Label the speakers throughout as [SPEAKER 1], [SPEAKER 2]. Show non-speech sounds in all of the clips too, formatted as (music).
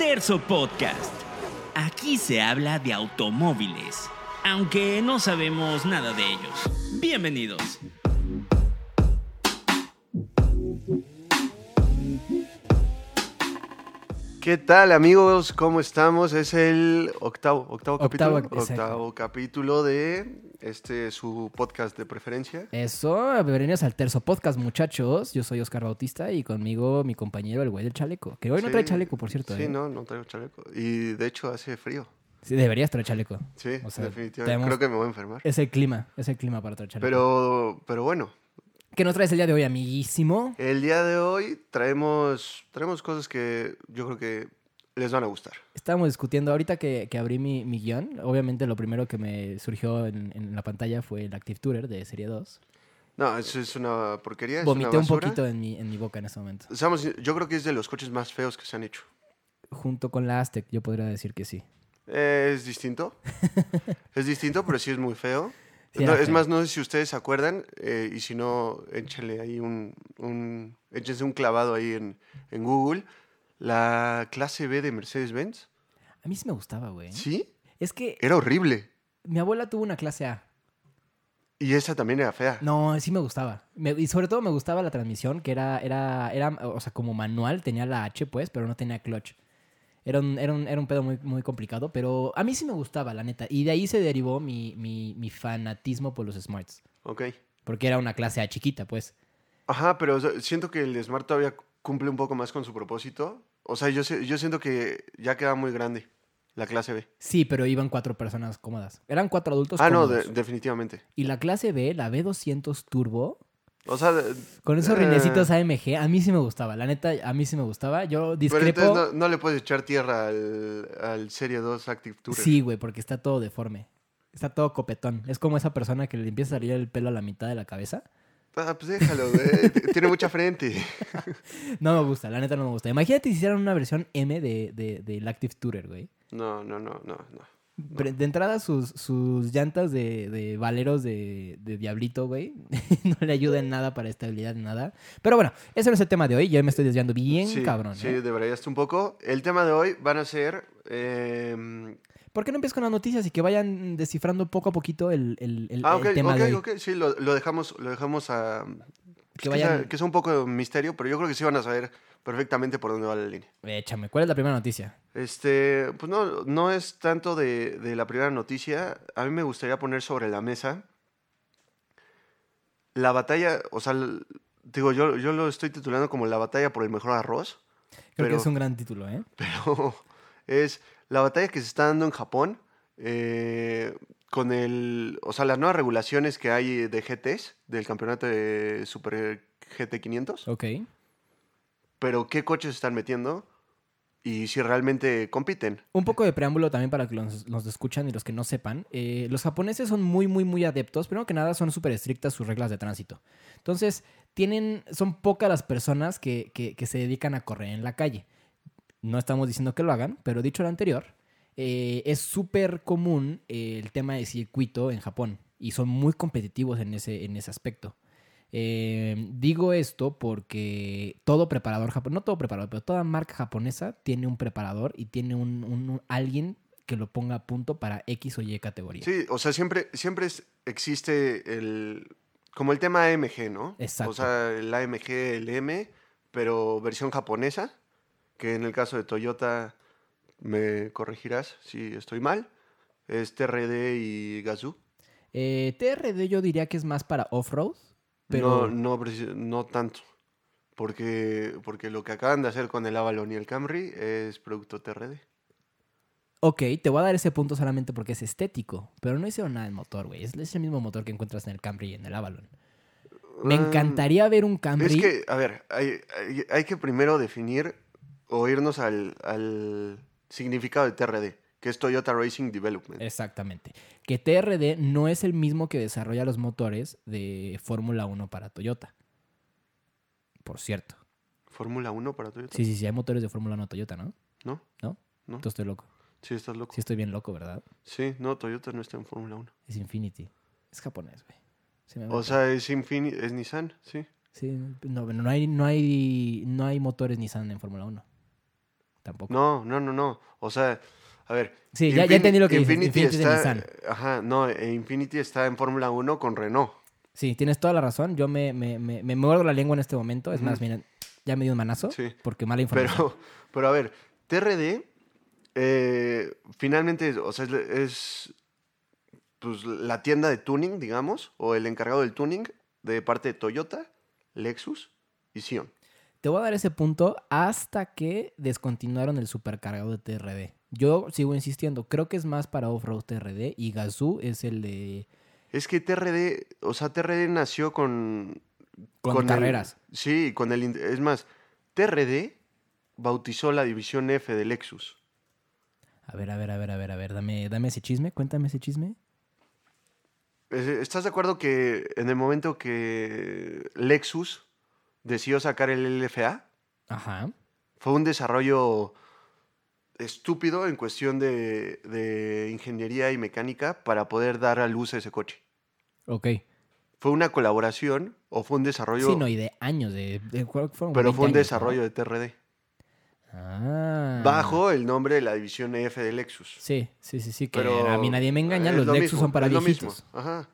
[SPEAKER 1] Universo Podcast. Aquí se habla de automóviles, aunque no sabemos nada de ellos. Bienvenidos.
[SPEAKER 2] ¿Qué tal amigos? ¿Cómo estamos? Es el octavo, octavo,
[SPEAKER 3] Octavo,
[SPEAKER 2] capítulo.
[SPEAKER 3] exacto.
[SPEAKER 2] Octavo capítulo de este su podcast de preferencia.
[SPEAKER 3] Eso, bienvenidos al Terzo Podcast, muchachos. Yo soy Oscar Bautista y conmigo mi compañero, el güey del chaleco. Que hoy no
[SPEAKER 2] Sí.
[SPEAKER 3] trae chaleco, por cierto.
[SPEAKER 2] Sí,
[SPEAKER 3] ¿eh?
[SPEAKER 2] no, no traigo chaleco. Y de hecho hace frío.
[SPEAKER 3] Sí, deberías traer chaleco.
[SPEAKER 2] Sí,
[SPEAKER 3] O sea,
[SPEAKER 2] definitivamente.
[SPEAKER 3] tenemos-
[SPEAKER 2] Creo que me voy a enfermar.
[SPEAKER 3] Es el clima, es el clima para traer chaleco.
[SPEAKER 2] Pero, pero bueno,
[SPEAKER 3] ¿Qué nos traes el día de hoy, amiguísimo?
[SPEAKER 2] el día de hoy traemos, traemos cosas que yo creo que les van a gustar.
[SPEAKER 3] Estábamos discutiendo ahorita que, que abrí mi, mi guión. Obviamente, lo primero que me surgió en, en la pantalla fue el Active Tourer de Serie 2.
[SPEAKER 2] No, eso es una porquería. Es
[SPEAKER 3] Vomité
[SPEAKER 2] una
[SPEAKER 3] un
[SPEAKER 2] basura.
[SPEAKER 3] poquito en mi, en mi boca en ese momento.
[SPEAKER 2] Seamos sin- yo creo que es de los coches más feos que se han hecho.
[SPEAKER 3] Junto con la Aztec, yo podría decir que sí.
[SPEAKER 2] Eh, Es
[SPEAKER 3] (laughs)
[SPEAKER 2] distinto. es distinto, pero sí es muy feo.
[SPEAKER 3] Sí,
[SPEAKER 2] No,
[SPEAKER 3] era
[SPEAKER 2] es
[SPEAKER 3] feo.
[SPEAKER 2] más, no sé si ustedes se acuerdan, eh, y si no, échenle ahí un, un, échense un clavado ahí en, en Google. La clase B de Mercedes-Benz,
[SPEAKER 3] A mí sí me gustaba, güey.
[SPEAKER 2] sí,
[SPEAKER 3] Es que
[SPEAKER 2] era horrible.
[SPEAKER 3] mi abuela tuvo una clase A.
[SPEAKER 2] Y esa también era fea.
[SPEAKER 3] No, sí me gustaba. Me- y sobre todo me gustaba la transmisión, que era, era, era, o sea, como manual, tenía la H, pues, pero no tenía clutch. Era un, era un, era un pedo muy, muy complicado, pero a mí sí me gustaba, la neta. Y de ahí se derivó mi, mi, mi fanatismo por los Smarts.
[SPEAKER 2] Ok.
[SPEAKER 3] Porque era una clase A chiquita, pues.
[SPEAKER 2] Ajá, pero o sea, siento que el Smart todavía cumple un poco más con su propósito. O sea, yo, sé- yo siento que ya queda muy grande la clase B.
[SPEAKER 3] Sí, pero iban cuatro personas cómodas. Eran cuatro adultos
[SPEAKER 2] Ah, no, de-
[SPEAKER 3] cómodos.
[SPEAKER 2] definitivamente.
[SPEAKER 3] Y la clase B, la B200 Turbo,
[SPEAKER 2] O sea, de-
[SPEAKER 3] con esos
[SPEAKER 2] Eh.
[SPEAKER 3] rinecitos AMG, a mí sí me gustaba. La neta, a mí sí me gustaba. Yo
[SPEAKER 2] Pero
[SPEAKER 3] discrepo.
[SPEAKER 2] entonces no, no le puedes echar tierra al, al Serie 2 Active Tourer.
[SPEAKER 3] Sí, güey, porque está todo deforme. Está todo copetón. Es como esa persona que le empieza a salir el pelo a la mitad de la cabeza.
[SPEAKER 2] Ah, pues déjalo, güey. (laughs) T- Tiene mucha frente.
[SPEAKER 3] No me gusta, la neta no me gusta. Imagínate si hicieran una versión M de, de- del Active Tourer, güey.
[SPEAKER 2] No, no, no, no, no.
[SPEAKER 3] Pero De entrada, sus, sus llantas de, de valeros de, de Diablito, güey, (laughs) no le ayudan nada para estabilidad, nada. Pero bueno, ese no es el tema de hoy. Yo me estoy desviando bien
[SPEAKER 2] sí,
[SPEAKER 3] cabrón.
[SPEAKER 2] Sí,
[SPEAKER 3] ¿eh?
[SPEAKER 2] debrayaste un poco. El tema de hoy van a ser. eh,
[SPEAKER 3] ¿Por qué no empiezas con las noticias y que vayan descifrando poco a poquito el, el- el-
[SPEAKER 2] ah,
[SPEAKER 3] el
[SPEAKER 2] ok,
[SPEAKER 3] tema
[SPEAKER 2] ok,
[SPEAKER 3] de hoy?
[SPEAKER 2] ok. Sí, lo, lo dejamos, lo dejamos a.
[SPEAKER 3] Que
[SPEAKER 2] Que,
[SPEAKER 3] vayan-
[SPEAKER 2] sea, que sea un poco de misterio, pero yo creo que sí van a saber perfectamente por dónde va la línea.
[SPEAKER 3] Échame, ¿cuál es la primera noticia?
[SPEAKER 2] Este, pues no, no es tanto de, de la primera noticia. A mí me gustaría poner sobre la mesa la batalla, o sea, l- digo, yo, yo lo estoy titulando como la batalla por el mejor arroz, (laughs)
[SPEAKER 3] Creo
[SPEAKER 2] Pero-
[SPEAKER 3] que es un gran título, ¿eh?
[SPEAKER 2] pero es la batalla que se está dando en Japón eh, con el, o sea, las nuevas regulaciones que hay de GTs, del campeonato de Super GT500,
[SPEAKER 3] Ok.
[SPEAKER 2] pero qué coches están metiendo y si realmente compiten.
[SPEAKER 3] Un poco de preámbulo también para que los, los escuchan y los que no sepan. Eh, los japoneses son muy, muy, muy adeptos. Primero que nada, son súper estrictas sus reglas de tránsito. Entonces, tienen, son pocas las personas que, que- que se dedican a correr en la calle. No estamos diciendo que lo hagan, pero dicho lo anterior, eh, es súper común eh, el tema de circuito en Japón y son muy competitivos en ese, en ese aspecto. Eh, digo esto porque todo preparador japonés, no todo preparador, pero toda marca japonesa tiene un preparador y tiene un, un- un- alguien que lo ponga a punto para X o Y categoría.
[SPEAKER 2] Sí, o sea, siempre, siempre es- existe el. Como el tema AMG, ¿no?
[SPEAKER 3] Exacto.
[SPEAKER 2] O sea, el AMG, el M, pero versión japonesa, que en el caso de Toyota, me corregirás si estoy mal, es TRD y Gazoo.
[SPEAKER 3] Eh, TRD yo diría que es más para off-road,
[SPEAKER 2] No,
[SPEAKER 3] pero
[SPEAKER 2] no, preci- no tanto. Porque, porque lo que acaban de hacer con el Avalon y el Camry es producto TRD.
[SPEAKER 3] ok, te voy a dar ese punto solamente porque es estético, pero no hicieron nada del motor, güey. Es, es el mismo motor que encuentras en el Camry y en el Avalon. Me
[SPEAKER 2] Ah,
[SPEAKER 3] encantaría ver un Camry.
[SPEAKER 2] Es que, a ver, hay, hay- hay que primero definir o irnos al, al significado de TRD, que es Toyota Racing Development.
[SPEAKER 3] Exactamente. Que TRD no es el mismo que desarrolla los motores de Fórmula 1 para Toyota. Por cierto.
[SPEAKER 2] Fórmula 1 para Toyota.
[SPEAKER 3] Sí, sí, sí, hay motores de Fórmula 1 Toyota, ¿no?
[SPEAKER 2] ¿No?
[SPEAKER 3] ¿No?
[SPEAKER 2] No.
[SPEAKER 3] Entonces estoy loco.
[SPEAKER 2] Sí, estás loco.
[SPEAKER 3] Sí, estoy bien loco, ¿verdad?
[SPEAKER 2] Sí, no, Toyota no está en Fórmula 1.
[SPEAKER 3] Es Infinity. Es japonés, güey. Se me va
[SPEAKER 2] O
[SPEAKER 3] el
[SPEAKER 2] sea, es Infini, es Nissan, sí.
[SPEAKER 3] Sí, no, no hay, no hay, no hay motores Nissan en Fórmula 1. tampoco.
[SPEAKER 2] No, no, no, no. O sea, a ver.
[SPEAKER 3] Sí, ya- ya entendí lo que dices,
[SPEAKER 2] Infinity
[SPEAKER 3] Infinity es de
[SPEAKER 2] está,
[SPEAKER 3] Nissan.
[SPEAKER 2] Ajá, no, e Infinity está en Fórmula 1 con Renault.
[SPEAKER 3] Sí, tienes toda la razón. Yo me, me, me, me muerdo la lengua en este momento. Es más,
[SPEAKER 2] Ujú.
[SPEAKER 3] miren, ya me dio un manazo
[SPEAKER 2] Sí.
[SPEAKER 3] porque mala información.
[SPEAKER 2] Pero, (laughs) pero a ver, TRD eh, finalmente, o sea, es, es, pues, la tienda de tuning, digamos, o el encargado del tuning de parte de Toyota, Lexus y Sion.
[SPEAKER 3] Te voy a dar ese punto hasta que descontinuaron el supercargado de TRD. Yo sigo insistiendo, creo que es más para off-road TRD y Gazoo es el de...
[SPEAKER 2] Es que TRD, o sea, TRD nació con...
[SPEAKER 3] Con
[SPEAKER 2] el-
[SPEAKER 3] carreras.
[SPEAKER 2] sí, con el... in- Es más, TRD bautizó la división F de Lexus.
[SPEAKER 3] A ver, a ver, a ver, a ver, a ver, dame, dame ese chisme, cuéntame ese chisme.
[SPEAKER 2] Es- ¿Estás de acuerdo que en el momento que Lexus decidió sacar el LFA,
[SPEAKER 3] Ajá.
[SPEAKER 2] fue un desarrollo estúpido en cuestión de, de ingeniería y mecánica para poder dar a luz a ese coche.
[SPEAKER 3] Ok.
[SPEAKER 2] Fue una colaboración o fue un desarrollo,
[SPEAKER 3] sí, no, y de años, de... de- fueron
[SPEAKER 2] pero fue
[SPEAKER 3] 20
[SPEAKER 2] un
[SPEAKER 3] años, ¿no?
[SPEAKER 2] desarrollo de TRD.
[SPEAKER 3] Ah.
[SPEAKER 2] Bajo el nombre de la división E F de Lexus.
[SPEAKER 3] Sí, sí, sí, sí, que
[SPEAKER 2] Pero
[SPEAKER 3] a mí nadie me engaña,
[SPEAKER 2] es
[SPEAKER 3] los
[SPEAKER 2] lo
[SPEAKER 3] Lexus
[SPEAKER 2] mismo,
[SPEAKER 3] son para
[SPEAKER 2] es lo mismo,
[SPEAKER 3] viejitos.
[SPEAKER 2] Ajá.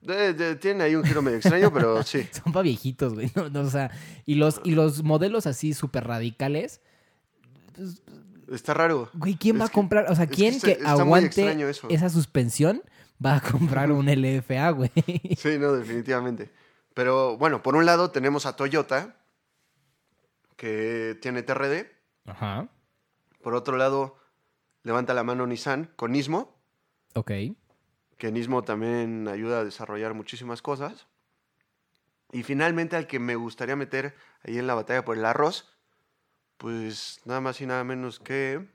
[SPEAKER 2] De- de- tiene ahí un giro medio extraño,
[SPEAKER 3] (laughs)
[SPEAKER 2] pero sí.
[SPEAKER 3] Son para viejitos, güey. no, no, o sea, y los, y los modelos así súper radicales,
[SPEAKER 2] Está raro.
[SPEAKER 3] güey, ¿quién
[SPEAKER 2] Es
[SPEAKER 3] va a
[SPEAKER 2] que-
[SPEAKER 3] comprar? O sea,
[SPEAKER 2] es que
[SPEAKER 3] ¿quién
[SPEAKER 2] está-
[SPEAKER 3] que
[SPEAKER 2] está muy extraño
[SPEAKER 3] aguante
[SPEAKER 2] eso.
[SPEAKER 3] esa suspensión va a comprar
[SPEAKER 2] (laughs)
[SPEAKER 3] un LFA, güey?
[SPEAKER 2] Sí, no, definitivamente. Pero bueno, por un lado tenemos a Toyota, que tiene TRD.
[SPEAKER 3] Ajá.
[SPEAKER 2] Por otro lado, levanta la mano Nissan con Nismo,
[SPEAKER 3] Ok.
[SPEAKER 2] que Nismo también ayuda a desarrollar muchísimas cosas. Y finalmente, al que me gustaría meter ahí en la batalla por el arroz, pues nada más y nada menos que.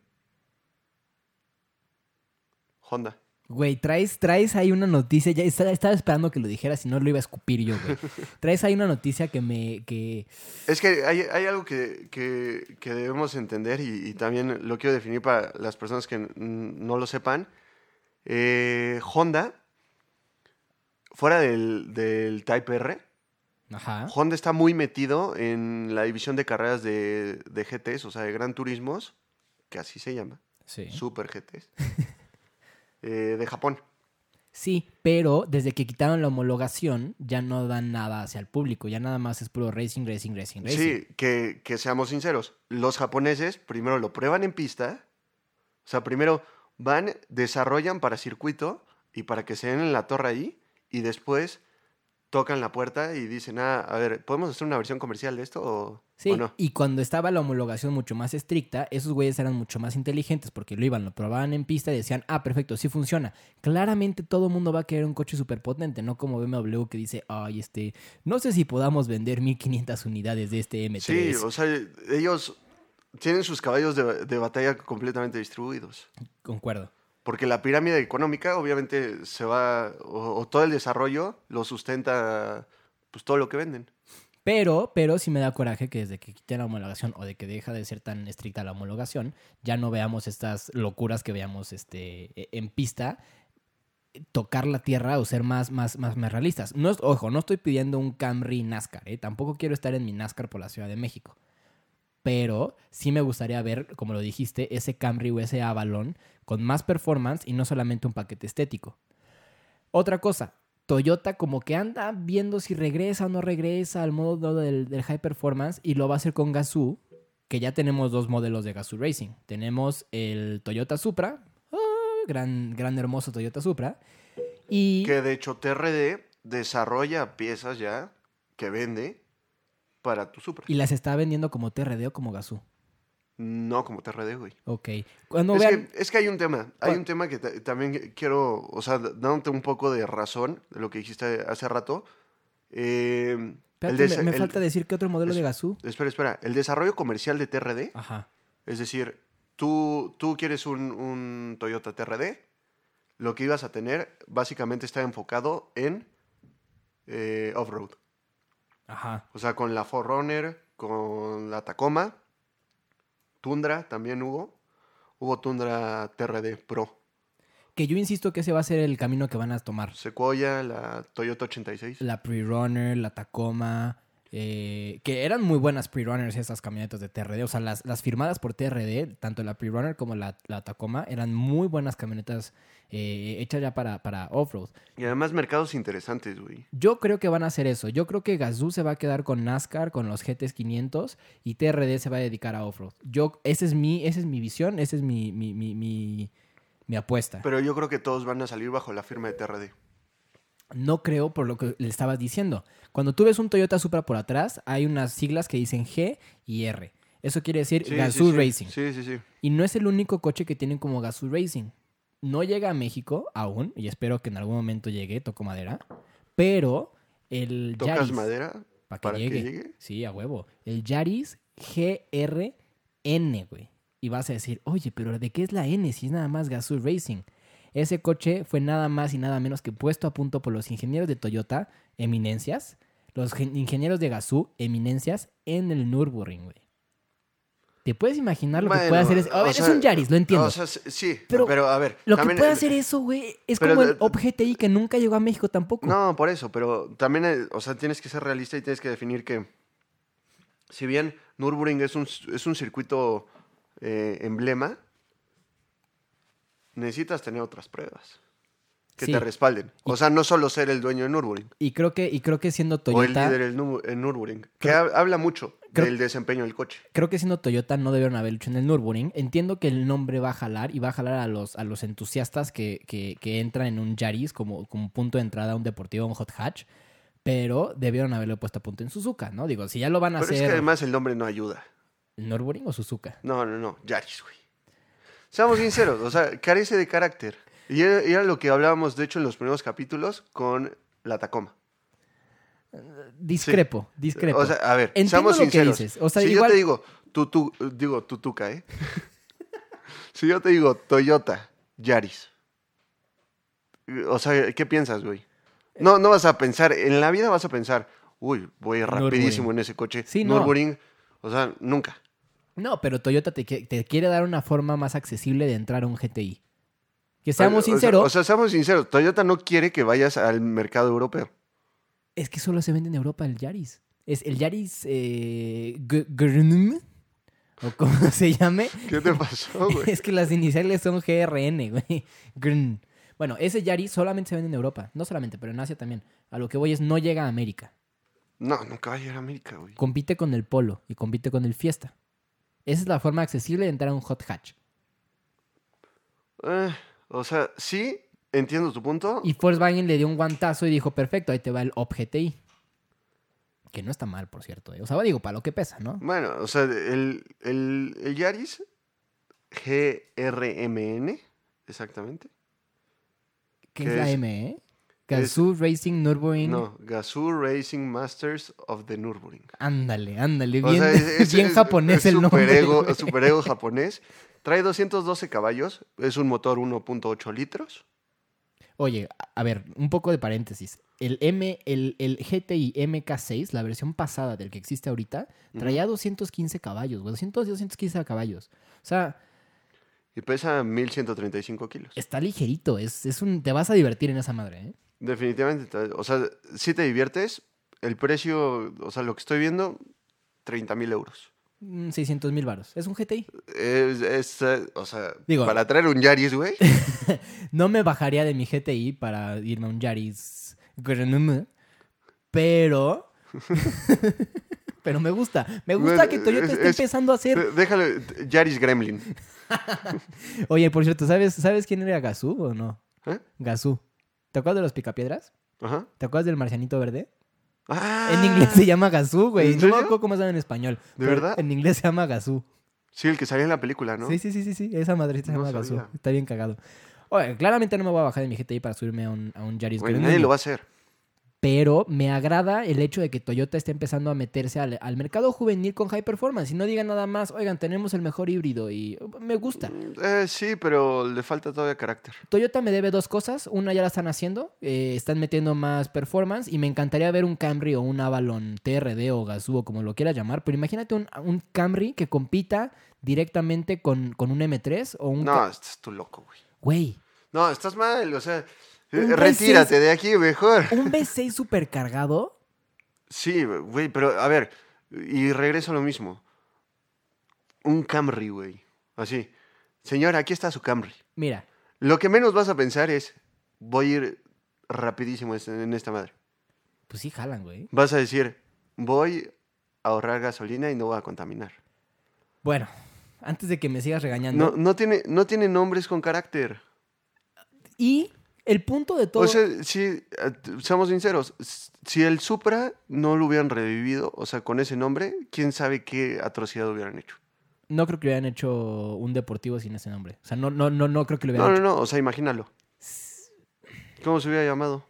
[SPEAKER 2] Honda.
[SPEAKER 3] Güey, traes, traes ahí una noticia, ya estaba, estaba esperando que lo dijeras, si no lo iba a escupir yo,
[SPEAKER 2] (laughs)
[SPEAKER 3] güey. Traes ahí una noticia que me, que,
[SPEAKER 2] Es que hay, hay algo que, que- que debemos entender y, y también lo quiero definir para las personas que n- no lo sepan. Eh, Honda, fuera del, del Type R,
[SPEAKER 3] ajá,
[SPEAKER 2] Honda está muy metido en la división de carreras de, de GTs, o sea, de Gran Turismos, que así se llama,
[SPEAKER 3] sí.
[SPEAKER 2] Super GTs, (laughs) eh, de Japón.
[SPEAKER 3] Sí, pero desde que quitaron la homologación ya no dan nada hacia el público, ya nada más es puro racing, racing, racing, racing.
[SPEAKER 2] Sí, que, que seamos sinceros, los japoneses primero lo prueban en pista, o sea, primero van, desarrollan para circuito y para que se den en la torre ahí, y después tocan la puerta y dicen, ah, a ver, ¿podemos hacer una versión comercial de esto o,
[SPEAKER 3] Sí,
[SPEAKER 2] o no?
[SPEAKER 3] y cuando estaba la homologación mucho más estricta, esos güeyes eran mucho más inteligentes porque lo iban, lo probaban en pista y decían, ah, perfecto, sí funciona. Claramente todo el mundo va a querer un coche súper potente, no como BMW que dice, ay, este, no sé si podamos vender 1500 unidades de este M3.
[SPEAKER 2] Sí, o sea, ellos tienen sus caballos de, de batalla completamente distribuidos.
[SPEAKER 3] Concuerdo.
[SPEAKER 2] Porque la pirámide económica, obviamente, se va. O, o todo el desarrollo lo sustenta, pues todo lo que venden.
[SPEAKER 3] Pero, pero sí me da coraje que desde que quiten la homologación o de que deja de ser tan estricta la homologación, ya no veamos estas locuras que veamos este, e- en pista eh, tocar la tierra o ser más, más, más, más realistas. No es- ojo, no estoy pidiendo un Camry NASCAR, ¿eh? tampoco quiero estar en mi NASCAR por la Ciudad de México. Pero sí me gustaría ver, como lo dijiste, ese Camry o ese Avalon con más performance y no solamente un paquete estético. Otra cosa, Toyota como que anda viendo si regresa o no regresa al modo del, del high performance y lo va a hacer con Gazoo, que ya tenemos dos modelos de Gazoo Racing. Tenemos el Toyota Supra, ah, gran, gran hermoso Toyota Supra, y
[SPEAKER 2] Que de hecho TRD desarrolla piezas ya que vende para tu Supra.
[SPEAKER 3] Y las está vendiendo como TRD o como Gazoo.
[SPEAKER 2] No como TRD, güey.
[SPEAKER 3] Ok. Cuando
[SPEAKER 2] es,
[SPEAKER 3] vean.
[SPEAKER 2] que, es que hay un tema, hay
[SPEAKER 3] ¿Cuál?
[SPEAKER 2] un tema que ta- también quiero, o sea, dándote un poco de razón de lo que dijiste hace rato. eh, el
[SPEAKER 3] Espérate,
[SPEAKER 2] desa-
[SPEAKER 3] me, me
[SPEAKER 2] el-
[SPEAKER 3] falta decir que otro modelo
[SPEAKER 2] es-
[SPEAKER 3] de Gazoo.
[SPEAKER 2] Espera, espera. El desarrollo comercial de TRD,
[SPEAKER 3] Ajá.
[SPEAKER 2] es decir, tú, tú quieres un, un Toyota TRD, lo que ibas a tener básicamente está enfocado en eh, off-road.
[SPEAKER 3] Ajá.
[SPEAKER 2] O sea, con la Forerunner, con la Tacoma, Tundra también hubo. Hubo Tundra TRD Pro,
[SPEAKER 3] Que yo insisto que ese va a ser el camino que van a tomar.
[SPEAKER 2] Sequoia, la Toyota 86.
[SPEAKER 3] La pre-runner, la Tacoma, eh, que eran muy buenas pre-runners esas camionetas de TRD. O sea, las, las firmadas por TRD, tanto la pre-runner como la, la Tacoma, eran muy buenas camionetas eh, hechas ya para, para off-road.
[SPEAKER 2] Y además mercados interesantes, güey.
[SPEAKER 3] Yo creo que van a hacer eso. Yo creo que Gazoo se va a quedar con NASCAR, con los GTs 500 y TRD se va a dedicar a off-road. Yo, esa es mi, esa es mi visión, esa es mi, mi, mi, mi, mi apuesta.
[SPEAKER 2] Pero yo creo que todos van a salir bajo la firma de TRD.
[SPEAKER 3] No creo por lo que le estabas diciendo. Cuando tú ves un Toyota Supra por atrás, hay unas siglas que dicen G y R. Eso quiere decir
[SPEAKER 2] Sí, sí,
[SPEAKER 3] Gazoo
[SPEAKER 2] sí.
[SPEAKER 3] Racing.
[SPEAKER 2] Sí, sí, sí.
[SPEAKER 3] Y no es el único coche que tienen como Gazoo Racing. No llega a México aún, y espero que en algún momento llegue, toco madera. Pero el
[SPEAKER 2] ¿Tocas
[SPEAKER 3] Yaris,
[SPEAKER 2] madera?
[SPEAKER 3] para que,
[SPEAKER 2] para que
[SPEAKER 3] llegue.
[SPEAKER 2] llegue?
[SPEAKER 3] Sí, a huevo. El Yaris GRN, güey. Y vas a decir, oye, pero ¿de qué es la N si es nada más Gazoo Racing? Ese coche fue nada más y nada menos que puesto a punto por los ingenieros de Toyota, eminencias, los gen- ingenieros de Gazoo, eminencias, en el Nürburgring, güey. ¿Te puedes imaginar lo que
[SPEAKER 2] Bueno,
[SPEAKER 3] puede hacer? ese- A
[SPEAKER 2] o
[SPEAKER 3] ver,
[SPEAKER 2] sea,
[SPEAKER 3] es un Yaris, lo entiendo.
[SPEAKER 2] O sea, s- sí,
[SPEAKER 3] Pero
[SPEAKER 2] pero, a ver.
[SPEAKER 3] lo que
[SPEAKER 2] también-
[SPEAKER 3] puede hacer eso, güey, es
[SPEAKER 2] pero
[SPEAKER 3] como el
[SPEAKER 2] de-
[SPEAKER 3] OBGTI que nunca llegó a México tampoco.
[SPEAKER 2] No, por eso, pero también, eh, o sea, tienes que ser realista y tienes que definir que, si bien Nürburgring es un, es un circuito eh, emblema, necesitas tener otras pruebas que
[SPEAKER 3] Sí.
[SPEAKER 2] te respalden. O sea, no solo ser el dueño de Nürburgring
[SPEAKER 3] Y creo que, y creo que siendo
[SPEAKER 2] o el
[SPEAKER 3] Toyota.
[SPEAKER 2] líder del Nu- en Nürburgring, que ha- habla mucho
[SPEAKER 3] creo-
[SPEAKER 2] del desempeño del coche.
[SPEAKER 3] creo que siendo Toyota no debieron haber hecho en el Nürburgring. Entiendo que el nombre va a jalar y va a jalar a los, a los entusiastas que, que- que entran en un Yaris como, como punto de entrada a un deportivo, a un hot hatch. Pero debieron haberlo puesto a punto en Suzuka, ¿no? Digo, si ya lo van a
[SPEAKER 2] Pero es
[SPEAKER 3] hacer
[SPEAKER 2] que además el nombre no ayuda.
[SPEAKER 3] Nürburgring o Suzuka.
[SPEAKER 2] No, no, no, Yaris, güey. Seamos sinceros, o sea, carece de carácter. Y era, y era lo que hablábamos, de hecho, en los primeros capítulos con la Tacoma.
[SPEAKER 3] Discrepo, discrepo.
[SPEAKER 2] O sea, a ver,
[SPEAKER 3] Entiendo
[SPEAKER 2] seamos
[SPEAKER 3] lo que
[SPEAKER 2] sinceros.
[SPEAKER 3] dices, o sea,
[SPEAKER 2] si
[SPEAKER 3] igual-
[SPEAKER 2] yo te digo, tú, tú, digo, tutuca, ¿eh? (laughs) si yo te digo Toyota, Yaris. O sea, ¿qué piensas, güey? No, no vas a pensar, en la vida vas a pensar, uy, voy rapidísimo en ese coche.
[SPEAKER 3] Sí, no.
[SPEAKER 2] Nürburgring, o sea, nunca.
[SPEAKER 3] no, pero Toyota te, qui- te quiere dar una forma más accesible de entrar a un GTI. Que seamos
[SPEAKER 2] O sea,
[SPEAKER 3] sinceros,
[SPEAKER 2] O sea, seamos sinceros, Toyota no quiere que vayas al mercado europeo.
[SPEAKER 3] es que solo se vende en Europa el Yaris. Es el Yaris eh, Gr- Grnum, o como (laughs) se llame.
[SPEAKER 2] ¿Qué te
[SPEAKER 3] (laughs)
[SPEAKER 2] pasó, (laughs) güey?
[SPEAKER 3] Es que las iniciales son GRN, güey. Grn. Bueno, ese Yaris solamente se vende en Europa. No solamente, pero en Asia también. A lo que voy es no llega a América.
[SPEAKER 2] No, nunca va a llegar a América, güey.
[SPEAKER 3] Compite con el Polo y compite con el Fiesta. Esa es la forma accesible de entrar a un hot hatch.
[SPEAKER 2] Eh, o sea, sí, entiendo tu punto.
[SPEAKER 3] Y Volkswagen le dio un guantazo y dijo, perfecto, ahí te va el OBGTI. Que no está mal, por cierto. eh. O sea, digo, para lo que pesa, ¿no?
[SPEAKER 2] Bueno, o sea, el, el, el Yaris GRMN, exactamente.
[SPEAKER 3] ¿Qué,
[SPEAKER 2] ¿Qué
[SPEAKER 3] es la
[SPEAKER 2] es?
[SPEAKER 3] M, eh?
[SPEAKER 2] Es-
[SPEAKER 3] Gazoo Racing Nürburgring.
[SPEAKER 2] No, Gazoo Racing Masters of the Nürburgring.
[SPEAKER 3] Ándale, ándale.
[SPEAKER 2] O
[SPEAKER 3] Bien,
[SPEAKER 2] sea,
[SPEAKER 3] (laughs) bien japonés
[SPEAKER 2] es
[SPEAKER 3] el nombre.
[SPEAKER 2] superego-
[SPEAKER 3] güey.
[SPEAKER 2] superego japonés. Trae 212 caballos, es un motor 1.8 litros.
[SPEAKER 3] Oye, a- a ver, un poco de paréntesis. El M, el, el GTI MK6, la versión pasada del que existe ahorita, traía 215 caballos, güey. 200, 215 caballos. O sea,
[SPEAKER 2] Y pesa 1135 kilos.
[SPEAKER 3] está ligerito. Es, es un, te vas a divertir en esa madre, ¿eh?
[SPEAKER 2] Definitivamente, te- o sea, si te diviertes, el precio, o sea, lo que estoy viendo, 30 mil euros.
[SPEAKER 3] 600 mil varos. Es un GTI.
[SPEAKER 2] Es, es, eh, o sea,
[SPEAKER 3] Digo-
[SPEAKER 2] para traer un Yaris,
[SPEAKER 3] (laughs)
[SPEAKER 2] güey.
[SPEAKER 3] No me bajaría de mi GTI para irme a un Yaris Grenoble, pero... (laughs) pero me gusta. Me gusta
[SPEAKER 2] Bueno,
[SPEAKER 3] que Toyota
[SPEAKER 2] es-
[SPEAKER 3] esté
[SPEAKER 2] es-
[SPEAKER 3] empezando
[SPEAKER 2] (laughs)
[SPEAKER 3] a hacer
[SPEAKER 2] Eh, Déjalo, eh, Yaris Gremlin.
[SPEAKER 3] Oye, por cierto, ¿sabes, ¿sabes quién era Gazú o no?
[SPEAKER 2] ¿Eh?
[SPEAKER 3] Gazú. ¿Te acuerdas de los picapiedras?
[SPEAKER 2] Ajá.
[SPEAKER 3] ¿Te acuerdas del marcianito verde?
[SPEAKER 2] Ah,
[SPEAKER 3] En inglés se llama Gazú, güey.
[SPEAKER 2] ¿En
[SPEAKER 3] No me
[SPEAKER 2] serio?
[SPEAKER 3] acuerdo cómo se llama en español. pero
[SPEAKER 2] verdad?
[SPEAKER 3] En inglés se llama Gazú.
[SPEAKER 2] Sí, el que salía en la película, ¿no?
[SPEAKER 3] Sí, sí, sí, sí, sí. Esa madre se
[SPEAKER 2] No
[SPEAKER 3] llama Gazú.
[SPEAKER 2] sabía.
[SPEAKER 3] Está bien cagado. Oye, claramente no me voy a bajar de mi GTI para subirme a un, a un Yaris
[SPEAKER 2] Güey,
[SPEAKER 3] Grand
[SPEAKER 2] nadie
[SPEAKER 3] Union,
[SPEAKER 2] lo va a hacer.
[SPEAKER 3] Pero me agrada el hecho de que Toyota esté empezando a meterse al, al mercado juvenil con high performance. Y no digan nada más, oigan, tenemos el mejor híbrido y me gusta.
[SPEAKER 2] Eh, sí, pero le falta todavía carácter.
[SPEAKER 3] Toyota me debe dos cosas. Una ya la están haciendo, eh, están metiendo más performance y me encantaría ver un Camry o un Avalon TRD o Gazoo o como lo quieras llamar. Pero imagínate un, un Camry que compita directamente con, con un M3 o un...
[SPEAKER 2] No,
[SPEAKER 3] ca-
[SPEAKER 2] estás tú loco, güey.
[SPEAKER 3] Güey,
[SPEAKER 2] No, estás mal, o sea, eh,
[SPEAKER 3] Un
[SPEAKER 2] retírate de aquí mejor.
[SPEAKER 3] un V6 (laughs) supercargado
[SPEAKER 2] Sí, güey, pero a ver, y regreso a lo mismo. Un Camry, güey. Así. Señora, aquí está su Camry.
[SPEAKER 3] Mira,
[SPEAKER 2] Lo que menos vas a pensar es, voy a ir rapidísimo en esta madre.
[SPEAKER 3] pues sí jalan, güey.
[SPEAKER 2] Vas a decir, voy a ahorrar gasolina y no voy a contaminar.
[SPEAKER 3] Bueno, antes de que me sigas regañando.
[SPEAKER 2] No, no, tiene, no tiene nombres con carácter.
[SPEAKER 3] Y el punto de todo.
[SPEAKER 2] O sea, si, eh, seamos sinceros, s- si el Supra no lo hubieran revivido, o sea, con ese nombre, quién sabe qué atrocidad hubieran hecho.
[SPEAKER 3] no creo que hubieran hecho un deportivo sin ese nombre. O sea, no, no, no, no creo que lo
[SPEAKER 2] No,
[SPEAKER 3] hubieran
[SPEAKER 2] no,
[SPEAKER 3] hecho.
[SPEAKER 2] no, o sea, imagínalo. ¿Cómo se hubiera llamado?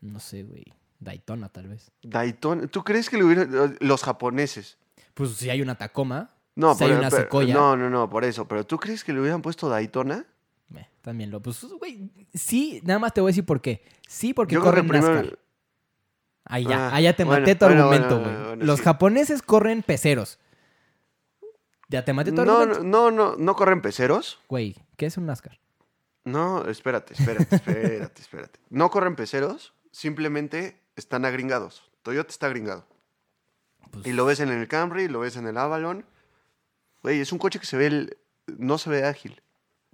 [SPEAKER 3] No. sé, güey. Daytona, tal vez.
[SPEAKER 2] Daytona. ¿Tú crees que lo hubieran. Los japoneses.
[SPEAKER 3] Pues si hay una Tacoma,
[SPEAKER 2] No,
[SPEAKER 3] si hay
[SPEAKER 2] por-
[SPEAKER 3] una
[SPEAKER 2] pero-
[SPEAKER 3] Sequoia.
[SPEAKER 2] no, no, no, por eso. Pero ¿tú crees que le hubieran puesto Daytona?
[SPEAKER 3] meh, también lo. Pues, güey, sí, nada más te voy a decir por qué. Sí, porque
[SPEAKER 2] Yo creo que
[SPEAKER 3] corren NASCAR.
[SPEAKER 2] primero.
[SPEAKER 3] Ahí ya,
[SPEAKER 2] Ah,
[SPEAKER 3] ahí ya te
[SPEAKER 2] bueno,
[SPEAKER 3] maté tu
[SPEAKER 2] bueno,
[SPEAKER 3] argumento,
[SPEAKER 2] bueno,
[SPEAKER 3] güey.
[SPEAKER 2] bueno, bueno,
[SPEAKER 3] Los
[SPEAKER 2] sí.
[SPEAKER 3] japoneses corren peceros. Ya te maté tu
[SPEAKER 2] No,
[SPEAKER 3] argumento.
[SPEAKER 2] no, no, no, no corren peceros.
[SPEAKER 3] Güey, ¿qué es un NASCAR?
[SPEAKER 2] No, espérate,
[SPEAKER 3] (laughs)
[SPEAKER 2] espérate, espérate, espérate. No corren peceros, simplemente están agringados. Toyota está agringado.
[SPEAKER 3] Pues,
[SPEAKER 2] Y lo ves en el Camry, lo ves en el Avalon. Güey, es un coche que se ve. el- no se ve ágil.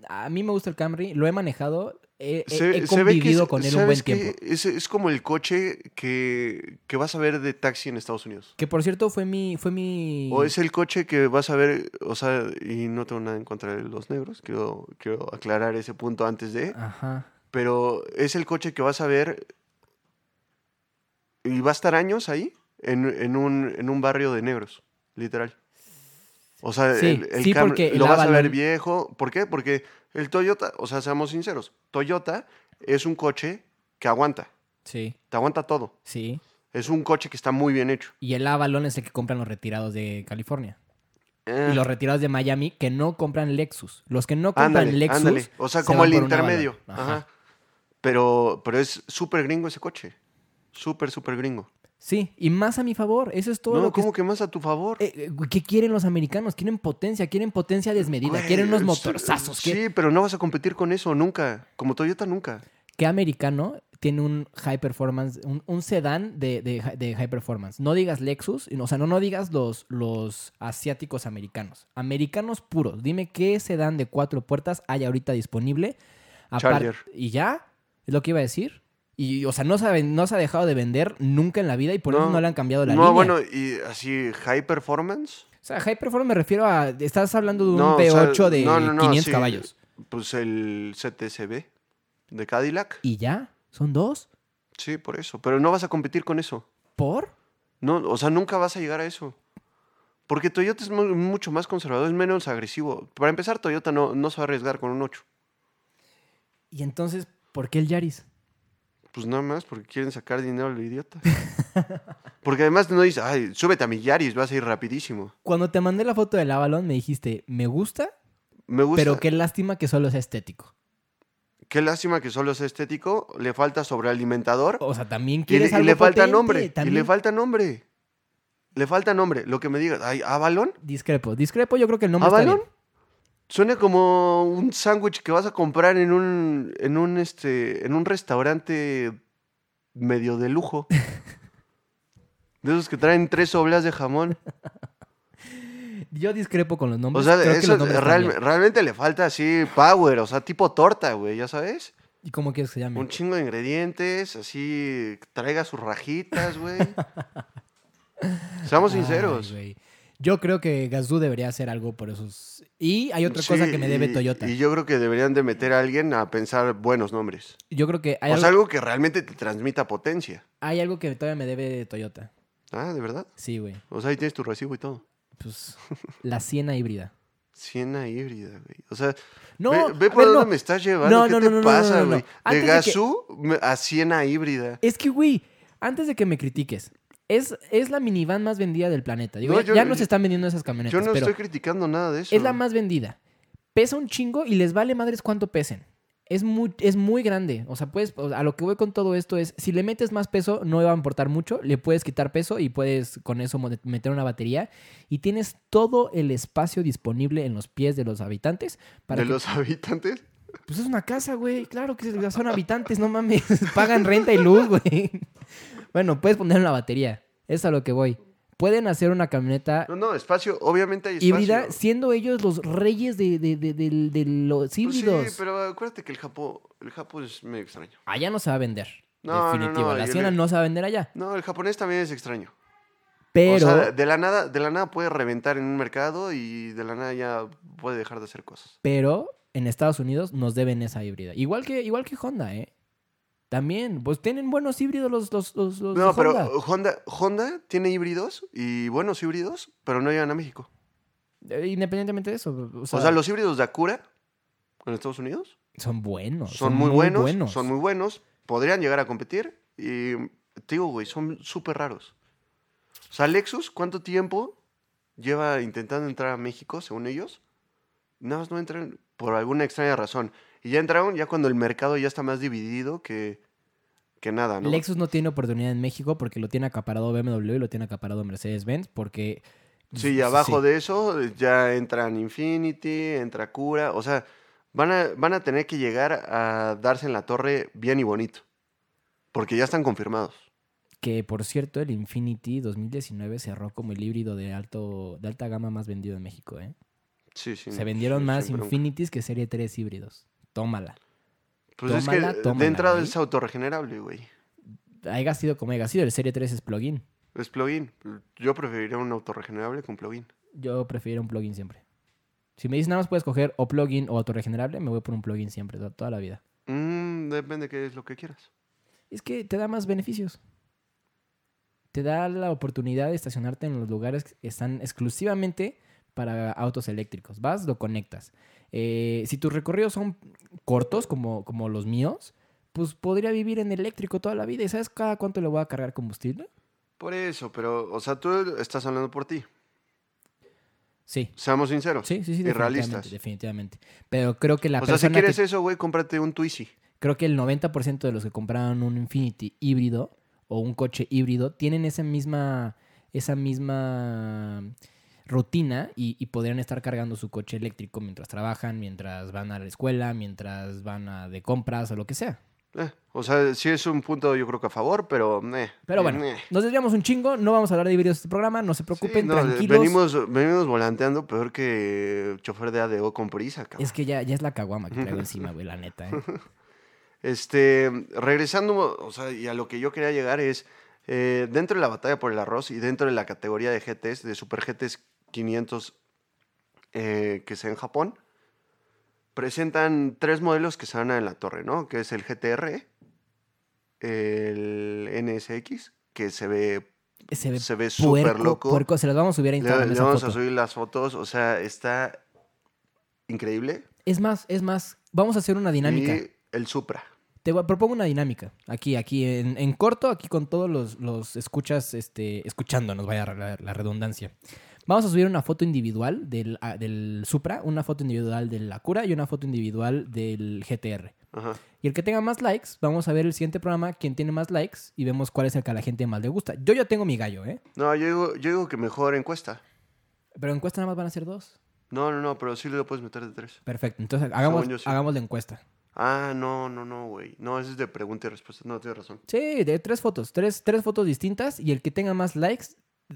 [SPEAKER 3] A mí me gusta el Camry, lo he manejado, he, he-
[SPEAKER 2] Se-
[SPEAKER 3] he
[SPEAKER 2] se ve que
[SPEAKER 3] convivido
[SPEAKER 2] es-
[SPEAKER 3] con él un
[SPEAKER 2] ¿sabes
[SPEAKER 3] buen
[SPEAKER 2] qué?
[SPEAKER 3] tiempo.
[SPEAKER 2] Es, es como el coche que, que vas a ver de taxi en Estados Unidos.
[SPEAKER 3] Que por cierto fue mi, fue mi.
[SPEAKER 2] O es el coche que vas a ver, o sea, y no tengo nada en contra de los negros, quiero, quiero aclarar ese punto antes de,
[SPEAKER 3] Ajá.
[SPEAKER 2] pero es el coche que vas a ver y va a estar años ahí, en, en un, en un barrio de negros, literal. O sea,
[SPEAKER 3] Sí,
[SPEAKER 2] el, el
[SPEAKER 3] sí,
[SPEAKER 2] Camry
[SPEAKER 3] porque el
[SPEAKER 2] lo vas a ver
[SPEAKER 3] Avalon-
[SPEAKER 2] viejo. ¿Por qué? Porque el Toyota, o sea, seamos sinceros, Toyota es un coche que aguanta,
[SPEAKER 3] Sí,
[SPEAKER 2] te aguanta todo.
[SPEAKER 3] sí.
[SPEAKER 2] Es un coche que está muy bien hecho.
[SPEAKER 3] Y el Avalon es el que compran los retirados de California.
[SPEAKER 2] Eh.
[SPEAKER 3] Y los retirados de Miami que no compran Lexus. Los que no compran
[SPEAKER 2] Ándale,
[SPEAKER 3] Lexus.
[SPEAKER 2] ándale. O sea,
[SPEAKER 3] se
[SPEAKER 2] como el
[SPEAKER 3] van por un Avalon.
[SPEAKER 2] intermedio. Ajá. Pero, pero es súper gringo ese coche. Súper, súper gringo.
[SPEAKER 3] Sí, y más a mi favor. Eso es todo
[SPEAKER 2] no,
[SPEAKER 3] lo que
[SPEAKER 2] ¿cómo que más a tu favor?
[SPEAKER 3] Eh, eh, güey, ¿Qué quieren los americanos? Quieren potencia, quieren potencia desmedida,
[SPEAKER 2] Güey,
[SPEAKER 3] quieren unos
[SPEAKER 2] es-
[SPEAKER 3] motorzazos. ¿Qué,
[SPEAKER 2] Sí, pero no vas a competir con eso nunca. Como Toyota nunca.
[SPEAKER 3] qué americano tiene un high performance, un, un sedán de, de hi- de high performance? No digas Lexus, y no- o sea, no, no digas los, los asiáticos americanos. Americanos puros. Dime qué sedán de cuatro puertas hay ahorita disponible. Apar-
[SPEAKER 2] Charger.
[SPEAKER 3] Y ya, es lo que iba a decir. Y, o sea, no, saben, no se ha dejado de vender nunca en la vida y por eso
[SPEAKER 2] No.
[SPEAKER 3] no le han cambiado la
[SPEAKER 2] no,
[SPEAKER 3] línea.
[SPEAKER 2] bueno, y así, high performance.
[SPEAKER 3] O sea, high performance me refiero a... Estás hablando de un
[SPEAKER 2] No, o sea,
[SPEAKER 3] V8 de
[SPEAKER 2] no, no, no,
[SPEAKER 3] 500
[SPEAKER 2] sí.
[SPEAKER 3] caballos.
[SPEAKER 2] Pues el CTSB de Cadillac.
[SPEAKER 3] y ya, son dos.
[SPEAKER 2] Sí, por eso. Pero no vas a competir con eso.
[SPEAKER 3] ¿Por?
[SPEAKER 2] No, o sea, nunca vas a llegar a eso. Porque Toyota es mu- mucho más conservador, es menos agresivo. Para empezar, Toyota no, no se va a arriesgar con un 8.
[SPEAKER 3] Y entonces, ¿por qué el Yaris?
[SPEAKER 2] Pues nada más porque quieren sacar dinero al idiota.
[SPEAKER 3] (laughs)
[SPEAKER 2] Porque además no dice, ay, súbete a mi Yaris, vas a ir rapidísimo.
[SPEAKER 3] Cuando te mandé la foto del Avalon me dijiste, me gusta,
[SPEAKER 2] Me gusta.
[SPEAKER 3] pero qué lástima que solo sea estético.
[SPEAKER 2] Qué lástima que solo es estético, le falta sobrealimentador
[SPEAKER 3] O sea, también
[SPEAKER 2] y, le-
[SPEAKER 3] quieres
[SPEAKER 2] y
[SPEAKER 3] algo
[SPEAKER 2] le falta
[SPEAKER 3] potente,
[SPEAKER 2] nombre.
[SPEAKER 3] también-
[SPEAKER 2] Y le falta nombre. Le falta nombre. Lo que me digas, ay, ¿Avalon?
[SPEAKER 3] Discrepo, discrepo, yo creo que el nombre está
[SPEAKER 2] ¿Avalon?
[SPEAKER 3] bien.
[SPEAKER 2] Suena como un sándwich que vas a comprar en un, en un, este, en un restaurante medio de
[SPEAKER 3] (laughs)
[SPEAKER 2] lujo. De esos que traen tres oblas de jamón.
[SPEAKER 3] Yo discrepo con los
[SPEAKER 2] O
[SPEAKER 3] nombres.
[SPEAKER 2] sea,
[SPEAKER 3] creo que
[SPEAKER 2] eso
[SPEAKER 3] los nombres
[SPEAKER 2] real-
[SPEAKER 3] están bien.
[SPEAKER 2] realmente le falta así power, o sea, tipo torta, güey, ya sabes.
[SPEAKER 3] ¿Y cómo quieres que se llame?
[SPEAKER 2] Un chingo de ingredientes, así, que traiga sus rajitas, güey.
[SPEAKER 3] (laughs)
[SPEAKER 2] Seamos
[SPEAKER 3] Ay,
[SPEAKER 2] sinceros.
[SPEAKER 3] güey. yo creo que Gazú debería hacer algo por esos. Y hay otra cosa
[SPEAKER 2] Sí,
[SPEAKER 3] que me debe
[SPEAKER 2] y-
[SPEAKER 3] Toyota.
[SPEAKER 2] Y yo creo que deberían de meter a alguien a pensar buenos nombres.
[SPEAKER 3] Yo creo que hay,
[SPEAKER 2] O
[SPEAKER 3] algo,
[SPEAKER 2] sea, algo que realmente te transmita potencia.
[SPEAKER 3] hay algo que todavía me debe Toyota.
[SPEAKER 2] Ah, ¿de verdad?
[SPEAKER 3] Sí, güey.
[SPEAKER 2] O sea, ahí tienes tu recibo y todo.
[SPEAKER 3] Pues la
[SPEAKER 2] (laughs)
[SPEAKER 3] Siena híbrida.
[SPEAKER 2] Siena híbrida, güey. O sea,
[SPEAKER 3] No,
[SPEAKER 2] ve, ve
[SPEAKER 3] a
[SPEAKER 2] por
[SPEAKER 3] ver,
[SPEAKER 2] dónde
[SPEAKER 3] no.
[SPEAKER 2] me estás llevando.
[SPEAKER 3] No,
[SPEAKER 2] ¿Qué
[SPEAKER 3] no,
[SPEAKER 2] te
[SPEAKER 3] no, no, no,
[SPEAKER 2] pasa,
[SPEAKER 3] no, no, no.
[SPEAKER 2] güey?
[SPEAKER 3] Antes
[SPEAKER 2] De
[SPEAKER 3] de que-
[SPEAKER 2] Gazú me- a Siena híbrida.
[SPEAKER 3] Es que, güey, antes de que me critiques, es, es la minivan más vendida del planeta. Digo,
[SPEAKER 2] No,
[SPEAKER 3] ya,
[SPEAKER 2] yo-
[SPEAKER 3] ya no se están vendiendo esas camionetas,
[SPEAKER 2] Yo no
[SPEAKER 3] pero
[SPEAKER 2] estoy criticando nada de eso.
[SPEAKER 3] es la más vendida. Pesa un chingo y les vale madres cuánto pesen. Es muy, es muy grande. O sea, puedes, o sea, a lo que voy con todo esto es, si le metes más peso, no va a importar mucho. Le puedes quitar peso y puedes con eso mo- meter una batería. Y tienes todo el espacio disponible en los pies de los habitantes. Para
[SPEAKER 2] de
[SPEAKER 3] que-
[SPEAKER 2] los (laughs) habitantes.
[SPEAKER 3] Pues es una casa, güey. Claro (laughs) que son habitantes, no mames. Pagan renta y luz, güey. Bueno, puedes poner una batería. Es a lo que voy. Pueden hacer una camioneta
[SPEAKER 2] No, no, espacio, obviamente hay espacio.
[SPEAKER 3] híbrida, siendo ellos los reyes de, de- de- de- de los
[SPEAKER 2] Pues sí,
[SPEAKER 3] híbridos.
[SPEAKER 2] pero acuérdate que el Japo, el Japo es medio extraño.
[SPEAKER 3] Allá no se va a vender.
[SPEAKER 2] No, no,
[SPEAKER 3] definitivo.
[SPEAKER 2] no,
[SPEAKER 3] la
[SPEAKER 2] yo
[SPEAKER 3] Siena
[SPEAKER 2] le-
[SPEAKER 3] no se va a vender allá.
[SPEAKER 2] No, el japonés también es extraño.
[SPEAKER 3] Pero.
[SPEAKER 2] O sea, de la nada, de la nada puede reventar en un mercado y de la nada ya puede dejar de hacer cosas.
[SPEAKER 3] Pero en Estados Unidos nos deben esa híbrida. Igual que, igual que Honda, ¿eh? También, pues tienen buenos híbridos los, los, los, los Pues de
[SPEAKER 2] No, pero uh,
[SPEAKER 3] Honda.
[SPEAKER 2] Honda, Honda tiene híbridos y buenos híbridos, pero no llegan a México.
[SPEAKER 3] Eh, Independientemente de eso. O
[SPEAKER 2] O sea,
[SPEAKER 3] sea,
[SPEAKER 2] los híbridos de Acura en Estados Unidos
[SPEAKER 3] son buenos.
[SPEAKER 2] son, muy, buenos, son muy buenos, podrían llegar a competir y te digo, güey, son súper raros. O sea, Lexus, ¿cuánto tiempo lleva intentando entrar a México, según ellos? Nada más no entran por alguna extraña razón. Y ya entraron ya cuando el mercado ya está más dividido que, que nada, Ah, ¿no?
[SPEAKER 3] Lexus no tiene oportunidad en México porque lo tiene acaparado BMW y lo tiene acaparado Mercedes-Benz porque...
[SPEAKER 2] Sí, y abajo
[SPEAKER 3] Sí.
[SPEAKER 2] de eso eh, ya entran Infinity, entra Cura, o sea, van a, van a tener que llegar a darse en la torre bien y bonito, porque ya están confirmados.
[SPEAKER 3] Que, por cierto, el Infinity 2019 cerró como el híbrido de, alto, de alta gama más vendido en México, ¿eh?
[SPEAKER 2] Sí, sí.
[SPEAKER 3] Se
[SPEAKER 2] no,
[SPEAKER 3] vendieron
[SPEAKER 2] sí,
[SPEAKER 3] más
[SPEAKER 2] sin bronca.
[SPEAKER 3] Infinities que Serie 3 híbridos. Tómala.
[SPEAKER 2] Pues
[SPEAKER 3] Tómala,
[SPEAKER 2] es que
[SPEAKER 3] tómala, ¿eh?
[SPEAKER 2] de entrada
[SPEAKER 3] güey.
[SPEAKER 2] es autorregenerable, güey.
[SPEAKER 3] Haya sido como haya sido, el Serie 3 es plugin.
[SPEAKER 2] Es plugin. Yo preferiría un autorregenerable con plugin.
[SPEAKER 3] Yo prefiero un plugin siempre. Si me dices nada más puedes coger o plugin o autorregenerable, me voy por un plugin siempre, to- toda la vida.
[SPEAKER 2] Mm, depende qué es lo que quieras.
[SPEAKER 3] Es que te da más beneficios. Te da la oportunidad de estacionarte en los lugares que están exclusivamente para autos eléctricos. Vas, lo conectas. Eh, si tus recorridos son cortos, como, como los míos, pues podría vivir en eléctrico toda la vida. ¿Y sabes cada cuánto le voy a cargar combustible?
[SPEAKER 2] Por eso, pero, o sea, tú estás hablando por ti.
[SPEAKER 3] Sí.
[SPEAKER 2] Seamos sinceros.
[SPEAKER 3] Sí, sí, sí,
[SPEAKER 2] Y
[SPEAKER 3] definitivamente,
[SPEAKER 2] realistas.
[SPEAKER 3] definitivamente. Pero creo que la
[SPEAKER 2] o sea, si
[SPEAKER 3] persona que
[SPEAKER 2] quieres eso, güey, cómprate un Twizy.
[SPEAKER 3] creo que el 90% de los que compraron un Infinity híbrido o un coche híbrido tienen esa misma, esa misma rutina y, y podrían estar cargando su coche eléctrico mientras trabajan, mientras van a la escuela, mientras van a de compras o lo que sea.
[SPEAKER 2] Eh, o sea, sí es un punto yo creo que a favor, pero... eh,
[SPEAKER 3] Pero bueno,
[SPEAKER 2] eh.
[SPEAKER 3] nos desviamos un chingo, no vamos a hablar de híbridos en este programa, no se preocupen,
[SPEAKER 2] Sí, no,
[SPEAKER 3] tranquilos.
[SPEAKER 2] Venimos, venimos volanteando peor que chofer de ADO con prisa, cabrón.
[SPEAKER 3] Es que ya, ya es la caguama que
[SPEAKER 2] (laughs)
[SPEAKER 3] traigo encima, güey, la neta. ¿eh?
[SPEAKER 2] Este, regresando, o sea, y a lo que yo quería llegar es, eh, dentro de la batalla por el arroz y dentro de la categoría de GTs, de Super GTs 500 eh, que se en Japón, presentan tres modelos que se van en la torre, ¿no? Que es el GTR, el NSX, que se ve,
[SPEAKER 3] Se ve,
[SPEAKER 2] se ve súper
[SPEAKER 3] puerco,
[SPEAKER 2] loco.
[SPEAKER 3] puerco, se las vamos a subir a
[SPEAKER 2] Le,
[SPEAKER 3] Instagram.
[SPEAKER 2] le
[SPEAKER 3] esa
[SPEAKER 2] vamos a
[SPEAKER 3] foto.
[SPEAKER 2] subir las fotos, o sea, está increíble.
[SPEAKER 3] Es más, es más, vamos a hacer una dinámica.
[SPEAKER 2] Y el Supra.
[SPEAKER 3] Te voy- propongo una dinámica. Aquí, aquí, en, en corto, aquí con todos los, los escuchas, este, escuchándonos, vaya la, la redundancia. Vamos a subir una foto individual del, ah, del Supra, una foto individual del Acura y una foto individual del GTR.
[SPEAKER 2] Ajá.
[SPEAKER 3] Y el que tenga más likes, vamos a ver el siguiente programa, quién tiene más likes y vemos cuál es el que a la gente más le gusta. Yo ya tengo mi gallo, ¿eh?
[SPEAKER 2] No, yo digo, yo digo que mejor encuesta.
[SPEAKER 3] Pero encuesta nada más van a ser dos.
[SPEAKER 2] No, no, no, pero sí lo puedes meter de tres.
[SPEAKER 3] Perfecto, entonces hagamos,
[SPEAKER 2] Según yo, sí.
[SPEAKER 3] hagamos la encuesta.
[SPEAKER 2] Ah, no, no, no, güey. No, eso es de pregunta y respuesta. No, tienes razón.
[SPEAKER 3] Sí, de tres fotos, tres, tres fotos distintas y el que tenga más likes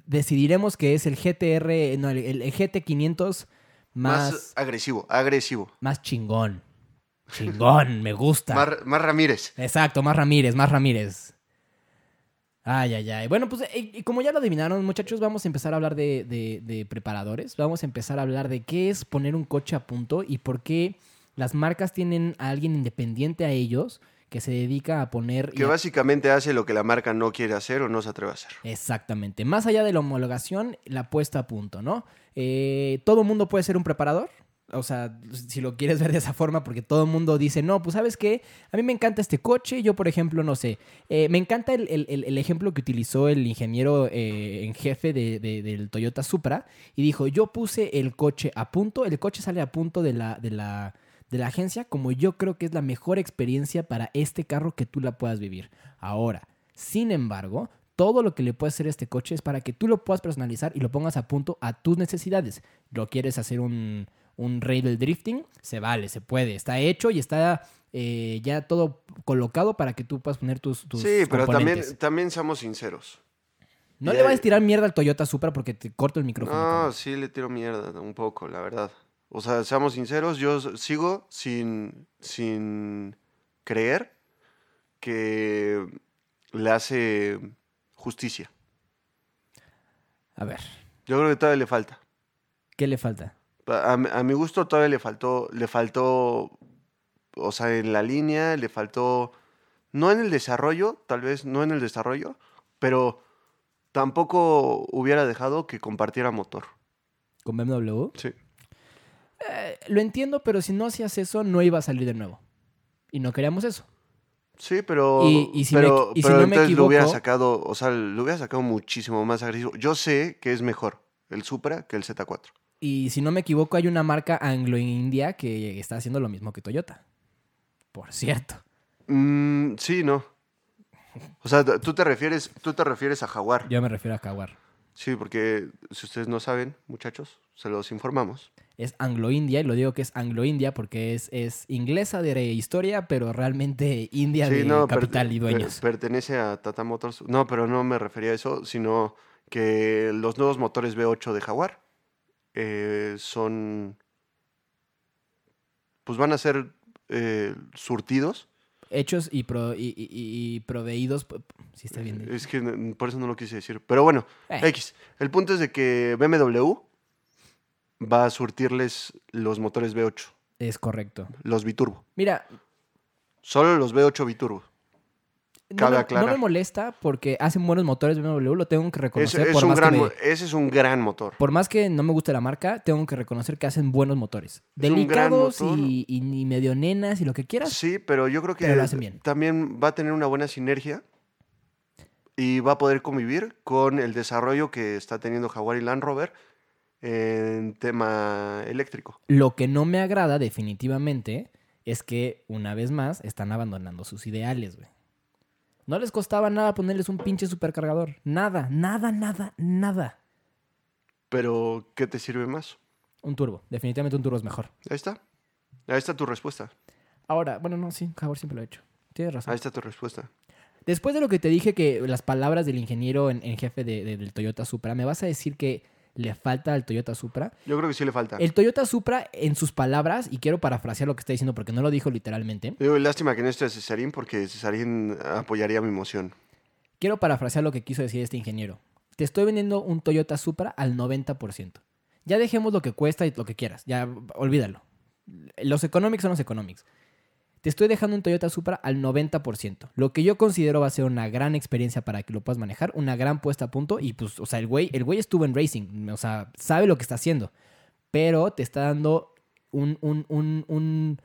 [SPEAKER 3] decidiremos que es el GTR, no, el, el- el GT500
[SPEAKER 2] Más, eh,
[SPEAKER 3] más,
[SPEAKER 2] agresivo, agresivo.
[SPEAKER 3] más chingón. Chingón, me gusta.
[SPEAKER 2] Más, más Ramírez.
[SPEAKER 3] Exacto, más Ramírez, más Ramírez. Ay, ay, ay. Bueno, pues eh, y como ya lo adivinaron, muchachos, vamos a empezar a hablar de, de- de preparadores. Vamos a empezar a hablar de qué es poner un coche a punto y por qué las marcas tienen a alguien independiente a ellos que se dedica a poner... y
[SPEAKER 2] Que
[SPEAKER 3] a-
[SPEAKER 2] básicamente hace lo que la marca no quiere hacer o no se atreve a hacer.
[SPEAKER 3] Exactamente. Más allá de la homologación, la puesta a punto, ¿no? Eh, todo mundo puede ser un preparador. O sea, si lo quieres ver de esa forma, porque todo el mundo dice, no, pues sabes qué, a mí me encanta este coche, yo por ejemplo, no sé, eh, me encanta el, el- el- el ejemplo que utilizó el ingeniero eh, en jefe de- de- del Toyota Supra y dijo, yo puse el coche a punto, el coche sale a punto de la, de la, de la agencia como yo creo que es la mejor experiencia para este carro que tú la puedas vivir. Ahora, sin embargo, todo lo que le puede hacer este coche es para que tú lo puedas personalizar y lo pongas a punto a tus necesidades. Lo quieres hacer un, un rey del drifting, se vale, se puede, está hecho y está eh, ya todo colocado para que tú puedas poner tus, tus
[SPEAKER 2] Sí, pero también,
[SPEAKER 3] componentes.
[SPEAKER 2] también seamos sinceros.
[SPEAKER 3] No
[SPEAKER 2] Y
[SPEAKER 3] le
[SPEAKER 2] ahí-
[SPEAKER 3] vayas a tirar mierda al Toyota Supra porque te corto el micrófono.
[SPEAKER 2] No,
[SPEAKER 3] cabrón.
[SPEAKER 2] sí le tiro mierda un poco, la verdad. O sea, seamos sinceros, yo s- sigo sin, sin creer que le hace justicia.
[SPEAKER 3] A ver,
[SPEAKER 2] Yo creo que todavía le falta.
[SPEAKER 3] ¿qué le falta?
[SPEAKER 2] A, a mi- a mi gusto todavía le faltó, le faltó, o sea, en la línea, le faltó, no en el desarrollo, tal vez no en el desarrollo, pero tampoco hubiera dejado que compartiera motor.
[SPEAKER 3] ¿Con BMW?
[SPEAKER 2] Sí.
[SPEAKER 3] Eh, lo entiendo, pero si no hacías eso, no iba a salir de nuevo. Y no queríamos eso.
[SPEAKER 2] Sí, pero,
[SPEAKER 3] Y- y si me
[SPEAKER 2] pero,
[SPEAKER 3] equi- y si
[SPEAKER 2] pero
[SPEAKER 3] no me
[SPEAKER 2] entonces lo hubiera
[SPEAKER 3] equivoco-
[SPEAKER 2] sacado, o sea, lo hubiera sacado muchísimo más agresivo. Yo sé que es mejor el Supra que el Z4.
[SPEAKER 3] Y si no me equivoco, hay una marca anglo-india que está haciendo lo mismo que Toyota. Por cierto.
[SPEAKER 2] Mm, sí, no. O sea, t- tú te refieres, tú te refieres a Jaguar.
[SPEAKER 3] Yo me refiero a Jaguar.
[SPEAKER 2] Sí, porque si ustedes no saben, muchachos, se los informamos.
[SPEAKER 3] Es anglo-india, y lo digo que es anglo-india porque es, es inglesa de historia, pero realmente india
[SPEAKER 2] Sí,
[SPEAKER 3] de
[SPEAKER 2] no, per-
[SPEAKER 3] capital y
[SPEAKER 2] per-
[SPEAKER 3] dueños.
[SPEAKER 2] pertenece a Tata Motors. No, pero no me refería a eso, sino que los nuevos motores V8 de Jaguar eh, son. Pues van a ser eh, surtidos.
[SPEAKER 3] Hechos y, pro- y- y- y- y proveídos. p- p- Sí, está bien. dicho.
[SPEAKER 2] Es que n- por eso no lo quise decir. Pero bueno,
[SPEAKER 3] Eh,
[SPEAKER 2] X. El punto es de que BMW va a surtirles los motores V8,
[SPEAKER 3] es correcto.
[SPEAKER 2] los biturbo.
[SPEAKER 3] Mira,
[SPEAKER 2] Solo los V8 biturbo.
[SPEAKER 3] no
[SPEAKER 2] Cabe
[SPEAKER 3] me, no
[SPEAKER 2] aclarar.
[SPEAKER 3] me molesta porque hacen buenos motores BMW, lo tengo que
[SPEAKER 2] Es,
[SPEAKER 3] reconocer.
[SPEAKER 2] es
[SPEAKER 3] por
[SPEAKER 2] un
[SPEAKER 3] más que
[SPEAKER 2] gran,
[SPEAKER 3] me-
[SPEAKER 2] mo- ese es un gran motor.
[SPEAKER 3] Por más que no me guste la marca, tengo que reconocer que hacen buenos motores.
[SPEAKER 2] Es un gran
[SPEAKER 3] Delicados
[SPEAKER 2] motor.
[SPEAKER 3] y, y ni medio nenas y lo que quieras.
[SPEAKER 2] Sí, pero yo creo que
[SPEAKER 3] Pero lo hacen bien.
[SPEAKER 2] también va a tener una buena sinergia y va a poder convivir con el desarrollo que está teniendo Jaguar y Land Rover en tema eléctrico.
[SPEAKER 3] Lo que no me agrada definitivamente es que, una vez más, están abandonando sus ideales, güey. No les costaba nada ponerles un pinche supercargador. Nada, nada, nada, nada.
[SPEAKER 2] Pero, ¿qué te sirve más?
[SPEAKER 3] Un turbo. Definitivamente un turbo es mejor.
[SPEAKER 2] Ahí está. Ahí está tu respuesta.
[SPEAKER 3] Ahora, bueno, no, sí, Jaguar siempre lo he hecho. Tienes razón.
[SPEAKER 2] Ahí está tu respuesta.
[SPEAKER 3] Después de lo que te dije que las palabras del ingeniero en, en jefe de- de- del Toyota Supra, ¿me vas a decir que le falta al Toyota Supra?
[SPEAKER 2] Yo creo que sí le falta.
[SPEAKER 3] El Toyota Supra, en sus palabras, y quiero parafrasear lo que está diciendo porque no lo dijo literalmente,
[SPEAKER 2] Digo, lástima que no esté Cesarín porque Cesarín apoyaría mi moción.
[SPEAKER 3] quiero parafrasear lo que quiso decir este ingeniero. Te estoy vendiendo un Toyota Supra al 90%. Ya dejemos lo que cuesta y lo que quieras, ya olvídalo. Los economics son los economics. Te estoy dejando un Toyota Supra al 90%, lo que yo considero va a ser una gran experiencia para que lo puedas manejar, una gran puesta a punto y pues, o sea, el güey, el güey estuvo en racing, o sea, sabe lo que está haciendo, pero te está dando un, un, un, un,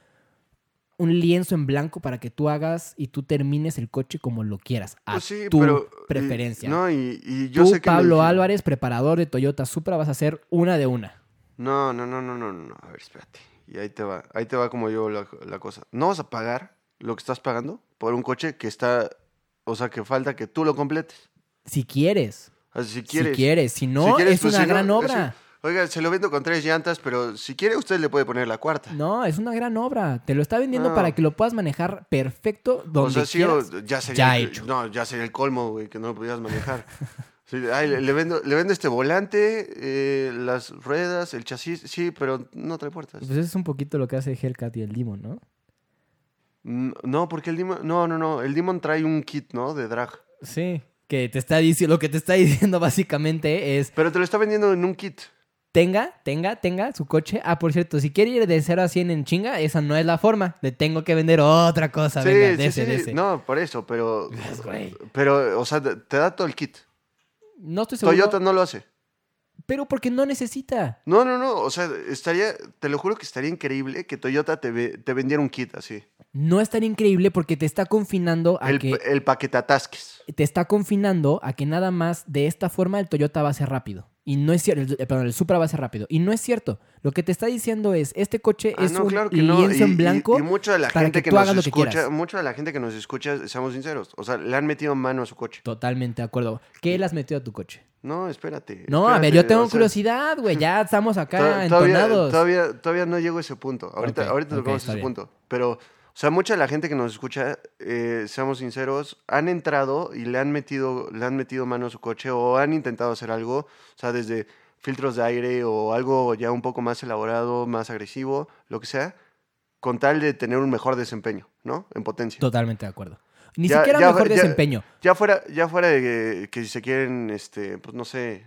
[SPEAKER 3] un lienzo en blanco para que tú hagas y tú termines el coche como lo quieras, a
[SPEAKER 2] Pues sí,
[SPEAKER 3] tu
[SPEAKER 2] pero- y-
[SPEAKER 3] preferencia.
[SPEAKER 2] no, y, y yo
[SPEAKER 3] tú,
[SPEAKER 2] sé que. el
[SPEAKER 3] Pablo
[SPEAKER 2] ingen-
[SPEAKER 3] Álvarez, preparador de Toyota Supra, vas a hacer una de una.
[SPEAKER 2] No, no, no, no, no, no. no. A ver, espérate. Y ahí te va. Ahí te va como yo la, la cosa. No vas a pagar lo que estás pagando por un coche que está. O sea, que falta que tú lo completes.
[SPEAKER 3] Si quieres.
[SPEAKER 2] Así, si
[SPEAKER 3] Si
[SPEAKER 2] quieres.
[SPEAKER 3] quieres. Si no,
[SPEAKER 2] quieres,
[SPEAKER 3] es
[SPEAKER 2] pues,
[SPEAKER 3] una
[SPEAKER 2] si no,
[SPEAKER 3] gran
[SPEAKER 2] es-
[SPEAKER 3] obra.
[SPEAKER 2] Oiga, se lo vendo con tres llantas, pero si quiere, usted le puede poner la cuarta.
[SPEAKER 3] No, es una gran obra. Te lo está vendiendo
[SPEAKER 2] No.
[SPEAKER 3] para que lo puedas manejar perfecto
[SPEAKER 2] o
[SPEAKER 3] donde
[SPEAKER 2] sea, sí,
[SPEAKER 3] quieras.
[SPEAKER 2] o- ya sería.
[SPEAKER 3] ya
[SPEAKER 2] el-
[SPEAKER 3] hecho.
[SPEAKER 2] No, ya sería el colmo, güey, que no lo pudieras manejar. (laughs) Sí, ay, le, le vendo, le vendo este volante, eh, las ruedas, el chasis. Sí, pero no trae puertas.
[SPEAKER 3] Pues eso es un poquito lo que hace Hellcat y el Demon, ¿no?
[SPEAKER 2] Mm, No, porque el Demon. No, no, no. El Demon trae un kit, ¿no? De drag.
[SPEAKER 3] Sí. Que te está diciendo, lo que te está (laughs) diciendo básicamente es
[SPEAKER 2] Pero te lo está vendiendo en un kit.
[SPEAKER 3] tenga, tenga, tenga su coche. Ah, por cierto, si quiere ir de 0 a 100 en chinga, esa no es la forma. Le tengo que vender otra cosa.
[SPEAKER 2] Sí,
[SPEAKER 3] Venga,
[SPEAKER 2] sí,
[SPEAKER 3] dese,
[SPEAKER 2] sí.
[SPEAKER 3] dese.
[SPEAKER 2] No, por eso, pero.
[SPEAKER 3] Pues, güey.
[SPEAKER 2] Pero, o sea, te te da todo el kit.
[SPEAKER 3] No estoy seguro.
[SPEAKER 2] Toyota no lo hace.
[SPEAKER 3] Pero porque no necesita.
[SPEAKER 2] No, no, no. O sea, estaría. Te lo juro que estaría increíble que Toyota te, ve- te vendiera un kit así.
[SPEAKER 3] No es tan increíble porque te está confinando a
[SPEAKER 2] El,
[SPEAKER 3] que
[SPEAKER 2] el paquetatasques.
[SPEAKER 3] te está confinando a que nada más de esta forma el Toyota va a ser rápido. Y no es cierto, el, eh, perdón, el Supra va a ser rápido. Y no es cierto. Lo que te está diciendo es, este coche
[SPEAKER 2] Ah,
[SPEAKER 3] es
[SPEAKER 2] no,
[SPEAKER 3] un
[SPEAKER 2] claro que no.
[SPEAKER 3] lienzo
[SPEAKER 2] Y- y-
[SPEAKER 3] en blanco.
[SPEAKER 2] Y, mucha de la
[SPEAKER 3] para
[SPEAKER 2] gente
[SPEAKER 3] que
[SPEAKER 2] que,
[SPEAKER 3] tú
[SPEAKER 2] nos
[SPEAKER 3] hagas lo que
[SPEAKER 2] escucha,
[SPEAKER 3] quieras.
[SPEAKER 2] mucha de la gente que nos escucha, seamos sinceros. O sea, le han metido mano a su coche.
[SPEAKER 3] Totalmente de acuerdo. ¿qué le has metido a tu coche?
[SPEAKER 2] No, espérate.
[SPEAKER 3] No, a ver,
[SPEAKER 2] espérate,
[SPEAKER 3] yo tengo
[SPEAKER 2] o sea,
[SPEAKER 3] curiosidad, güey.
[SPEAKER 2] (laughs)
[SPEAKER 3] Ya estamos acá
[SPEAKER 2] Tod- todavía,
[SPEAKER 3] entonados.
[SPEAKER 2] todavía, todavía no llego a ese punto. Ahorita,
[SPEAKER 3] Ok,
[SPEAKER 2] ahorita
[SPEAKER 3] ok,
[SPEAKER 2] tocamos
[SPEAKER 3] está
[SPEAKER 2] ese
[SPEAKER 3] bien.
[SPEAKER 2] punto. Pero, o sea, mucha de la gente que nos escucha, eh, seamos sinceros, han entrado y le han, metido, le han metido mano a su coche o han intentado hacer algo, o sea, desde filtros de aire o algo ya un poco más elaborado, más agresivo, lo que sea, con tal de tener un mejor desempeño, ¿no? En potencia.
[SPEAKER 3] Totalmente de acuerdo. Ni
[SPEAKER 2] Ya-
[SPEAKER 3] siquiera
[SPEAKER 2] ya-
[SPEAKER 3] mejor
[SPEAKER 2] ya-
[SPEAKER 3] desempeño.
[SPEAKER 2] Ya fuera, ya fuera de que, que si se quieren, este, pues no sé,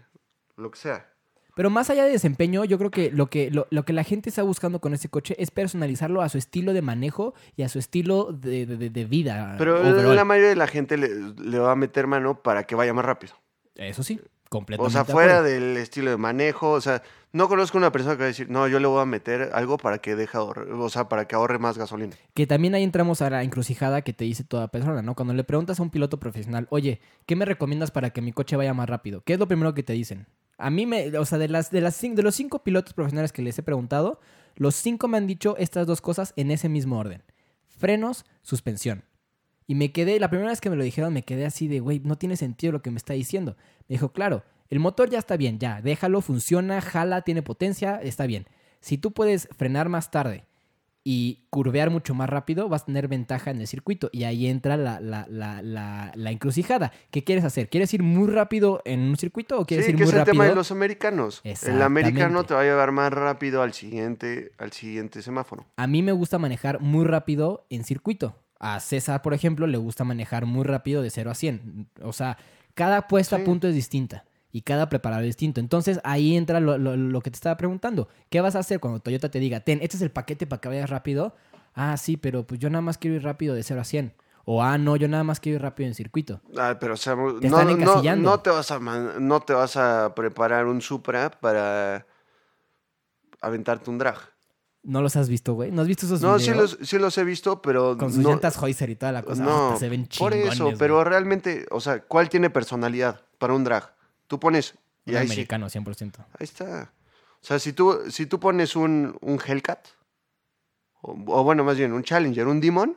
[SPEAKER 2] lo que sea.
[SPEAKER 3] Pero más allá de desempeño, yo creo que lo que, lo, lo que la gente está buscando con este coche es personalizarlo a su estilo de manejo y a su estilo de, de- de- de vida.
[SPEAKER 2] Pero
[SPEAKER 3] Ah, overall.
[SPEAKER 2] la mayoría de la gente le, le va a meter mano para que vaya más rápido.
[SPEAKER 3] Eso sí,
[SPEAKER 2] O
[SPEAKER 3] completamente.
[SPEAKER 2] sea,
[SPEAKER 3] de
[SPEAKER 2] fuera
[SPEAKER 3] acuerdo.
[SPEAKER 2] del estilo de manejo, o sea, no conozco una persona que va a decir, no, yo le voy a meter algo para que deje ahorre- o sea, para que ahorre más gasolina.
[SPEAKER 3] Que también ahí entramos a la encrucijada que te dice toda persona, ¿no? Cuando le preguntas a un piloto profesional, oye, ¿qué me recomiendas para que mi coche vaya más rápido? ¿Qué es lo primero que te dicen? A mí me, o sea, de, las, de, las, cin- de los cinco pilotos profesionales que les he preguntado, los cinco me han dicho estas dos cosas en ese mismo orden. Frenos, suspensión. Y me quedé, la primera vez que me lo dijeron, me quedé así de, güey, no tiene sentido lo que me está diciendo. Me dijo, claro, el motor ya está bien, ya, déjalo, funciona, jala, tiene potencia, está bien. Si tú puedes frenar más tarde y curvear mucho más rápido, vas a tener ventaja en el circuito. Y ahí entra la, la, la, la, la encrucijada. ¿Qué quieres hacer? ¿Quieres ir muy rápido en un circuito o quieres
[SPEAKER 2] Sí,
[SPEAKER 3] ir
[SPEAKER 2] que
[SPEAKER 3] muy
[SPEAKER 2] es el
[SPEAKER 3] rápido?
[SPEAKER 2] tema de los americanos. El
[SPEAKER 3] Exactamente.
[SPEAKER 2] americano te va a llevar más rápido al siguiente, al siguiente semáforo.
[SPEAKER 3] A mí me gusta manejar muy rápido en circuito. A César, por ejemplo, le gusta manejar muy rápido de 0 a 100. O sea, cada puesta
[SPEAKER 2] Sí.
[SPEAKER 3] a punto es distinta y cada preparado es distinto. Entonces ahí entra lo, lo- lo que te estaba preguntando. ¿Qué vas a hacer cuando Toyota te diga, ten, este es el paquete para que vayas rápido? Ah, sí, pero pues yo nada más quiero ir rápido de 0 a 100. O ah, no, yo nada más quiero ir rápido en circuito.
[SPEAKER 2] Ah, pero o sea, no,
[SPEAKER 3] están
[SPEAKER 2] no- no,
[SPEAKER 3] encasillando.
[SPEAKER 2] te vas a man- no te vas a preparar un Supra para aventarte un drag.
[SPEAKER 3] ¿No los has visto, güey? ¿No has visto esos
[SPEAKER 2] No, sí
[SPEAKER 3] videos?
[SPEAKER 2] los, sí los he visto, pero
[SPEAKER 3] Pues Con sus
[SPEAKER 2] no,
[SPEAKER 3] llantas Heuser y toda la cosa.
[SPEAKER 2] no,
[SPEAKER 3] Hasta se ven
[SPEAKER 2] por
[SPEAKER 3] chingones,
[SPEAKER 2] eso,
[SPEAKER 3] güey.
[SPEAKER 2] pero realmente, o sea, ¿cuál tiene personalidad para un drag? Tú pones y
[SPEAKER 3] Un
[SPEAKER 2] ahí sí,
[SPEAKER 3] americano, 100%.
[SPEAKER 2] Ahí está. O sea, si tú, si tú pones un, un Hellcat, o, o bueno, más bien un Challenger, un Demon,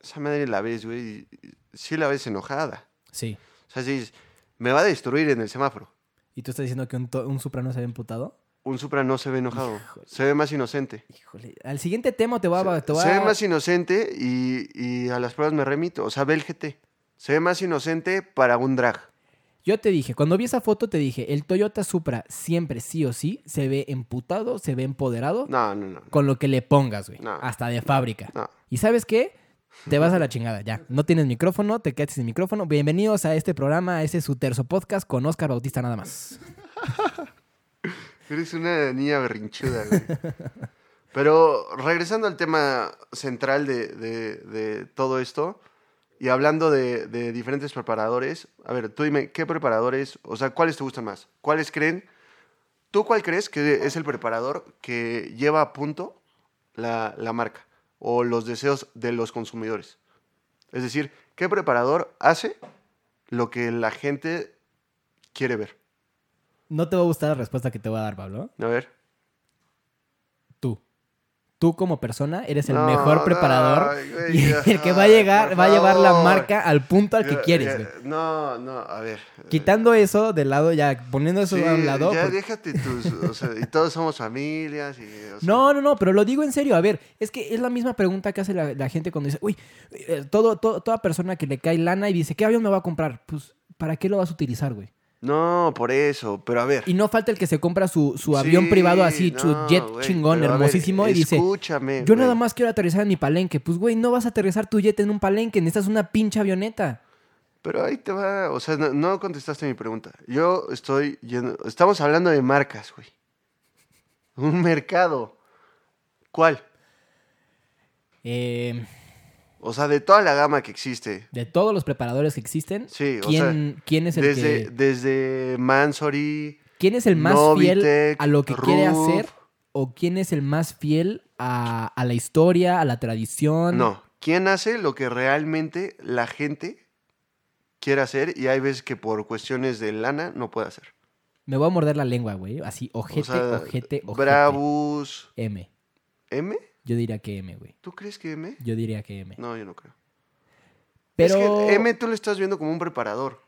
[SPEAKER 2] esa madre la ves, güey, y- y sí la ves enojada.
[SPEAKER 3] Sí.
[SPEAKER 2] O sea, si dices, me va a destruir en el semáforo.
[SPEAKER 3] ¿Y tú estás diciendo que un, to- un Supra no se había emputado?
[SPEAKER 2] Un Supra no se ve enojado, se ve más inocente.
[SPEAKER 3] Híjole, al siguiente tema te voy a... te voy
[SPEAKER 2] Se ve
[SPEAKER 3] a-
[SPEAKER 2] más inocente y, y a las pruebas me remito. O sea, ve el GT. Se ve más inocente para un drag.
[SPEAKER 3] Yo te dije, cuando vi esa foto te dije, el Toyota Supra siempre sí o sí se ve emputado, se ve empoderado
[SPEAKER 2] No, no, no.
[SPEAKER 3] con lo que le pongas, güey.
[SPEAKER 2] No.
[SPEAKER 3] Hasta de fábrica.
[SPEAKER 2] No.
[SPEAKER 3] ¿Y sabes qué? Te vas a la chingada, ya. No tienes micrófono, te quedas sin micrófono. Bienvenidos a este programa, a ese su terzo podcast con Oscar Bautista nada más.
[SPEAKER 2] Eres una niña berrinchuda, güey. Pero regresando al tema central de, de- de todo esto y hablando de, de diferentes preparadores, a ver, tú dime, ¿qué preparadores, o sea, cuáles te gustan más? ¿Cuáles creen? ¿Tú cuál crees que es el preparador que lleva a punto la, la marca o los deseos de los consumidores? Es decir, ¿qué preparador hace lo que la gente quiere ver?
[SPEAKER 3] No te va a gustar la respuesta que te voy a dar, Pablo.
[SPEAKER 2] A ver.
[SPEAKER 3] Tú. Tú como persona eres el
[SPEAKER 2] No,
[SPEAKER 3] mejor
[SPEAKER 2] no,
[SPEAKER 3] preparador
[SPEAKER 2] güey,
[SPEAKER 3] y
[SPEAKER 2] ya,
[SPEAKER 3] el que va a llegar,
[SPEAKER 2] por
[SPEAKER 3] va a llevar la
[SPEAKER 2] favor.
[SPEAKER 3] marca al punto al que
[SPEAKER 2] Ya,
[SPEAKER 3] quieres,
[SPEAKER 2] ya,
[SPEAKER 3] güey.
[SPEAKER 2] No, no, a ver.
[SPEAKER 3] Quitando eso de lado ya, poniendo eso
[SPEAKER 2] Sí,
[SPEAKER 3] a un lado. pues
[SPEAKER 2] Ya
[SPEAKER 3] por-
[SPEAKER 2] déjate tus. o sea, y todos somos familias. Y, o sea,
[SPEAKER 3] (laughs) No, no, no, pero lo digo en serio. A ver, es que es la misma pregunta que hace la, la gente cuando dice, uy, eh, todo, todo- toda persona que le cae lana y dice, ¿qué avión me va a comprar? Pues, ¿para qué lo vas a utilizar, güey?
[SPEAKER 2] No, por eso. Pero a ver.
[SPEAKER 3] Y no falta el que se compra su, su avión privado así, su jet chingón, hermosísimo, y dice,
[SPEAKER 2] Escúchame.
[SPEAKER 3] yo
[SPEAKER 2] güey.
[SPEAKER 3] nada más quiero aterrizar en mi palenque. Pues, güey, no vas a aterrizar tu jet en un palenque, necesitas una pinche avioneta.
[SPEAKER 2] Pero ahí te va. O sea, no, no contestaste mi pregunta. Yo estoy. yendo- estamos hablando de marcas, güey. Un mercado. ¿Cuál?
[SPEAKER 3] Eh,
[SPEAKER 2] O sea, de toda la gama que existe.
[SPEAKER 3] de todos los preparadores que existen,
[SPEAKER 2] Sí, o
[SPEAKER 3] ¿quién, quién es el
[SPEAKER 2] desde,
[SPEAKER 3] que...
[SPEAKER 2] desde Mansory.
[SPEAKER 3] ¿Quién es el más fiel
[SPEAKER 2] Novitec,
[SPEAKER 3] a lo que quiere
[SPEAKER 2] Ruf.
[SPEAKER 3] hacer? ¿O quién es el más fiel a, a la historia, a la tradición?
[SPEAKER 2] No, ¿quién hace lo que realmente la gente quiere hacer? Y hay veces que por cuestiones de lana no puede hacer.
[SPEAKER 3] Me voy a morder la lengua, güey. Así, ojete,
[SPEAKER 2] O sea,
[SPEAKER 3] ojete, ojete.
[SPEAKER 2] Brabus.
[SPEAKER 3] M.
[SPEAKER 2] ¿M?
[SPEAKER 3] Yo diría que M, güey.
[SPEAKER 2] ¿Tú crees que M?
[SPEAKER 3] Yo diría que M.
[SPEAKER 2] No, yo no creo.
[SPEAKER 3] Pero
[SPEAKER 2] Es que M tú lo estás viendo como un preparador.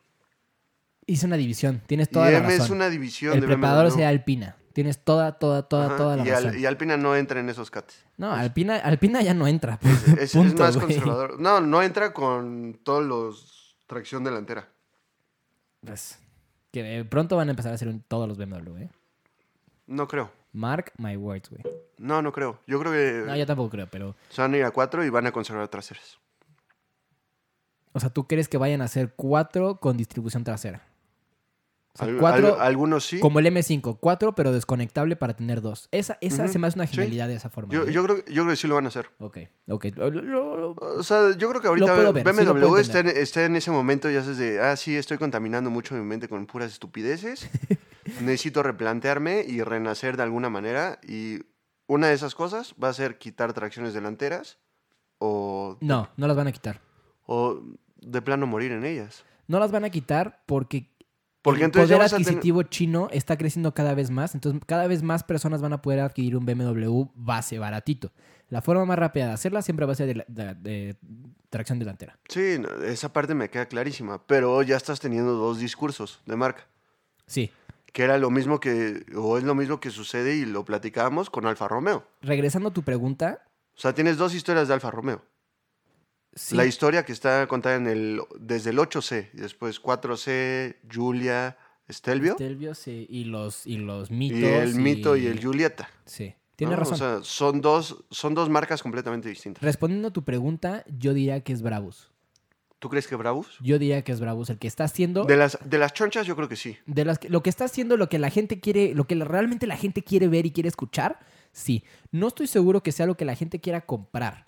[SPEAKER 3] hice una división. Tienes
[SPEAKER 2] Y
[SPEAKER 3] toda la
[SPEAKER 2] M
[SPEAKER 3] razón.
[SPEAKER 2] es una división
[SPEAKER 3] el
[SPEAKER 2] de
[SPEAKER 3] preparador
[SPEAKER 2] BMW.
[SPEAKER 3] sería Alpina. Tienes toda, toda, toda,
[SPEAKER 2] Ajá,
[SPEAKER 3] toda la
[SPEAKER 2] y,
[SPEAKER 3] razón.
[SPEAKER 2] al- y Alpina no entra en esos
[SPEAKER 3] (laughs)
[SPEAKER 2] cates.
[SPEAKER 3] No, Alpina, Alpina ya no entra. pues.
[SPEAKER 2] Es, es
[SPEAKER 3] Punto,
[SPEAKER 2] más
[SPEAKER 3] güey.
[SPEAKER 2] conservador. No, no entra con todos los tracción delantera.
[SPEAKER 3] Pues, que de pronto van a empezar a hacer un- todos los BMW, ¿eh?
[SPEAKER 2] No creo.
[SPEAKER 3] Mark my words, güey.
[SPEAKER 2] No, no creo. Yo creo que
[SPEAKER 3] No, yo tampoco creo, pero...
[SPEAKER 2] se van a ir a cuatro y van a conservar traseras.
[SPEAKER 3] O sea, ¿tú crees que vayan a hacer cuatro con distribución trasera? O sea,
[SPEAKER 2] Al-
[SPEAKER 3] cuatro
[SPEAKER 2] al- algunos sí.
[SPEAKER 3] como el M5, cuatro pero desconectable para tener dos. Esa, esa
[SPEAKER 2] Ujú,
[SPEAKER 3] se me hace una
[SPEAKER 2] sí.
[SPEAKER 3] genialidad de esa forma.
[SPEAKER 2] Yo,
[SPEAKER 3] ¿eh?
[SPEAKER 2] yo creo, yo creo que sí lo van a hacer.
[SPEAKER 3] Ok, ok. Lo- lo- lo-
[SPEAKER 2] O sea, yo creo que ahorita
[SPEAKER 3] puedo ver, sí lo
[SPEAKER 2] BMW
[SPEAKER 3] puedo
[SPEAKER 2] está, en, está en ese momento, ya sabes, de, ah, sí, estoy contaminando mucho mi mente con puras
[SPEAKER 3] (laughs)
[SPEAKER 2] estupideces. Necesito replantearme y renacer de alguna manera. Y una de esas cosas va a ser quitar tracciones delanteras o,
[SPEAKER 3] No, no las van a quitar.
[SPEAKER 2] o de plano morir en ellas.
[SPEAKER 3] No las van a quitar porque
[SPEAKER 2] Porque
[SPEAKER 3] el
[SPEAKER 2] entonces ya
[SPEAKER 3] poder
[SPEAKER 2] vas a tener-
[SPEAKER 3] adquisitivo chino está creciendo cada vez más, entonces cada vez más personas van a poder adquirir un BMW base baratito. La forma más rápida de hacerla siempre va a ser de, la- de- de tracción delantera.
[SPEAKER 2] Sí, no, esa parte me queda clarísima. Pero ya estás teniendo dos discursos de marca.
[SPEAKER 3] Sí.
[SPEAKER 2] Que era lo mismo que, o es lo mismo que sucede y lo platicábamos con Alfa Romeo.
[SPEAKER 3] Regresando a tu pregunta,
[SPEAKER 2] O sea, tienes dos historias de Alfa Romeo.
[SPEAKER 3] sí,
[SPEAKER 2] La historia que está contada en el, desde el 8C, y después 4C, Julia, Stelvio,
[SPEAKER 3] Stelvio, sí, y los y los
[SPEAKER 2] y
[SPEAKER 3] Este, mitos
[SPEAKER 2] el Mito y el Julieta.
[SPEAKER 3] Sí, tienes
[SPEAKER 2] ¿no?
[SPEAKER 3] razón.
[SPEAKER 2] O sea, son dos, son dos marcas completamente distintas.
[SPEAKER 3] Respondiendo a tu pregunta, yo diría que es Brabus.
[SPEAKER 2] ¿Tú crees que Bravos?
[SPEAKER 3] Yo diría que es Brabus el que está haciendo
[SPEAKER 2] De las, de las chonchas yo creo que sí.
[SPEAKER 3] De las que- lo que está haciendo, lo que la gente quiere, lo que la- realmente la gente quiere ver y quiere escuchar, sí. No estoy seguro que sea lo que la gente quiera comprar,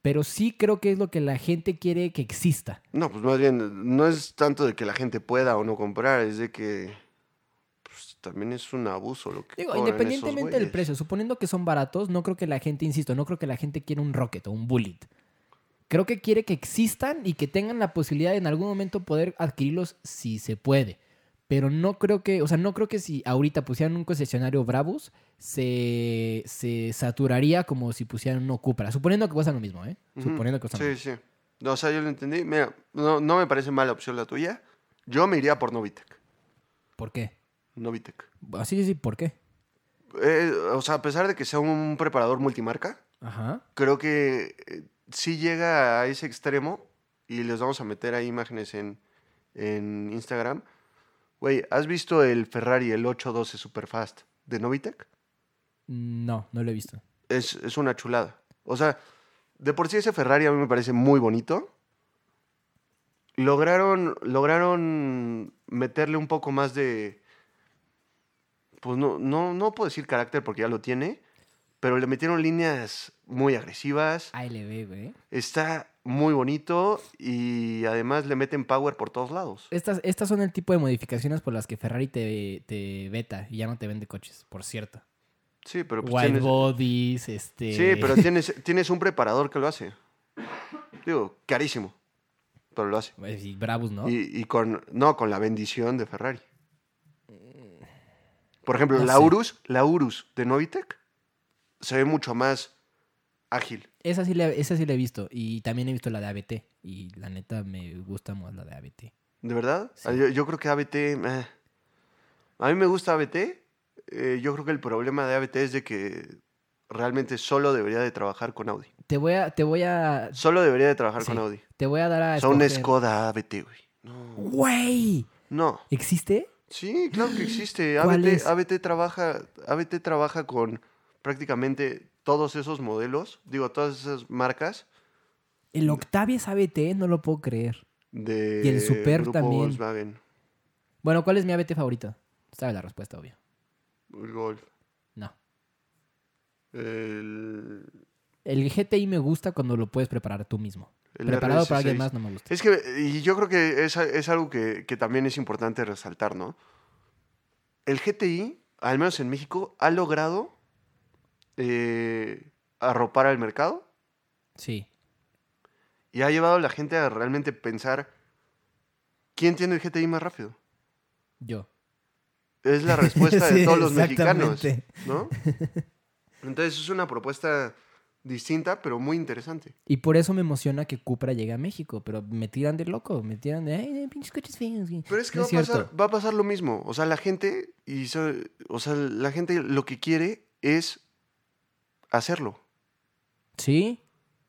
[SPEAKER 3] pero sí creo que es lo que la gente quiere que exista.
[SPEAKER 2] No, pues más bien, no es tanto de que la gente pueda o no comprar, es de que pues, también es un abuso lo que
[SPEAKER 3] Digo,
[SPEAKER 2] cobran esos
[SPEAKER 3] independientemente del
[SPEAKER 2] güeyes.
[SPEAKER 3] precio, suponiendo que son baratos, no creo que la gente, insisto, no creo que la gente quiera un Rocket o un Bullet. Creo que quiere que existan y que tengan la posibilidad de en algún momento poder adquirirlos si se puede. Pero no creo que, o sea, no creo que si ahorita pusieran un concesionario Brabus, se, se saturaría como si pusieran uno Cupra. Suponiendo que cuestan lo mismo, ¿eh?
[SPEAKER 2] Ujú.
[SPEAKER 3] Suponiendo que cuestan lo
[SPEAKER 2] Sí,
[SPEAKER 3] mismo.
[SPEAKER 2] sí. No, o sea, yo lo entendí. Mira, no, no me parece mala opción la tuya. Yo me iría por Novitec.
[SPEAKER 3] ¿Por qué?
[SPEAKER 2] Novitec.
[SPEAKER 3] Ah, sí, sí, sí, ¿por qué?
[SPEAKER 2] Eh, o sea, a pesar de que sea un preparador multimarca,
[SPEAKER 3] Ajá.
[SPEAKER 2] creo que eh, sí llega a ese extremo y les vamos a meter ahí imágenes en, en Instagram. Güey, ¿has visto el Ferrari, el 812 Superfast de Novitec?
[SPEAKER 3] No, no lo he visto.
[SPEAKER 2] Es, es una chulada. O sea, de por sí ese Ferrari a mí me parece muy bonito. Lograron, lograron meterle un poco más de... Pues no, no, no puedo decir carácter porque ya lo tiene, pero le metieron líneas muy agresivas.
[SPEAKER 3] ALB, güey.
[SPEAKER 2] Está muy bonito y además le meten power por todos lados.
[SPEAKER 3] Estas, estas son el tipo de modificaciones por las que Ferrari te, te veta y ya no te vende coches, por cierto.
[SPEAKER 2] Sí, pero pues
[SPEAKER 3] White
[SPEAKER 2] tienes-
[SPEAKER 3] bodies, este...
[SPEAKER 2] Sí, pero tienes, tienes un preparador que lo hace. Digo, carísimo, pero lo hace.
[SPEAKER 3] Pues, y Brabus, ¿no?
[SPEAKER 2] Y, y con, no, con la bendición de Ferrari.
[SPEAKER 3] Mm.
[SPEAKER 2] Por ejemplo,
[SPEAKER 3] No
[SPEAKER 2] la
[SPEAKER 3] sé.
[SPEAKER 2] Urus, la Urus de Novitec se ve mucho más ágil.
[SPEAKER 3] Esa, sí la, esa sí la he visto. Y también he visto la de ABT. Y la neta me gusta más la de ABT.
[SPEAKER 2] ¿De verdad?
[SPEAKER 3] Sí.
[SPEAKER 2] Ah, Yo, yo creo que ABT... meh. eh. A mí me gusta ABT. eh, yo creo que el problema de ABT es de que realmente solo debería de trabajar con Audi.
[SPEAKER 3] Te voy a... Te voy a,
[SPEAKER 2] Solo debería de trabajar
[SPEAKER 3] sí,
[SPEAKER 2] con Audi.
[SPEAKER 3] Te voy a dar a...
[SPEAKER 2] O sea, un
[SPEAKER 3] escoger-
[SPEAKER 2] Skoda ABT, güey. No.
[SPEAKER 3] ¡Güey!
[SPEAKER 2] No.
[SPEAKER 3] ¿Existe?
[SPEAKER 2] Sí, claro que existe.
[SPEAKER 3] ¿Cuál
[SPEAKER 2] ABT,
[SPEAKER 3] es?
[SPEAKER 2] ABT trabaja, ABT trabaja con prácticamente todos esos modelos, digo, todas esas marcas
[SPEAKER 3] El Octavia es ABT, no lo puedo creer.
[SPEAKER 2] de
[SPEAKER 3] Y el Super
[SPEAKER 2] grupo
[SPEAKER 3] también.
[SPEAKER 2] Volkswagen,
[SPEAKER 3] Bueno, ¿cuál es mi ABT favorito? Sabe la respuesta, obvio.
[SPEAKER 2] el Golf,
[SPEAKER 3] No.
[SPEAKER 2] el,
[SPEAKER 3] El GTI me gusta cuando lo puedes preparar tú mismo.
[SPEAKER 2] el
[SPEAKER 3] Preparado para
[SPEAKER 2] RS6.
[SPEAKER 3] alguien más no me gusta.
[SPEAKER 2] Es que, y yo creo que es, es algo que, que también es importante resaltar, ¿no? El GTI, al menos en México, ha logrado eh, arropar al mercado
[SPEAKER 3] Sí.
[SPEAKER 2] y ha llevado a la gente a realmente pensar quién tiene el GTI más rápido.
[SPEAKER 3] Yo.
[SPEAKER 2] Es la respuesta de
[SPEAKER 3] (laughs) Sí, (laughs)
[SPEAKER 2] todos los mexicanos,
[SPEAKER 3] exactamente.
[SPEAKER 2] ¿no? Entonces es una propuesta distinta, pero muy interesante.
[SPEAKER 3] Y por eso me emociona que Cupra llegue a México, pero me tiran de loco, me tiran de, ay, pinches coches feos. güey".
[SPEAKER 2] Pero es que
[SPEAKER 3] No
[SPEAKER 2] va, a
[SPEAKER 3] cierto.
[SPEAKER 2] pasar, va a pasar lo mismo. O sea, la gente, y so- o sea, la gente lo que quiere es hacerlo.
[SPEAKER 3] Sí.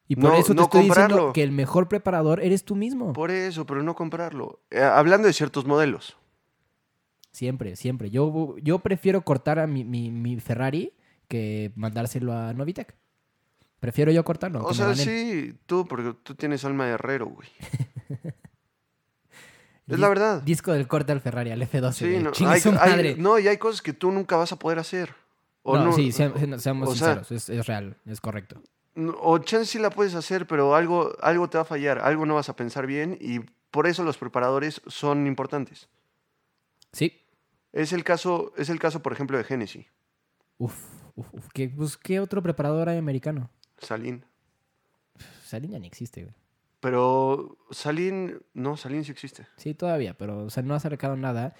[SPEAKER 3] Y por
[SPEAKER 2] No-
[SPEAKER 3] eso te
[SPEAKER 2] no
[SPEAKER 3] estoy diciendo
[SPEAKER 2] comprarlo.
[SPEAKER 3] que el mejor preparador eres tú mismo.
[SPEAKER 2] Por eso, pero no comprarlo. Eh, hablando de ciertos modelos.
[SPEAKER 3] Siempre, siempre. Yo, yo prefiero cortar a mi, mi- mi Ferrari que mandárselo a Novitec. Prefiero yo cortarlo.
[SPEAKER 2] o
[SPEAKER 3] aunque me
[SPEAKER 2] sea,
[SPEAKER 3] ganen.
[SPEAKER 2] sí, tú, porque tú tienes alma de herrero, güey.
[SPEAKER 3] El
[SPEAKER 2] es la
[SPEAKER 3] dis-
[SPEAKER 2] verdad.
[SPEAKER 3] Disco del corte al Ferrari, al F12.
[SPEAKER 2] Sí,
[SPEAKER 3] güey.
[SPEAKER 2] no,
[SPEAKER 3] eh, Chingue
[SPEAKER 2] hay-
[SPEAKER 3] su
[SPEAKER 2] hay-
[SPEAKER 3] madre.
[SPEAKER 2] no, y hay cosas que tú nunca vas a poder hacer. O
[SPEAKER 3] No,
[SPEAKER 2] no,
[SPEAKER 3] sí, sea- seamos
[SPEAKER 2] o sea-
[SPEAKER 3] sinceros, es, es real, es correcto.
[SPEAKER 2] No, O chance sí la puedes hacer, pero algo, algo te va a fallar, algo no vas a pensar bien y por eso los preparadores son importantes.
[SPEAKER 3] Sí.
[SPEAKER 2] Es el caso, es el caso por ejemplo, de Genesis,
[SPEAKER 3] Uf, uf, uf. ¿Qué, pues, ¿qué otro preparador hay americano?
[SPEAKER 2] Salín.
[SPEAKER 3] Salín ya ni existe, güey.
[SPEAKER 2] Pero Salín, no, Salín sí existe.
[SPEAKER 3] Sí, todavía, pero o sea, no ha acercado
[SPEAKER 2] (coughs)
[SPEAKER 3] nada.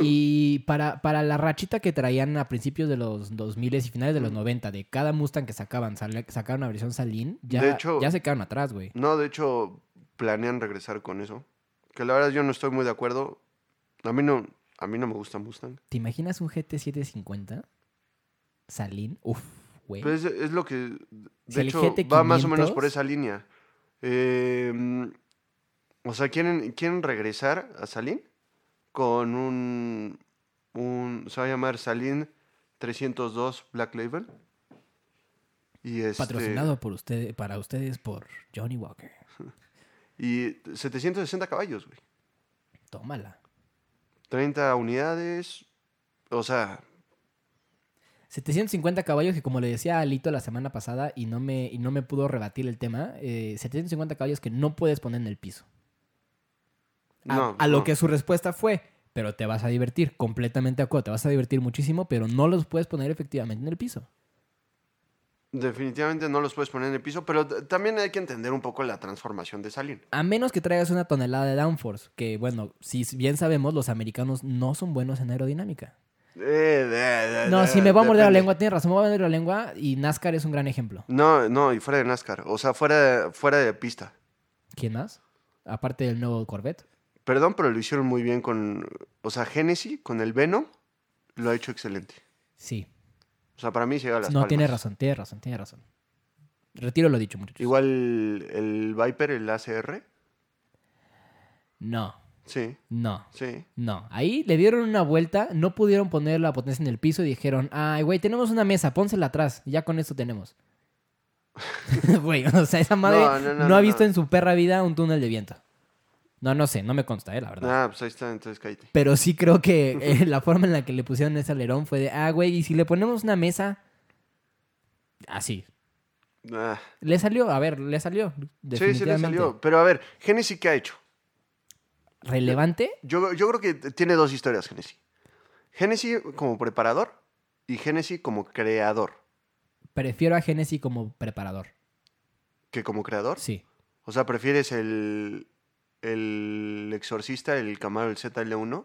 [SPEAKER 3] y para, para la rachita que traían a principios de los 2000 y finales
[SPEAKER 2] Mm.
[SPEAKER 3] de los 90, de cada Mustang que sacaban, sale- sacaban una versión Salín, ya,
[SPEAKER 2] De hecho-
[SPEAKER 3] ya se quedaron atrás, güey.
[SPEAKER 2] No, de hecho, planean regresar con eso. Que la verdad yo no estoy muy de acuerdo. A mí no, a mí no me gusta Mustang.
[SPEAKER 3] ¿Te imaginas un GT750? Salín, uf, güey.
[SPEAKER 2] Pero es, es lo que, de
[SPEAKER 3] Si el
[SPEAKER 2] hecho,
[SPEAKER 3] GT500
[SPEAKER 2] va más o menos por esa línea. Eh, mm, o sea, ¿quieren, quieren regresar a Salín con un, un, se va a llamar Salín 302 Black Label. Y este,
[SPEAKER 3] Patrocinado por ustedes, para ustedes por Johnny Walker.
[SPEAKER 2] Y 760 caballos, güey.
[SPEAKER 3] Tómala.
[SPEAKER 2] 30 unidades. O sea,
[SPEAKER 3] 750 caballos, que como le decía a Alito la semana pasada y no me, y no me pudo rebatir el tema, eh, 750 caballos que no puedes poner en el piso. A,
[SPEAKER 2] no,
[SPEAKER 3] a lo
[SPEAKER 2] no.
[SPEAKER 3] que su respuesta fue, pero te vas a divertir, completamente de acuerdo, te vas a divertir muchísimo, pero no los puedes poner efectivamente en el piso.
[SPEAKER 2] Definitivamente no los puedes poner en el piso, pero t- también hay que entender un poco la transformación de Salín.
[SPEAKER 3] A menos que traigas una tonelada de downforce, que bueno, si bien sabemos, los americanos no son buenos en aerodinámica.
[SPEAKER 2] Eh,
[SPEAKER 3] No, si me va a morder la lengua, tienes razón, me va a morder la lengua y NASCAR es un gran ejemplo.
[SPEAKER 2] No, no, y fuera de NASCAR, o sea, fuera, fuera de pista.
[SPEAKER 3] ¿Quién más? Aparte del nuevo Corvette.
[SPEAKER 2] Perdón, pero lo hicieron muy bien con, o sea, Genesis, con el Venom, lo ha hecho excelente.
[SPEAKER 3] Sí.
[SPEAKER 2] O sea, para mí se lleva a las
[SPEAKER 3] No,
[SPEAKER 2] palmas.
[SPEAKER 3] tiene razón, tiene razón, tiene razón. Retiro lo dicho, muchachos.
[SPEAKER 2] Igual el Viper, el ACR,
[SPEAKER 3] No,
[SPEAKER 2] sí,
[SPEAKER 3] no.
[SPEAKER 2] sí.
[SPEAKER 3] No, ahí le dieron una vuelta, no pudieron poner la potencia en el piso y dijeron, ay, güey, tenemos una mesa, pónsela atrás, ya con esto tenemos. (laughs) Güey, o sea, esa madre
[SPEAKER 2] No,
[SPEAKER 3] no,
[SPEAKER 2] no, no, no,
[SPEAKER 3] ha visto
[SPEAKER 2] no.
[SPEAKER 3] en su perra vida un túnel de viento. No, no sé, no me consta, eh, la verdad.
[SPEAKER 2] Ah, pues ahí está, entonces cállate.
[SPEAKER 3] Pero sí
[SPEAKER 2] (laughs)
[SPEAKER 3] creo que eh, la forma en la que le pusieron ese alerón fue de, ah, güey, y si le ponemos una mesa, así.
[SPEAKER 2] Ah,
[SPEAKER 3] Le salió, a ver, le salió.
[SPEAKER 2] Sí, sí le
[SPEAKER 3] Definitivamente.
[SPEAKER 2] salió. Pero a ver, Genesis, ¿qué ha hecho?
[SPEAKER 3] ¿Relevante?
[SPEAKER 2] Yo, yo creo que t- tiene dos historias, Genesis. Genesis como preparador y Genesis como creador.
[SPEAKER 3] Prefiero a Genesis como preparador.
[SPEAKER 2] ¿Que como creador?
[SPEAKER 3] Sí.
[SPEAKER 2] O sea, ¿prefieres el, el exorcista, el Camaro, el ZL1,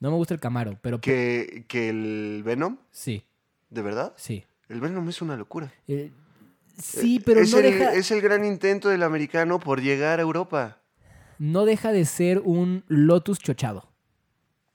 [SPEAKER 3] No me gusta el Camaro, pero...
[SPEAKER 2] que, que el Venom?
[SPEAKER 3] Sí,
[SPEAKER 2] ¿De verdad?
[SPEAKER 3] sí.
[SPEAKER 2] El Venom es una locura.
[SPEAKER 3] Eh, sí, pero
[SPEAKER 2] Eh, es
[SPEAKER 3] no,
[SPEAKER 2] el,
[SPEAKER 3] deja,
[SPEAKER 2] Es el gran intento del americano por llegar a Europa.
[SPEAKER 3] no deja de ser un Lotus chochado.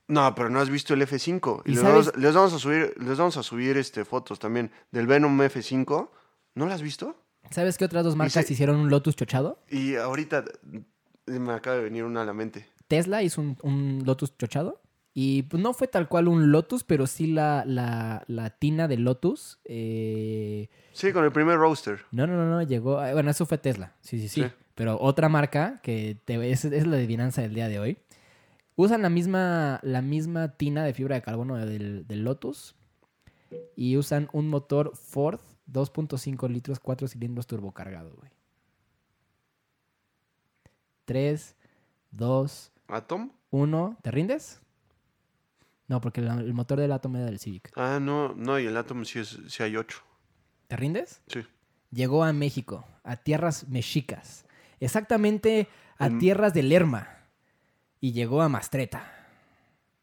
[SPEAKER 2] No, pero no has visto el F5.
[SPEAKER 3] ¿Y
[SPEAKER 2] Y les,
[SPEAKER 3] sabes-
[SPEAKER 2] vamos, les vamos a subir, les vamos a subir este, fotos también del Venom F5. ¿No lo has visto?
[SPEAKER 3] ¿Sabes qué otras dos marcas
[SPEAKER 2] se-
[SPEAKER 3] hicieron un Lotus chochado?
[SPEAKER 2] Y ahorita eh, me acaba de venir una a la mente.
[SPEAKER 3] Tesla hizo un, un Lotus chochado. Y pues, no fue tal cual un Lotus, pero sí la, la, la tina de Lotus. eh,
[SPEAKER 2] Sí, con el primer roaster.
[SPEAKER 3] no, no, no, no, llegó. eh, Bueno, eso fue Tesla. Sí, sí, sí.
[SPEAKER 2] Sí.
[SPEAKER 3] Pero otra marca que te- es, es la adivinanza del día de hoy. Usan la misma, la misma tina de fibra de carbono del, del Lotus y usan un motor Ford 2.5 litros, 4 cilindros turbocargado, güey. 3, 2,
[SPEAKER 2] ¿Atom?
[SPEAKER 3] 1. ¿Te rindes? No, porque la- el motor del Atom era del Civic.
[SPEAKER 2] Ah, no, no, y el Atom sí, es, sí hay ocho.
[SPEAKER 3] ¿Te rindes?
[SPEAKER 2] Sí.
[SPEAKER 3] llegó a México, a tierras mexicas, exactamente a
[SPEAKER 2] Mm.
[SPEAKER 3] tierras de Lerma, y llegó a Mastreta.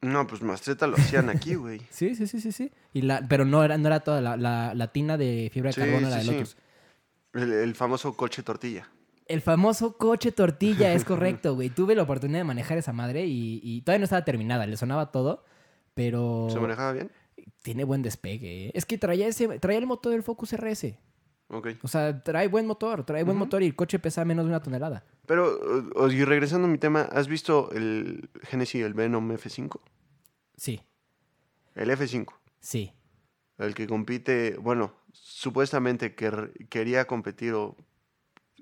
[SPEAKER 2] No, pues Mastreta lo hacían
[SPEAKER 3] (laughs)
[SPEAKER 2] aquí, güey.
[SPEAKER 3] Sí, sí, sí, sí, sí. Y la, pero no era, no era toda la, la, la tina de fibra de
[SPEAKER 2] Sí,
[SPEAKER 3] carbono, la de
[SPEAKER 2] sí, sí.
[SPEAKER 3] Lotus.
[SPEAKER 2] El, el famoso coche tortilla.
[SPEAKER 3] El famoso coche tortilla,
[SPEAKER 2] (laughs)
[SPEAKER 3] es correcto, güey. Tuve la oportunidad de manejar esa madre y, y todavía no estaba terminada, le sonaba todo, pero
[SPEAKER 2] ¿Se manejaba bien?
[SPEAKER 3] tiene buen despegue. eh. Es que traía, ese, traía el motor del Focus RS.
[SPEAKER 2] Ok.
[SPEAKER 3] O sea, trae buen motor, trae buen motor y el coche pesa menos de una tonelada.
[SPEAKER 2] Pero, o- o- y regresando a mi tema, ¿has visto el Genesis, el Venom F5?
[SPEAKER 3] Sí,
[SPEAKER 2] El F5,
[SPEAKER 3] sí.
[SPEAKER 2] el que compite, bueno, supuestamente que r- quería competir o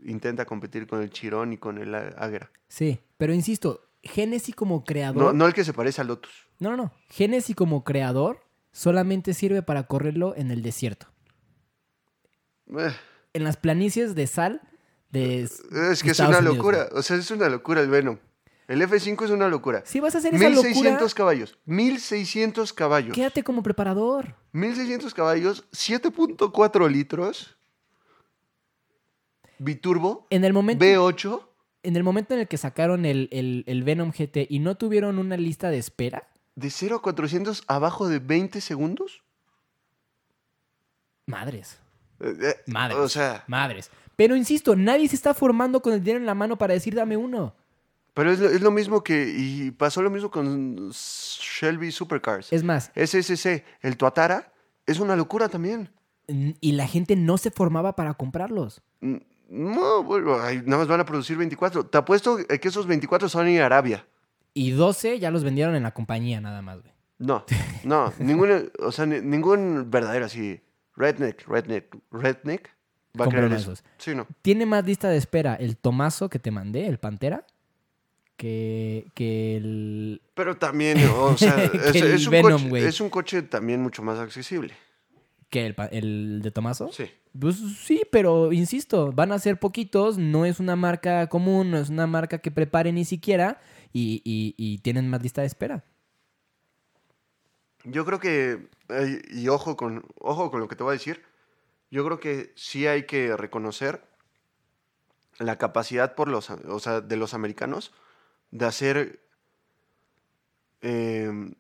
[SPEAKER 2] intenta competir con el Chirón y con el A- Águera.
[SPEAKER 3] Sí, pero insisto, Genesis como
[SPEAKER 2] No,
[SPEAKER 3] creador.
[SPEAKER 2] no el que se parece al Lotus.
[SPEAKER 3] No, no, no. Genesis como creador solamente sirve para correrlo en el desierto.
[SPEAKER 2] Eh,
[SPEAKER 3] En las planicies de sal de. s-
[SPEAKER 2] Es que es
[SPEAKER 3] Estados
[SPEAKER 2] una
[SPEAKER 3] Unidos,
[SPEAKER 2] locura,
[SPEAKER 3] güey.
[SPEAKER 2] o sea, es una locura el Venom. El F5 es una locura.
[SPEAKER 3] Si vas a hacer esa
[SPEAKER 2] 1600
[SPEAKER 3] locura,
[SPEAKER 2] caballos, 1600 caballos.
[SPEAKER 3] quédate como preparador.
[SPEAKER 2] 1600 caballos, 7.4 litros, biturbo,
[SPEAKER 3] En el momento
[SPEAKER 2] V8.
[SPEAKER 3] en, el momento en el que sacaron el, el- el Venom GT y no tuvieron una lista de espera,
[SPEAKER 2] ¿De 0 a 400 abajo de 20 segundos?
[SPEAKER 3] madres.
[SPEAKER 2] Eh, eh,
[SPEAKER 3] Madres.
[SPEAKER 2] O sea,
[SPEAKER 3] Madres. Pero insisto, nadie se está formando con el dinero en la mano para decir dame uno.
[SPEAKER 2] pero es lo, es lo mismo que. Y pasó lo mismo con Shelby Supercars.
[SPEAKER 3] Es más,
[SPEAKER 2] SSC, el Tuatara, es una locura también.
[SPEAKER 3] n- y la gente no se formaba para comprarlos.
[SPEAKER 2] Mm, No, bueno, ay, nada más van a producir 24. Te apuesto eh, que esos 24 son en Arabia.
[SPEAKER 3] Y 12 ya los vendieron en la compañía nada más, güey. (laughs)
[SPEAKER 2] No, no, ningún, o sea, ni- ningún verdadero así. Redneck, redneck, redneck. Va a
[SPEAKER 3] Compra
[SPEAKER 2] creer
[SPEAKER 3] uno de
[SPEAKER 2] eso.
[SPEAKER 3] esos.
[SPEAKER 2] Sí, no.
[SPEAKER 3] Tiene más lista de espera el Tomazo que te mandé, el Pantera, que, que el...
[SPEAKER 2] Pero también, o
[SPEAKER 3] (laughs)
[SPEAKER 2] sea,
[SPEAKER 3] Que
[SPEAKER 2] es,
[SPEAKER 3] el
[SPEAKER 2] es un
[SPEAKER 3] Venom, güey.
[SPEAKER 2] coche, es un coche también mucho más accesible.
[SPEAKER 3] que el, pa- el de Tomazo.
[SPEAKER 2] Sí.
[SPEAKER 3] Pues sí, pero insisto, van a ser poquitos, no es una marca común, no es una marca que prepare ni siquiera y, y- y tienen más lista de espera.
[SPEAKER 2] Yo creo que, eh, y ojo con, ojo con lo que te voy a decir, yo creo que sí hay que reconocer la capacidad por los, o sea, de los americanos de hacer eh,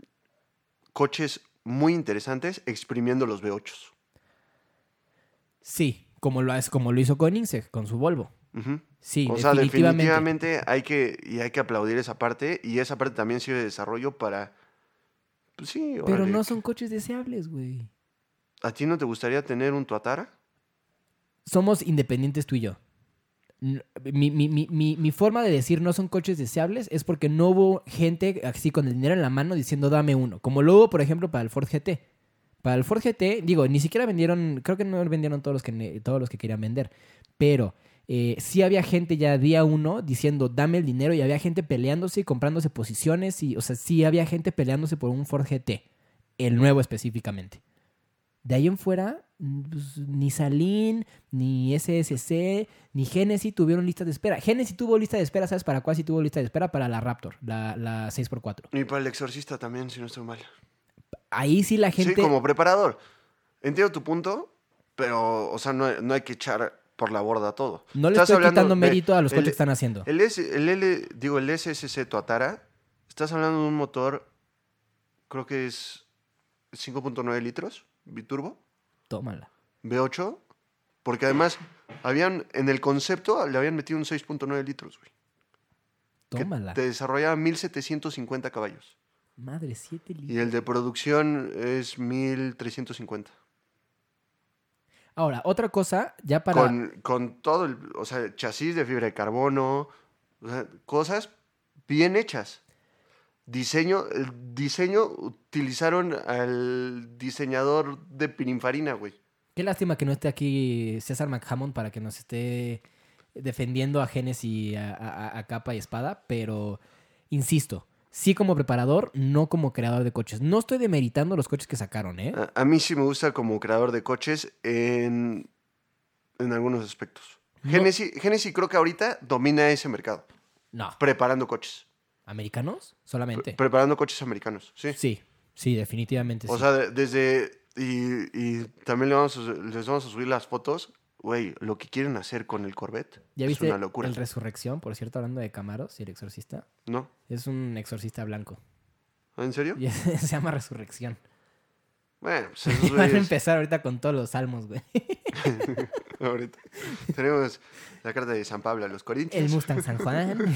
[SPEAKER 2] coches muy interesantes exprimiendo los V8s.
[SPEAKER 3] Sí, como lo, es- como lo hizo Koenigsegg con su Volvo.
[SPEAKER 2] Ujú.
[SPEAKER 3] Sí,
[SPEAKER 2] o sea,
[SPEAKER 3] definitivamente.
[SPEAKER 2] definitivamente hay que, y hay que aplaudir esa parte, y esa parte también sirve de desarrollo para... Pues sí,
[SPEAKER 3] Pero
[SPEAKER 2] órale,
[SPEAKER 3] no son coches deseables, güey.
[SPEAKER 2] ¿A ti no te gustaría tener un Tuatara?
[SPEAKER 3] somos independientes tú y yo. N- Mi, mi- mi- mi- mi forma de decir no son coches deseables es porque no hubo gente así con el dinero en la mano diciendo dame uno. Como lo hubo, por ejemplo, para el Ford GT. Para el Ford GT, digo, ni siquiera vendieron, creo que no vendieron todos los que, ne- todos los que querían vender. Pero eh, sí había gente ya día uno diciendo dame el dinero y había gente peleándose y comprándose posiciones. Y, o sea, sí había gente peleándose por un Ford GT. El nuevo específicamente. De ahí en fuera, mm, pues, ni Salín, ni SSC, ni Genesis tuvieron lista de espera. Genesis tuvo lista de espera, ¿sabes para cuál? Sí tuvo lista de espera para la Raptor, la, la 6x4.
[SPEAKER 2] Y para el exorcista también, si no estoy mal.
[SPEAKER 3] Ahí sí la gente...
[SPEAKER 2] Sí, como preparador. Entiendo tu punto, pero, o sea, no, no hay que echar por la borda todo.
[SPEAKER 3] No le
[SPEAKER 2] Estás
[SPEAKER 3] estoy
[SPEAKER 2] hablando
[SPEAKER 3] quitando
[SPEAKER 2] de-
[SPEAKER 3] mérito a los
[SPEAKER 2] el-
[SPEAKER 3] coches que están haciendo.
[SPEAKER 2] El, S- el L- digo, el SSC Tuatara, estás hablando de un motor, creo que es 5.9 litros, biturbo,
[SPEAKER 3] Tómala.
[SPEAKER 2] V8, porque además habían, en el concepto le habían metido un 6.9 litros, güey. que
[SPEAKER 3] Tómala.
[SPEAKER 2] Te desarrollaba 1750 caballos.
[SPEAKER 3] Madre, 7
[SPEAKER 2] Y
[SPEAKER 3] litros.
[SPEAKER 2] el de producción es 1350.
[SPEAKER 3] Ahora, otra cosa, ya para...
[SPEAKER 2] Con, con todo el, o sea, chasis de fibra de carbono, o sea, cosas bien hechas. Diseño, el diseño utilizaron al diseñador de Pininfarina, güey.
[SPEAKER 3] Qué lástima que no esté aquí César McHammond para que nos esté defendiendo a Genesis a, a- a capa y espada, pero insisto, sí como preparador, no como creador de coches. No estoy demeritando los coches que sacaron, ¿eh?
[SPEAKER 2] A, a mí sí me gusta como creador de coches en, en algunos aspectos.
[SPEAKER 3] No.
[SPEAKER 2] Genesis, Genesis creo que ahorita domina ese mercado,
[SPEAKER 3] No,
[SPEAKER 2] preparando coches,
[SPEAKER 3] americanos solamente.
[SPEAKER 2] preparando coches americanos, sí.
[SPEAKER 3] Sí, sí, definitivamente.
[SPEAKER 2] O
[SPEAKER 3] Este, sí.
[SPEAKER 2] sea, de- desde. Y, y también le vamos a su- les vamos a subir las fotos. Güey, lo que quieren hacer con el Corvette
[SPEAKER 3] ¿Ya
[SPEAKER 2] es
[SPEAKER 3] viste
[SPEAKER 2] una locura.
[SPEAKER 3] el Resurrección, por cierto, hablando de Camaros y el exorcista?
[SPEAKER 2] ¿No?
[SPEAKER 3] Es un exorcista blanco. (laughs)
[SPEAKER 2] ¿En serio?
[SPEAKER 3] Y es- se llama Resurrección.
[SPEAKER 2] Bueno,
[SPEAKER 3] (laughs)
[SPEAKER 2] pues esos
[SPEAKER 3] Van a
[SPEAKER 2] güeyes.
[SPEAKER 3] empezar ahorita con todos los salmos, güey.
[SPEAKER 2] Ahorita. Tenemos la carta de San Pablo a los
[SPEAKER 3] El
[SPEAKER 2] Corintios.
[SPEAKER 3] Mustang San Juan.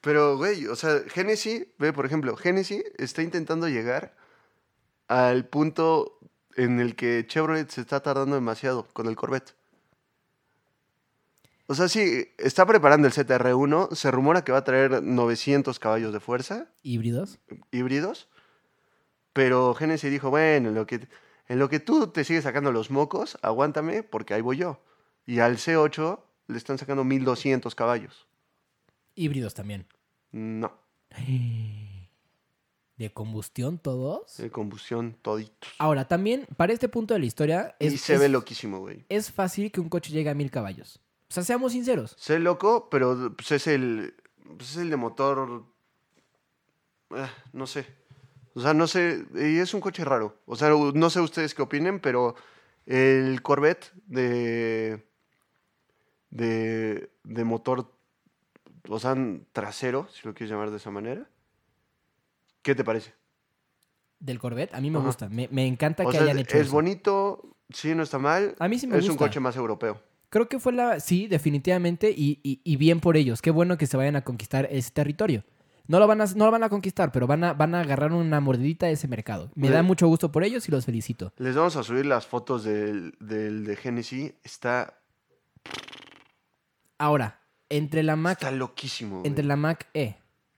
[SPEAKER 2] Pero, güey, o sea, Genesis, ve, por ejemplo, Genesis está intentando llegar al punto en el que Chevrolet se está tardando demasiado con el Corvette. O sea, sí, está preparando el ZR1, se rumora que va a traer 900 caballos de fuerza
[SPEAKER 3] Híbridos.
[SPEAKER 2] híbridos, pero Genesis dijo, bueno, en lo que, en lo que tú te sigues sacando los mocos, aguántame porque ahí voy yo. Y al C8 le están sacando 1200 caballos.
[SPEAKER 3] Híbridos también.
[SPEAKER 2] No.
[SPEAKER 3] De combustión todos.
[SPEAKER 2] De combustión toditos.
[SPEAKER 3] Ahora, también, para este punto de la historia,
[SPEAKER 2] y
[SPEAKER 3] Ah, es,
[SPEAKER 2] se ve
[SPEAKER 3] es-
[SPEAKER 2] loquísimo, güey.
[SPEAKER 3] es fácil que un coche llegue a mil caballos. O sea, seamos sinceros.
[SPEAKER 2] Se ve loco, pero pues, es el. pues, es el de motor. ah, no sé. O sea, no sé. Y es un coche raro. O sea, u- no sé ustedes qué opinen, pero el Corvette de. de. de motor. O sea, trasero, si lo quieres llamar de esa manera. ¿Qué te parece?
[SPEAKER 3] Del Corvette, a mí me
[SPEAKER 2] Ajá.
[SPEAKER 3] gusta. Me, me encanta
[SPEAKER 2] O
[SPEAKER 3] que
[SPEAKER 2] sea,
[SPEAKER 3] hayan hecho
[SPEAKER 2] es
[SPEAKER 3] eso.
[SPEAKER 2] bonito, sí, no está mal.
[SPEAKER 3] A mí sí me
[SPEAKER 2] es un
[SPEAKER 3] gusta.
[SPEAKER 2] coche más europeo.
[SPEAKER 3] Creo que fue la. Sí, definitivamente. Y, y- y bien por ellos. Qué bueno que se vayan a conquistar ese territorio. No lo van a, no lo van a conquistar, pero van a, van a agarrar una mordidita de ese mercado. Me
[SPEAKER 2] Sí.
[SPEAKER 3] da mucho gusto por ellos y los felicito.
[SPEAKER 2] Les vamos a subir las fotos del, del de Genesis. Está
[SPEAKER 3] Ahora, entre la Mac,
[SPEAKER 2] Está loquísimo. güey.
[SPEAKER 3] entre la Mac E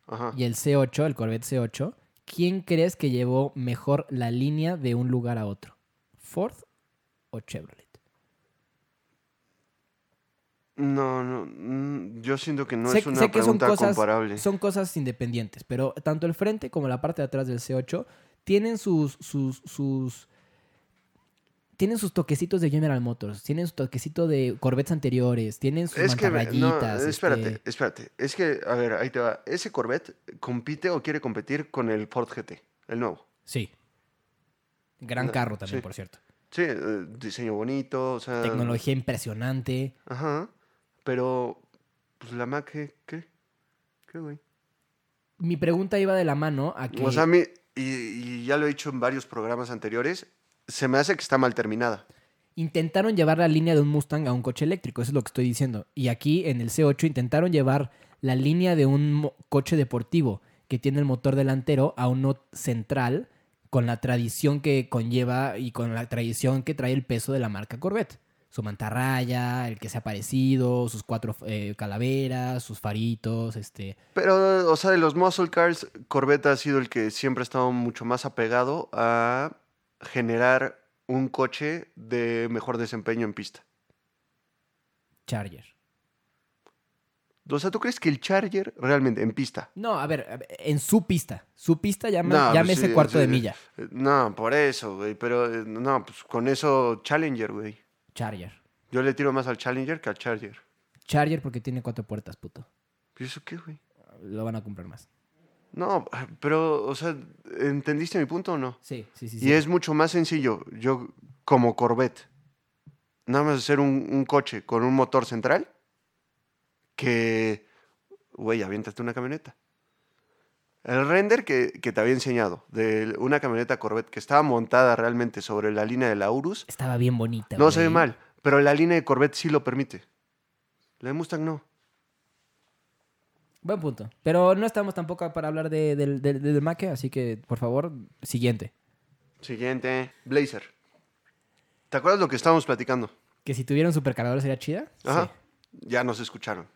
[SPEAKER 2] Ajá.
[SPEAKER 3] y el C8, el Corvette C8, ¿quién crees que llevó mejor la línea de un lugar a otro? ¿Ford o Chevrolet?
[SPEAKER 2] No, no, mm, yo siento que no
[SPEAKER 3] sé,
[SPEAKER 2] es una
[SPEAKER 3] sé que son
[SPEAKER 2] pregunta
[SPEAKER 3] cosas,
[SPEAKER 2] comparable.
[SPEAKER 3] son cosas independientes, pero tanto el frente como la parte de atrás del C8 tienen sus, sus, sus, tienen sus toquecitos de General Motors, tienen su toquecito de Corvettes anteriores, tienen sus
[SPEAKER 2] Es que, ve- no,
[SPEAKER 3] mantarrayitas,
[SPEAKER 2] espérate,
[SPEAKER 3] este,
[SPEAKER 2] espérate. Es que, a ver, ahí te va. Ese Corvette compite o quiere competir con el Ford GT, el nuevo.
[SPEAKER 3] sí. Gran
[SPEAKER 2] No,
[SPEAKER 3] carro
[SPEAKER 2] sí.
[SPEAKER 3] también,
[SPEAKER 2] Ah.
[SPEAKER 3] por cierto.
[SPEAKER 2] Sí, eh, diseño bonito, o sea.
[SPEAKER 3] Tecnología impresionante.
[SPEAKER 2] Ajá. Pero, pues la Mac, ¿qué? ¿Qué, ¿Qué, güey?
[SPEAKER 3] Mi pregunta iba de la mano a que
[SPEAKER 2] O sea, a mí, y, y ya lo he dicho en varios programas anteriores, se me hace que está mal terminada.
[SPEAKER 3] intentaron llevar la línea de un Mustang a un coche eléctrico, eso es lo que estoy diciendo. Y aquí en el C8 intentaron llevar la línea de un mo- coche deportivo que tiene el motor delantero a uno central con la tradición que conlleva y con la tradición que trae el peso de la marca Corvette. Su mantarraya, el que se ha parecido, sus cuatro eh, calaveras, sus faritos, este...
[SPEAKER 2] Pero, o sea, de los muscle cars, Corvette ha sido el que siempre ha estado mucho más apegado a generar un coche de mejor desempeño en pista.
[SPEAKER 3] Charger.
[SPEAKER 2] O sea, ¿tú crees que el Charger realmente en pista?
[SPEAKER 3] No, a ver, a ver, en su pista. Su pista llama,
[SPEAKER 2] No, pues
[SPEAKER 3] llámese
[SPEAKER 2] sí,
[SPEAKER 3] cuarto
[SPEAKER 2] sí.
[SPEAKER 3] de milla.
[SPEAKER 2] Eh, No, por eso, güey. Pero, eh, no, pues con eso Challenger, güey.
[SPEAKER 3] Charger.
[SPEAKER 2] Yo le tiro más al Challenger que al Charger.
[SPEAKER 3] Charger porque tiene cuatro puertas, puto.
[SPEAKER 2] ¿Y eso qué, güey?
[SPEAKER 3] Lo van a comprar más.
[SPEAKER 2] No, pero, o sea, ¿entendiste mi punto o no?
[SPEAKER 3] Sí, sí, sí.
[SPEAKER 2] Y es mucho más sencillo, yo como Corvette, nada más hacer un, un coche con un motor central que, güey, aviéntate una camioneta. El render que, que te había enseñado de una camioneta Corvette que estaba montada realmente sobre la línea de la Urus,
[SPEAKER 3] Estaba bien bonita.
[SPEAKER 2] no se ve
[SPEAKER 3] güey.
[SPEAKER 2] mal, pero la línea de Corvette sí lo permite. La de Mustang no.
[SPEAKER 3] Buen punto. Pero no estamos tampoco para hablar de- del de, del Mac, así que, por favor, siguiente.
[SPEAKER 2] Siguiente, Blazer. ¿Te acuerdas lo que estábamos platicando?
[SPEAKER 3] Que si tuvieran supercargador sería chida.
[SPEAKER 2] Ajá.
[SPEAKER 3] Sí.
[SPEAKER 2] Ya nos escucharon.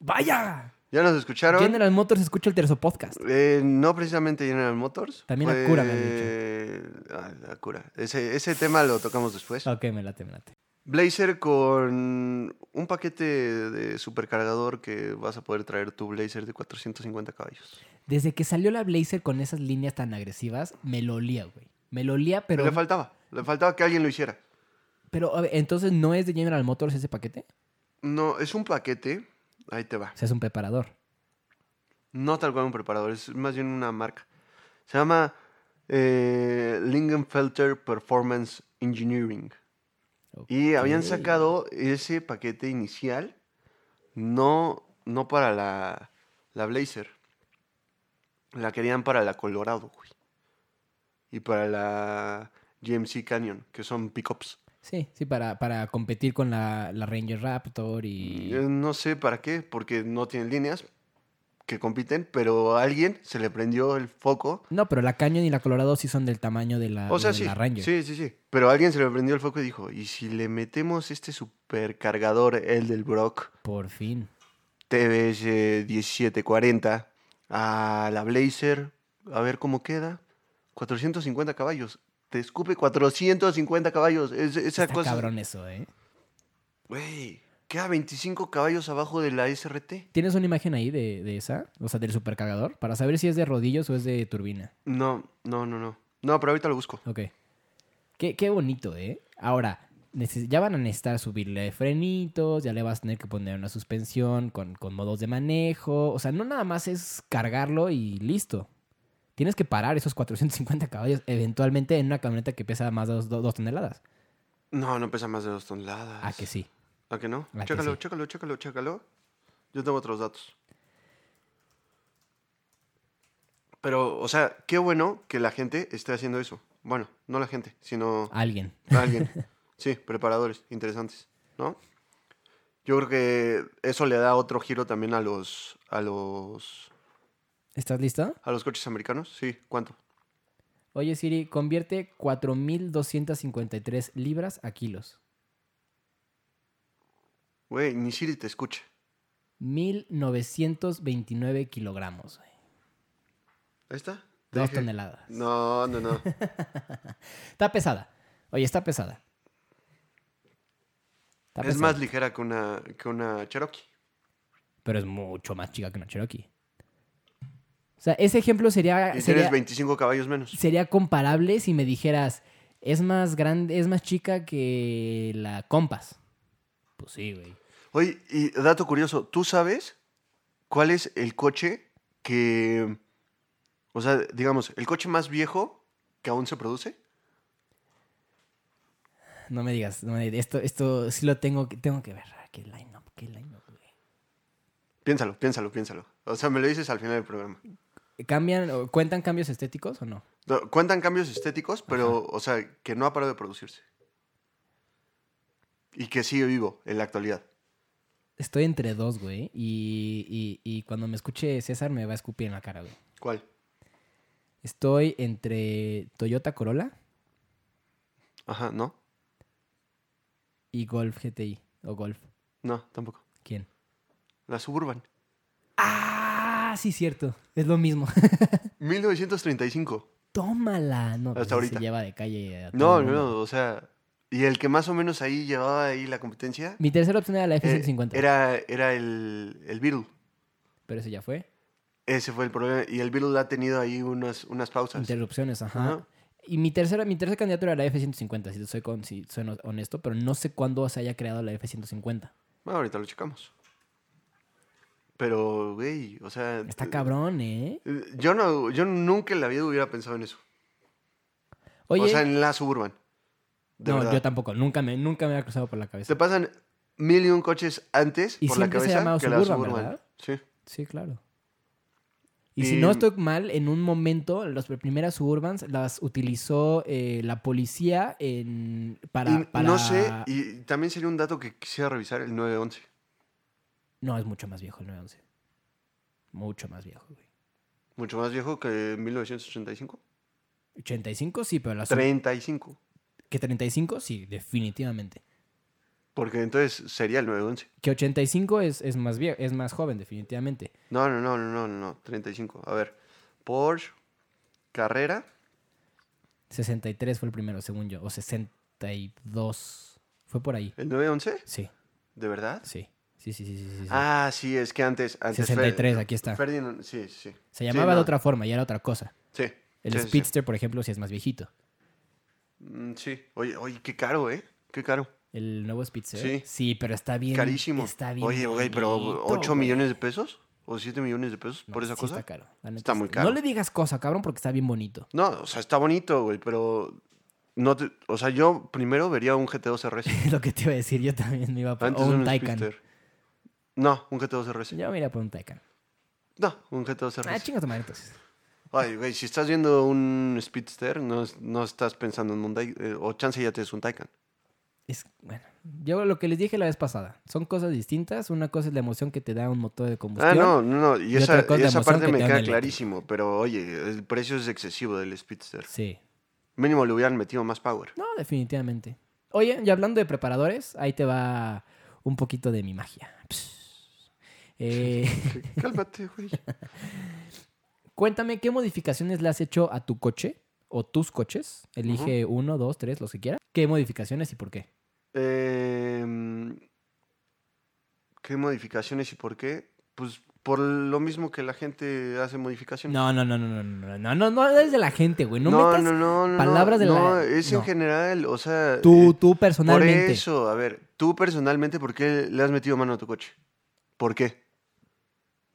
[SPEAKER 3] ¡Vaya!
[SPEAKER 2] Ya nos escucharon.
[SPEAKER 3] General Motors escucha el terzo podcast.
[SPEAKER 2] Eh, no precisamente General Motors.
[SPEAKER 3] También
[SPEAKER 2] fue-
[SPEAKER 3] Acura me han
[SPEAKER 2] Ah, Acura. Ese, ese tema lo tocamos después.
[SPEAKER 3] Ok, me late, me late.
[SPEAKER 2] Blazer con un paquete de supercargador que vas a poder traer tu Blazer de 450 caballos.
[SPEAKER 3] Desde que salió la Blazer con esas líneas tan agresivas, me lo olía, güey. Me lo olía, pero.
[SPEAKER 2] le faltaba. Le faltaba que alguien lo hiciera.
[SPEAKER 3] Pero, a ver, entonces, ¿no es de General Motors ese paquete?
[SPEAKER 2] No, es un paquete. Ahí te va.
[SPEAKER 3] O sea, es un preparador.
[SPEAKER 2] No tal cual un preparador, es más bien una marca. Se llama eh, Lingenfelter Performance Engineering. Y habían
[SPEAKER 3] Ok.
[SPEAKER 2] sacado ese paquete inicial, no, no para la, la Blazer. La querían para la Colorado, güey. y para la GMC Canyon, que son pickups.
[SPEAKER 3] Sí, sí, para, para competir con la, la Ranger Raptor y...
[SPEAKER 2] Eh, No sé para qué, porque no tienen líneas que compiten, pero a alguien se le prendió el foco.
[SPEAKER 3] No, pero la Canyon y la Colorado sí son del tamaño de la,
[SPEAKER 2] O sea,
[SPEAKER 3] de
[SPEAKER 2] sí,
[SPEAKER 3] Ah, la Ranger.
[SPEAKER 2] sí, sí, sí. Pero a alguien se le prendió el foco y dijo, ¿y si le metemos este supercargador, el del Brock,
[SPEAKER 3] Por fin.
[SPEAKER 2] TBS 1740, a la Blazer, a ver cómo queda? 450 caballos. Te escupe 450 caballos. Es- esa
[SPEAKER 3] Está
[SPEAKER 2] cosa...
[SPEAKER 3] cabrón eso, ¿eh?
[SPEAKER 2] Güey, queda 25 caballos abajo de la SRT.
[SPEAKER 3] ¿Tienes una imagen ahí de, de esa? O sea, del supercargador. Para saber si es de rodillos o es de turbina.
[SPEAKER 2] No, no, no, no. No, pero ahorita lo busco.
[SPEAKER 3] Ok. Qué, qué bonito, ¿eh? Ahora, neces- ya van a necesitar subirle frenitos, ya le vas a tener que poner una suspensión con, con modos de manejo. O sea, no nada más es cargarlo y listo. Tienes que parar esos 450 caballos eventualmente en una camioneta que pesa más de 2 toneladas.
[SPEAKER 2] No, no pesa más de dos toneladas.
[SPEAKER 3] Ah, que sí.
[SPEAKER 2] ¿A que no?
[SPEAKER 3] ¿A que
[SPEAKER 2] chécalo,
[SPEAKER 3] sí?
[SPEAKER 2] chécalo, chécalo, chécalo. Yo tengo otros datos. Pero, o sea, qué bueno que la gente esté haciendo eso. Bueno, no la gente, sino
[SPEAKER 3] Alguien. (laughs)
[SPEAKER 2] alguien. Sí, preparadores, interesantes, ¿no? Yo creo que eso le da otro giro también a los, a los,
[SPEAKER 3] ¿Estás listo?
[SPEAKER 2] a los coches americanos. Sí, ¿cuánto?
[SPEAKER 3] Oye, Siri, convierte 4.253 libras a kilos.
[SPEAKER 2] Güey, ni Siri te escucha.
[SPEAKER 3] 1.929 kilogramos. güey.
[SPEAKER 2] Ahí está. Te
[SPEAKER 3] Dos
[SPEAKER 2] dije.
[SPEAKER 3] toneladas.
[SPEAKER 2] No, no,
[SPEAKER 3] (laughs)
[SPEAKER 2] no.
[SPEAKER 3] Está pesada. Oye, está pesada. Está
[SPEAKER 2] es
[SPEAKER 3] pesada,
[SPEAKER 2] más ligera que una, que una Cherokee.
[SPEAKER 3] Pero es mucho más chica que una Cherokee. O sea, ese ejemplo sería,
[SPEAKER 2] Y
[SPEAKER 3] sería,
[SPEAKER 2] tienes 25 caballos menos.
[SPEAKER 3] sería comparable si me dijeras, es más grande, es más chica que la Compass. Pues sí, güey.
[SPEAKER 2] Oye, y dato curioso, ¿tú sabes cuál es el coche que... O sea, digamos, el coche más viejo que aún se produce?
[SPEAKER 3] No me digas, no me digas. Esto, esto sí lo tengo que, tengo que ver. Ah, Qué line-up, qué line-up, güey.
[SPEAKER 2] Piénsalo, piénsalo, piénsalo. O sea, me lo dices al final del programa.
[SPEAKER 3] ¿Cambian, o cuentan cambios estéticos o no?
[SPEAKER 2] No, Cuentan cambios estéticos, pero, o sea, que no ha parado de producirse. Y que sigue vivo en la actualidad.
[SPEAKER 3] Estoy entre dos, güey. Y, y- y cuando me escuche César me va a escupir en la cara, güey.
[SPEAKER 2] ¿Cuál?
[SPEAKER 3] Estoy entre Toyota Corolla
[SPEAKER 2] Ajá, ¿no?
[SPEAKER 3] y Golf GTI. O Golf.
[SPEAKER 2] No, tampoco.
[SPEAKER 3] ¿Quién?
[SPEAKER 2] La Suburban.
[SPEAKER 3] Ah, sí, cierto. Es lo mismo. (laughs)
[SPEAKER 2] 1935.
[SPEAKER 3] Tómala. No, pues,
[SPEAKER 2] Hasta ahorita.
[SPEAKER 3] se lleva de calle. a todo
[SPEAKER 2] No,
[SPEAKER 3] el
[SPEAKER 2] no,
[SPEAKER 3] mundo.
[SPEAKER 2] no, o sea, y el que más o menos ahí llevaba ahí la competencia
[SPEAKER 3] Mi tercera opción era la
[SPEAKER 2] eh,
[SPEAKER 3] F-150.
[SPEAKER 2] era, era el, el Beetle.
[SPEAKER 3] Pero eso ya fue.
[SPEAKER 2] Ese fue el problema. Y el Beetle ha tenido ahí unas, unas pausas.
[SPEAKER 3] Interrupciones, ajá.
[SPEAKER 2] Ajá.
[SPEAKER 3] Y mi tercera, mi tercera candidatura era la F-150, si te soy, con, si soy no- honesto, pero no sé cuándo se haya creado la F-150.
[SPEAKER 2] Bueno, ahorita lo checamos. Pero, güey, o sea...
[SPEAKER 3] Está cabrón, ¿eh?
[SPEAKER 2] eh, Yo, no, yo nunca en la vida hubiera pensado en eso.
[SPEAKER 3] Oye,
[SPEAKER 2] O sea, en la Suburban. De
[SPEAKER 3] no,
[SPEAKER 2] verdad.
[SPEAKER 3] yo tampoco, nunca me, nunca me había cruzado por la cabeza.
[SPEAKER 2] Te pasan mil y un coches antes
[SPEAKER 3] Y
[SPEAKER 2] por la
[SPEAKER 3] siempre se ha
[SPEAKER 2] cabeza
[SPEAKER 3] llamado
[SPEAKER 2] que la
[SPEAKER 3] Suburban,
[SPEAKER 2] Suburban.
[SPEAKER 3] ¿verdad?
[SPEAKER 2] Sí.
[SPEAKER 3] Sí, claro. Y,
[SPEAKER 2] Y-
[SPEAKER 3] si no estoy mal, en un momento las primeras Suburbans las utilizó eh, la policía en, para,
[SPEAKER 2] Y
[SPEAKER 3] para-
[SPEAKER 2] No sé, y también sería un dato que quisiera revisar el 911.
[SPEAKER 3] No, es mucho más viejo el 911. Mucho más viejo, güey.
[SPEAKER 2] Mucho más viejo que 1985.
[SPEAKER 3] 85 sí, pero la Sub-
[SPEAKER 2] 35.
[SPEAKER 3] que 35 sí, definitivamente.
[SPEAKER 2] Porque entonces sería el 911.
[SPEAKER 3] Que 85 es, es más viejo, es más joven, definitivamente.
[SPEAKER 2] No, no, no, no, no, no, no. 35. A ver. Porsche, carrera.
[SPEAKER 3] 63 fue el primero, según yo, o 62. Fue por ahí.
[SPEAKER 2] ¿El 911?
[SPEAKER 3] Sí,
[SPEAKER 2] ¿De verdad?
[SPEAKER 3] sí. Sí, sí, sí, sí, sí. sí.
[SPEAKER 2] Ah, sí, es que antes. antes
[SPEAKER 3] 63,
[SPEAKER 2] Fer-
[SPEAKER 3] aquí está.
[SPEAKER 2] Ferdinand, sí, sí.
[SPEAKER 3] Se llamaba de
[SPEAKER 2] no.
[SPEAKER 3] otra forma y era otra cosa.
[SPEAKER 2] Sí.
[SPEAKER 3] El
[SPEAKER 2] sí, sí, sí.
[SPEAKER 3] Speedster, por ejemplo, si es más viejito.
[SPEAKER 2] Mm, Sí. Oye, oye, qué caro, ¿eh? Qué caro.
[SPEAKER 3] El nuevo Speedster.
[SPEAKER 2] Sí.
[SPEAKER 3] pero está bien.
[SPEAKER 2] Carísimo.
[SPEAKER 3] Está bien.
[SPEAKER 2] Oye, güey, pero
[SPEAKER 3] bonito,
[SPEAKER 2] 8
[SPEAKER 3] güey.
[SPEAKER 2] millones de pesos o 7 millones de pesos
[SPEAKER 3] No,
[SPEAKER 2] por esa
[SPEAKER 3] sí
[SPEAKER 2] cosa.
[SPEAKER 3] Está caro. La neta
[SPEAKER 2] Está muy caro.
[SPEAKER 3] No le digas cosa, cabrón, porque está bien bonito. (laughs)
[SPEAKER 2] No, o sea, está bonito, güey, pero no te- o sea, yo primero vería un GT2
[SPEAKER 3] (laughs)
[SPEAKER 2] RS.
[SPEAKER 3] Lo que te iba a decir, yo también me iba por
[SPEAKER 2] antes
[SPEAKER 3] o
[SPEAKER 2] de
[SPEAKER 3] un Taycan.
[SPEAKER 2] Speedster. No, un GT2 RS.
[SPEAKER 3] Yo me iría por un Taycan.
[SPEAKER 2] No, un GT2
[SPEAKER 3] Ah,
[SPEAKER 2] RS.
[SPEAKER 3] chinga tu madre, entonces.
[SPEAKER 2] Ay, güey, si estás viendo un Speedster, no, es- no estás pensando en un Daikin. o chance ya te es un Taycan.
[SPEAKER 3] Es, bueno, yo lo que les dije la vez pasada, son cosas distintas. Una cosa es la emoción que te da un motor de
[SPEAKER 2] Ah,
[SPEAKER 3] combustión.
[SPEAKER 2] no, no, no. Y,
[SPEAKER 3] y
[SPEAKER 2] esa,
[SPEAKER 3] otra cosa,
[SPEAKER 2] y
[SPEAKER 3] la
[SPEAKER 2] esa
[SPEAKER 3] emoción
[SPEAKER 2] parte
[SPEAKER 3] que
[SPEAKER 2] me
[SPEAKER 3] te da
[SPEAKER 2] queda
[SPEAKER 3] un eléctrico.
[SPEAKER 2] clarísimo. Pero oye, el precio es excesivo del Speedster.
[SPEAKER 3] Sí.
[SPEAKER 2] Mínimo le hubieran metido más power.
[SPEAKER 3] No, definitivamente. Oye, y hablando de preparadores, ahí te va un poquito de mi magia. Psst. Eh,
[SPEAKER 2] (laughs) Cálmate, güey.
[SPEAKER 3] cuéntame qué modificaciones le has hecho a tu coche o tus coches. Elige uno, dos, tres, los que quieras. ¿Qué modificaciones y por qué?
[SPEAKER 2] Em, ¿Qué modificaciones y por qué? Pues por lo mismo que la gente hace modificaciones.
[SPEAKER 3] No, no, no, no, no, no, no, no, no es de la gente, güey. No, metas
[SPEAKER 2] no, no,
[SPEAKER 3] palabras de la-
[SPEAKER 2] no, es
[SPEAKER 3] no.
[SPEAKER 2] en general, o sea...
[SPEAKER 3] tú,
[SPEAKER 2] eh,
[SPEAKER 3] tú personalmente.
[SPEAKER 2] Por eso, a ver, tú personalmente, ¿por qué le has metido mano a tu coche? ¿Por qué?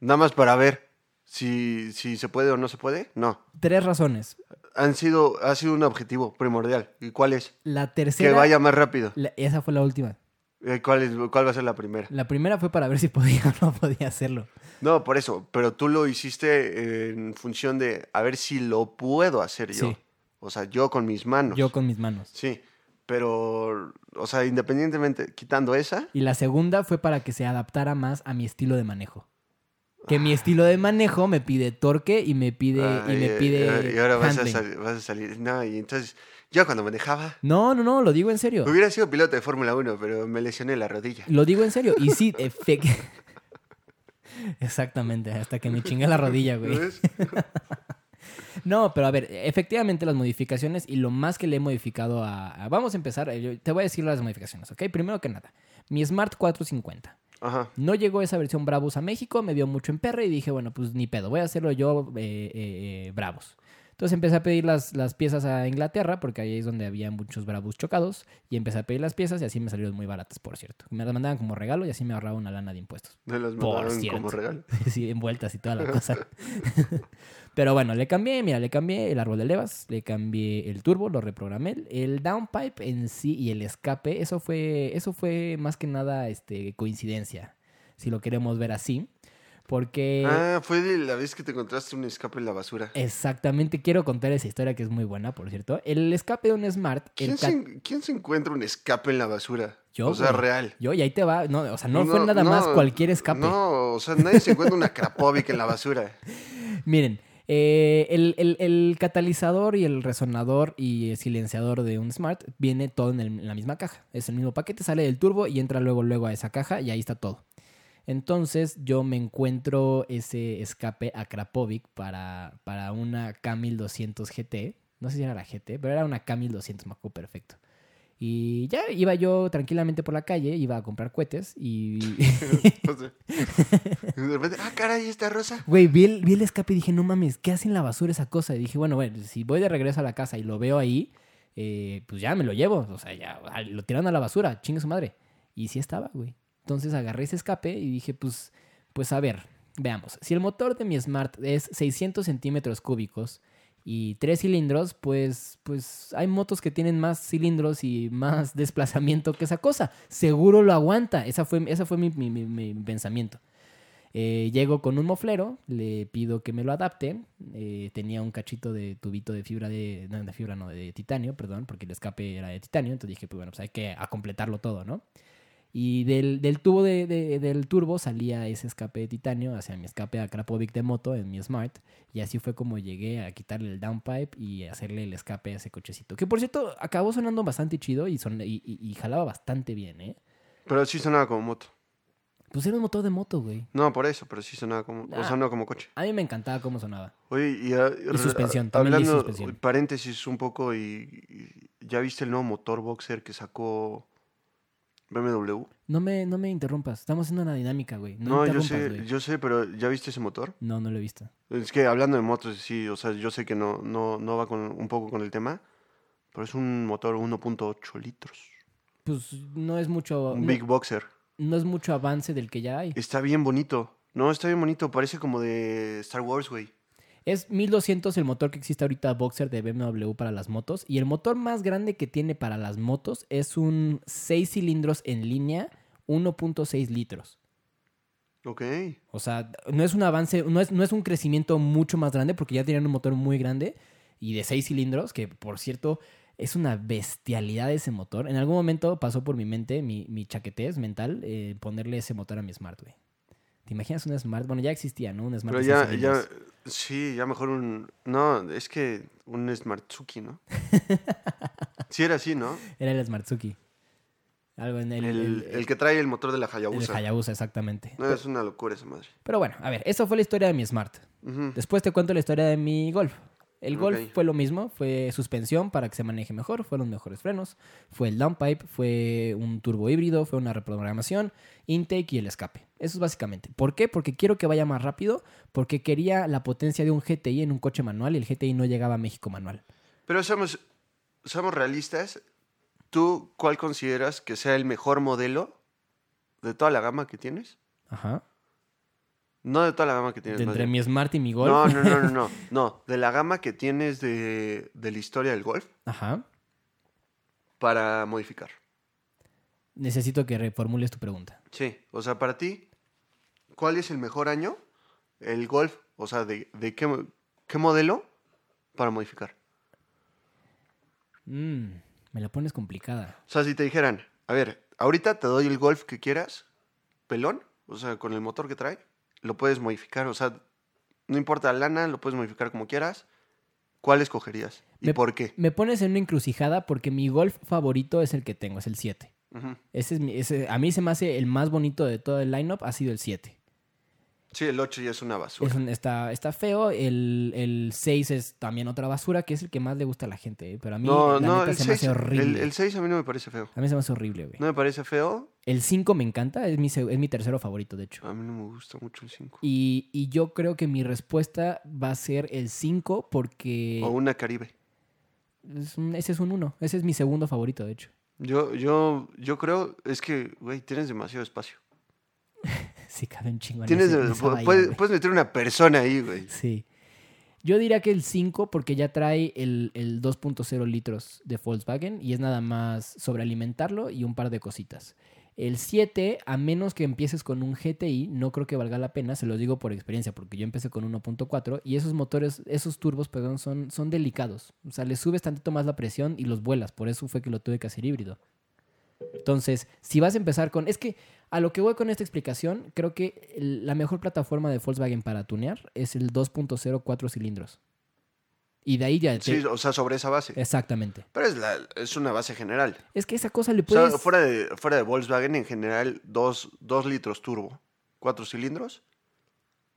[SPEAKER 2] Nada más para ver si, si se puede o no se puede. No,
[SPEAKER 3] Tres razones.
[SPEAKER 2] han sido, ha sido un objetivo primordial. ¿Y cuál es?
[SPEAKER 3] La
[SPEAKER 2] Que
[SPEAKER 3] tercera.
[SPEAKER 2] vaya más rápido.
[SPEAKER 3] la- esa fue la última.
[SPEAKER 2] Eh, ¿Cuál, es, ¿Cuál va a ser la primera?
[SPEAKER 3] La primera fue para ver si podía o no podía hacerlo.
[SPEAKER 2] No, por eso, pero tú lo hiciste en función de a ver si lo puedo hacer yo.
[SPEAKER 3] Sí.
[SPEAKER 2] O sea, yo con mis manos.
[SPEAKER 3] Yo con mis manos.
[SPEAKER 2] Sí, pero, o sea, independientemente, quitando esa,
[SPEAKER 3] Y la segunda fue para que se adaptara más a mi estilo de manejo. Que
[SPEAKER 2] Ah.
[SPEAKER 3] mi estilo de manejo me pide torque y me pide. y me
[SPEAKER 2] Ay,
[SPEAKER 3] pide.
[SPEAKER 2] Ah, y ahora vas a,
[SPEAKER 3] handling.
[SPEAKER 2] sal- vas a salir. No, y entonces, yo cuando manejaba,
[SPEAKER 3] No, no, no, lo digo en serio.
[SPEAKER 2] hubiera sido piloto de Fórmula 1, pero me lesioné la rodilla.
[SPEAKER 3] Lo digo en serio. Y sí, (laughs) efec- Exactamente, hasta que me chingué la rodilla,
[SPEAKER 2] ¿No
[SPEAKER 3] güey.
[SPEAKER 2] ves?
[SPEAKER 3] No, pero a ver, efectivamente las modificaciones y lo más que le he modificado a... a- vamos a empezar, eh, yo te voy a decir las modificaciones, ¿ok? Primero que nada, mi Smart 450.
[SPEAKER 2] Ajá.
[SPEAKER 3] No llegó esa versión Bravos a México, me dio mucho en perra y dije, bueno, pues ni pedo, voy a hacerlo yo eh, eh, eh, Bravos. Entonces empecé a pedir las, las piezas a Inglaterra, porque ahí es donde había muchos Bravos chocados, y empecé a pedir las piezas y así me salieron muy baratas, por cierto. Me las mandaban como regalo y así me ahorraba una lana de impuestos.
[SPEAKER 2] Me los
[SPEAKER 3] Por
[SPEAKER 2] mandaron
[SPEAKER 3] cierto.
[SPEAKER 2] como regalo.
[SPEAKER 3] (laughs) Sí, envueltas y
[SPEAKER 2] (laughs)
[SPEAKER 3] toda la cosa. (laughs) Pero bueno, le cambié, mira, le cambié el árbol de levas, le cambié el turbo, lo reprogramé, el downpipe en sí y el escape, eso fue, eso fue más que nada este, coincidencia, si lo queremos ver así, porque
[SPEAKER 2] Ah, fue de la vez que te encontraste un escape en la basura.
[SPEAKER 3] eh, exactamente quiero contar esa historia que es muy buena, por cierto. El escape de un Smart, el
[SPEAKER 2] ¿Quién,
[SPEAKER 3] cat-
[SPEAKER 2] se, en- quién se encuentra un escape en la basura?
[SPEAKER 3] Yo,
[SPEAKER 2] o sea,
[SPEAKER 3] güey.
[SPEAKER 2] real.
[SPEAKER 3] yo y ahí te va, no, o sea, no, fue nada más
[SPEAKER 2] no,
[SPEAKER 3] cualquier escape.
[SPEAKER 2] No, o sea, nadie se encuentra una Krapovic en la
[SPEAKER 3] (laughs)
[SPEAKER 2] basura.
[SPEAKER 3] Miren, eh, el, el- el catalizador y el resonador y el silenciador de un Smart viene todo en, el- en la misma caja. Es el mismo paquete, sale del turbo y entra luego, luego a esa caja y ahí está todo. Entonces yo me encuentro ese escape a Krapovic para, para una K1200 GT. No sé si era la GT, pero era una K1200, me acuerdo perfecto. Y ya iba yo tranquilamente por la calle, iba a comprar cohetes y...
[SPEAKER 2] O sea, de repente, ah, caray, esta rosa.
[SPEAKER 3] Güey, vi el, vi el escape y dije, no mames, ¿qué hace en la basura esa cosa? Y dije, bueno, bueno, si voy de regreso a la casa y lo veo ahí, eh, pues ya me lo llevo. O sea, ya ah, lo tiran a la basura, chingue su madre. Y sí estaba, güey. Entonces agarré ese escape y dije, pues, pues a ver, veamos. Si el motor de mi Smart es 600 centímetros cúbicos y tres cilindros, pues, pues hay motos que tienen más cilindros y más (laughs) desplazamiento que esa cosa. Seguro lo aguanta. Esa fue, esa fue mi- mi- mi- mi pensamiento. Eh, llego con un moflero, le pido que me lo adapte. eh, tenía un cachito de tubito de fibra de. No, de fibra, no, de titanio, perdón, porque el escape era de titanio. Entonces dije, pues bueno, pues hay que a completarlo todo, ¿no? Y del, del tubo de, de- del turbo salía ese escape de titanio hacia mi escape a Krapovic de moto en mi Smart. Y así fue como llegué a quitarle el downpipe y hacerle el escape a ese cochecito. Que por cierto, acabó sonando bastante chido y, son, y, y- y jalaba bastante bien, ¿eh?
[SPEAKER 2] Pero sí sonaba como moto.
[SPEAKER 3] Pues era un motor de moto, güey.
[SPEAKER 2] No, por eso, pero sí sonaba como... O sea,
[SPEAKER 3] Ah.
[SPEAKER 2] no como coche.
[SPEAKER 3] A mí me encantaba cómo sonaba.
[SPEAKER 2] Oye, y, a-
[SPEAKER 3] Y suspensión,
[SPEAKER 2] a-
[SPEAKER 3] también leí
[SPEAKER 2] hablando,
[SPEAKER 3] suspensión.
[SPEAKER 2] paréntesis un poco, y, y- ¿ya viste el nuevo motor boxer que sacó BMW?
[SPEAKER 3] No me, no me interrumpas. Estamos haciendo una dinámica, güey. No,
[SPEAKER 2] No, yo
[SPEAKER 3] interrumpas,
[SPEAKER 2] sé,
[SPEAKER 3] güey.
[SPEAKER 2] yo sé, pero ¿ya viste ese motor?
[SPEAKER 3] No, no lo he visto.
[SPEAKER 2] Es que hablando de motos, sí, o sea, yo sé que no, no, no va con, un poco con el tema, pero es un motor 1.8 litros,
[SPEAKER 3] Pues no es mucho.
[SPEAKER 2] un
[SPEAKER 3] No,
[SPEAKER 2] big boxer.
[SPEAKER 3] no es mucho avance del que ya hay.
[SPEAKER 2] Está bien bonito, no, está bien bonito, parece como de Star Wars, güey.
[SPEAKER 3] Es 1200 el motor que existe ahorita Boxer de BMW para las motos. Y el motor más grande que tiene para las motos es un 6 cilindros en línea, 1.6 litros.
[SPEAKER 2] Ok.
[SPEAKER 3] O sea, no es un avance, no es, no es un crecimiento mucho más grande porque ya tenían un motor muy grande y de seis cilindros, que por cierto es una bestialidad ese motor. En algún momento pasó por mi mente, mi, mi chaquetez mental, eh, ponerle ese motor a mi Smart, güey. ¿Te imaginas un Smart? Bueno, ya existía, ¿no? Un Smart.
[SPEAKER 2] Pero
[SPEAKER 3] de
[SPEAKER 2] ya,
[SPEAKER 3] seis
[SPEAKER 2] ya,
[SPEAKER 3] cilindros.
[SPEAKER 2] sí, ya mejor un... No, es que un Smartsuki,
[SPEAKER 3] (laughs)
[SPEAKER 2] ¿no? sí era así, ¿no?
[SPEAKER 3] Era el Smartzuki. Algo en el...
[SPEAKER 2] El, el Eh. que trae el motor de la
[SPEAKER 3] el
[SPEAKER 2] Hayabusa.
[SPEAKER 3] Hayabusa, exactamente.
[SPEAKER 2] No, es una locura esa madre.
[SPEAKER 3] Pero bueno, a ver, esa fue la historia de mi Smart.
[SPEAKER 2] Ujú.
[SPEAKER 3] Después te cuento la historia de mi Golf. El Golf
[SPEAKER 2] Ok.
[SPEAKER 3] fue lo mismo, fue suspensión para que se maneje mejor, fueron mejores frenos, fue el downpipe, fue un turbo híbrido, fue una reprogramación, intake y el escape. Eso es básicamente. ¿Por qué? Porque quiero que vaya más rápido, porque quería la potencia de un GTI en un coche manual y el GTI no llegaba a México manual.
[SPEAKER 2] Pero somos, somos realistas. ¿Tú cuál consideras que sea el mejor modelo de toda la gama que tienes?
[SPEAKER 3] Ajá.
[SPEAKER 2] No de toda la gama que tienes.
[SPEAKER 3] De
[SPEAKER 2] más
[SPEAKER 3] entre
[SPEAKER 2] bien.
[SPEAKER 3] mi Smart y mi Golf.
[SPEAKER 2] no, no,
[SPEAKER 3] (laughs)
[SPEAKER 2] no, no, no. No, de la gama que tienes de, de la historia del golf
[SPEAKER 3] Ajá.
[SPEAKER 2] para modificar.
[SPEAKER 3] Necesito que reformules tu pregunta.
[SPEAKER 2] Sí. O sea, para ti, ¿cuál es el mejor año? El golf, o sea, ¿de, de qué, mo- qué modelo para modificar?
[SPEAKER 3] Mm, me la pones complicada.
[SPEAKER 2] O sea, si te dijeran, a ver, ahorita te doy el golf que quieras, pelón, o sea, con el motor que trae, lo puedes modificar, o sea, no importa la lana, lo puedes modificar como quieras. ¿Cuál escogerías? ¿Y
[SPEAKER 3] Me-
[SPEAKER 2] por qué?
[SPEAKER 3] Me pones en una encrucijada porque mi Golf favorito es el que tengo, es el 7.
[SPEAKER 2] Ujú.
[SPEAKER 3] Ese es mi- ese- a mí se me hace el más bonito de todo el lineup, ha sido el 7.
[SPEAKER 2] Sí, el 8 ya es una basura.
[SPEAKER 3] Es un- está, está feo, el, el 6 es también otra basura, que es el que más le gusta a la gente, ¿eh? pero a mí
[SPEAKER 2] no,
[SPEAKER 3] la
[SPEAKER 2] no,
[SPEAKER 3] neta
[SPEAKER 2] el
[SPEAKER 3] se me
[SPEAKER 2] 6,
[SPEAKER 3] hace horrible.
[SPEAKER 2] a mí no me parece feo.
[SPEAKER 3] A mí se me hace horrible, güey.
[SPEAKER 2] No me parece feo,
[SPEAKER 3] El 5 me encanta, es mi, se- es mi tercero favorito, de hecho.
[SPEAKER 2] a mí no me gusta mucho el 5.
[SPEAKER 3] Y, y yo creo que mi respuesta va a ser el 5 porque
[SPEAKER 2] O una Caribe.
[SPEAKER 3] es un- ese es un 1, ese es mi segundo favorito, de hecho. (laughs)
[SPEAKER 2] Yo, yo, yo creo, es que, güey, tienes demasiado espacio.
[SPEAKER 3] Sí, cabe un chingo en
[SPEAKER 2] Tienes,
[SPEAKER 3] ese- en
[SPEAKER 2] de-
[SPEAKER 3] esa
[SPEAKER 2] pu-
[SPEAKER 3] bahía,
[SPEAKER 2] puedes,
[SPEAKER 3] güey.
[SPEAKER 2] puedes meter una persona ahí, güey.
[SPEAKER 3] Sí. Yo diría que el 5 porque ya trae el, el 2.0 litros de Volkswagen y es nada más sobrealimentarlo y un par de cositas. El 7, a menos que empieces con un GTI, no creo que valga la pena, se lo digo por experiencia, porque yo empecé con 1.4 y esos motores, esos turbos, perdón, son, son delicados. O sea, le subes tantito más la presión y los vuelas, por eso fue que lo tuve que hacer híbrido. Entonces, si vas a empezar con... Es que a lo que voy con esta explicación, creo que el- la mejor plataforma de Volkswagen para tunear es el 2.0 4 cilindros. Y de ahí ya... te-
[SPEAKER 2] Sí, o sea, sobre esa base.
[SPEAKER 3] Exactamente.
[SPEAKER 2] Pero es, la, es una base general.
[SPEAKER 3] Es que esa cosa le
[SPEAKER 2] O sea,
[SPEAKER 3] puedes...
[SPEAKER 2] fuera, de, fuera de Volkswagen, en general, dos, dos litros turbo, cuatro cilindros,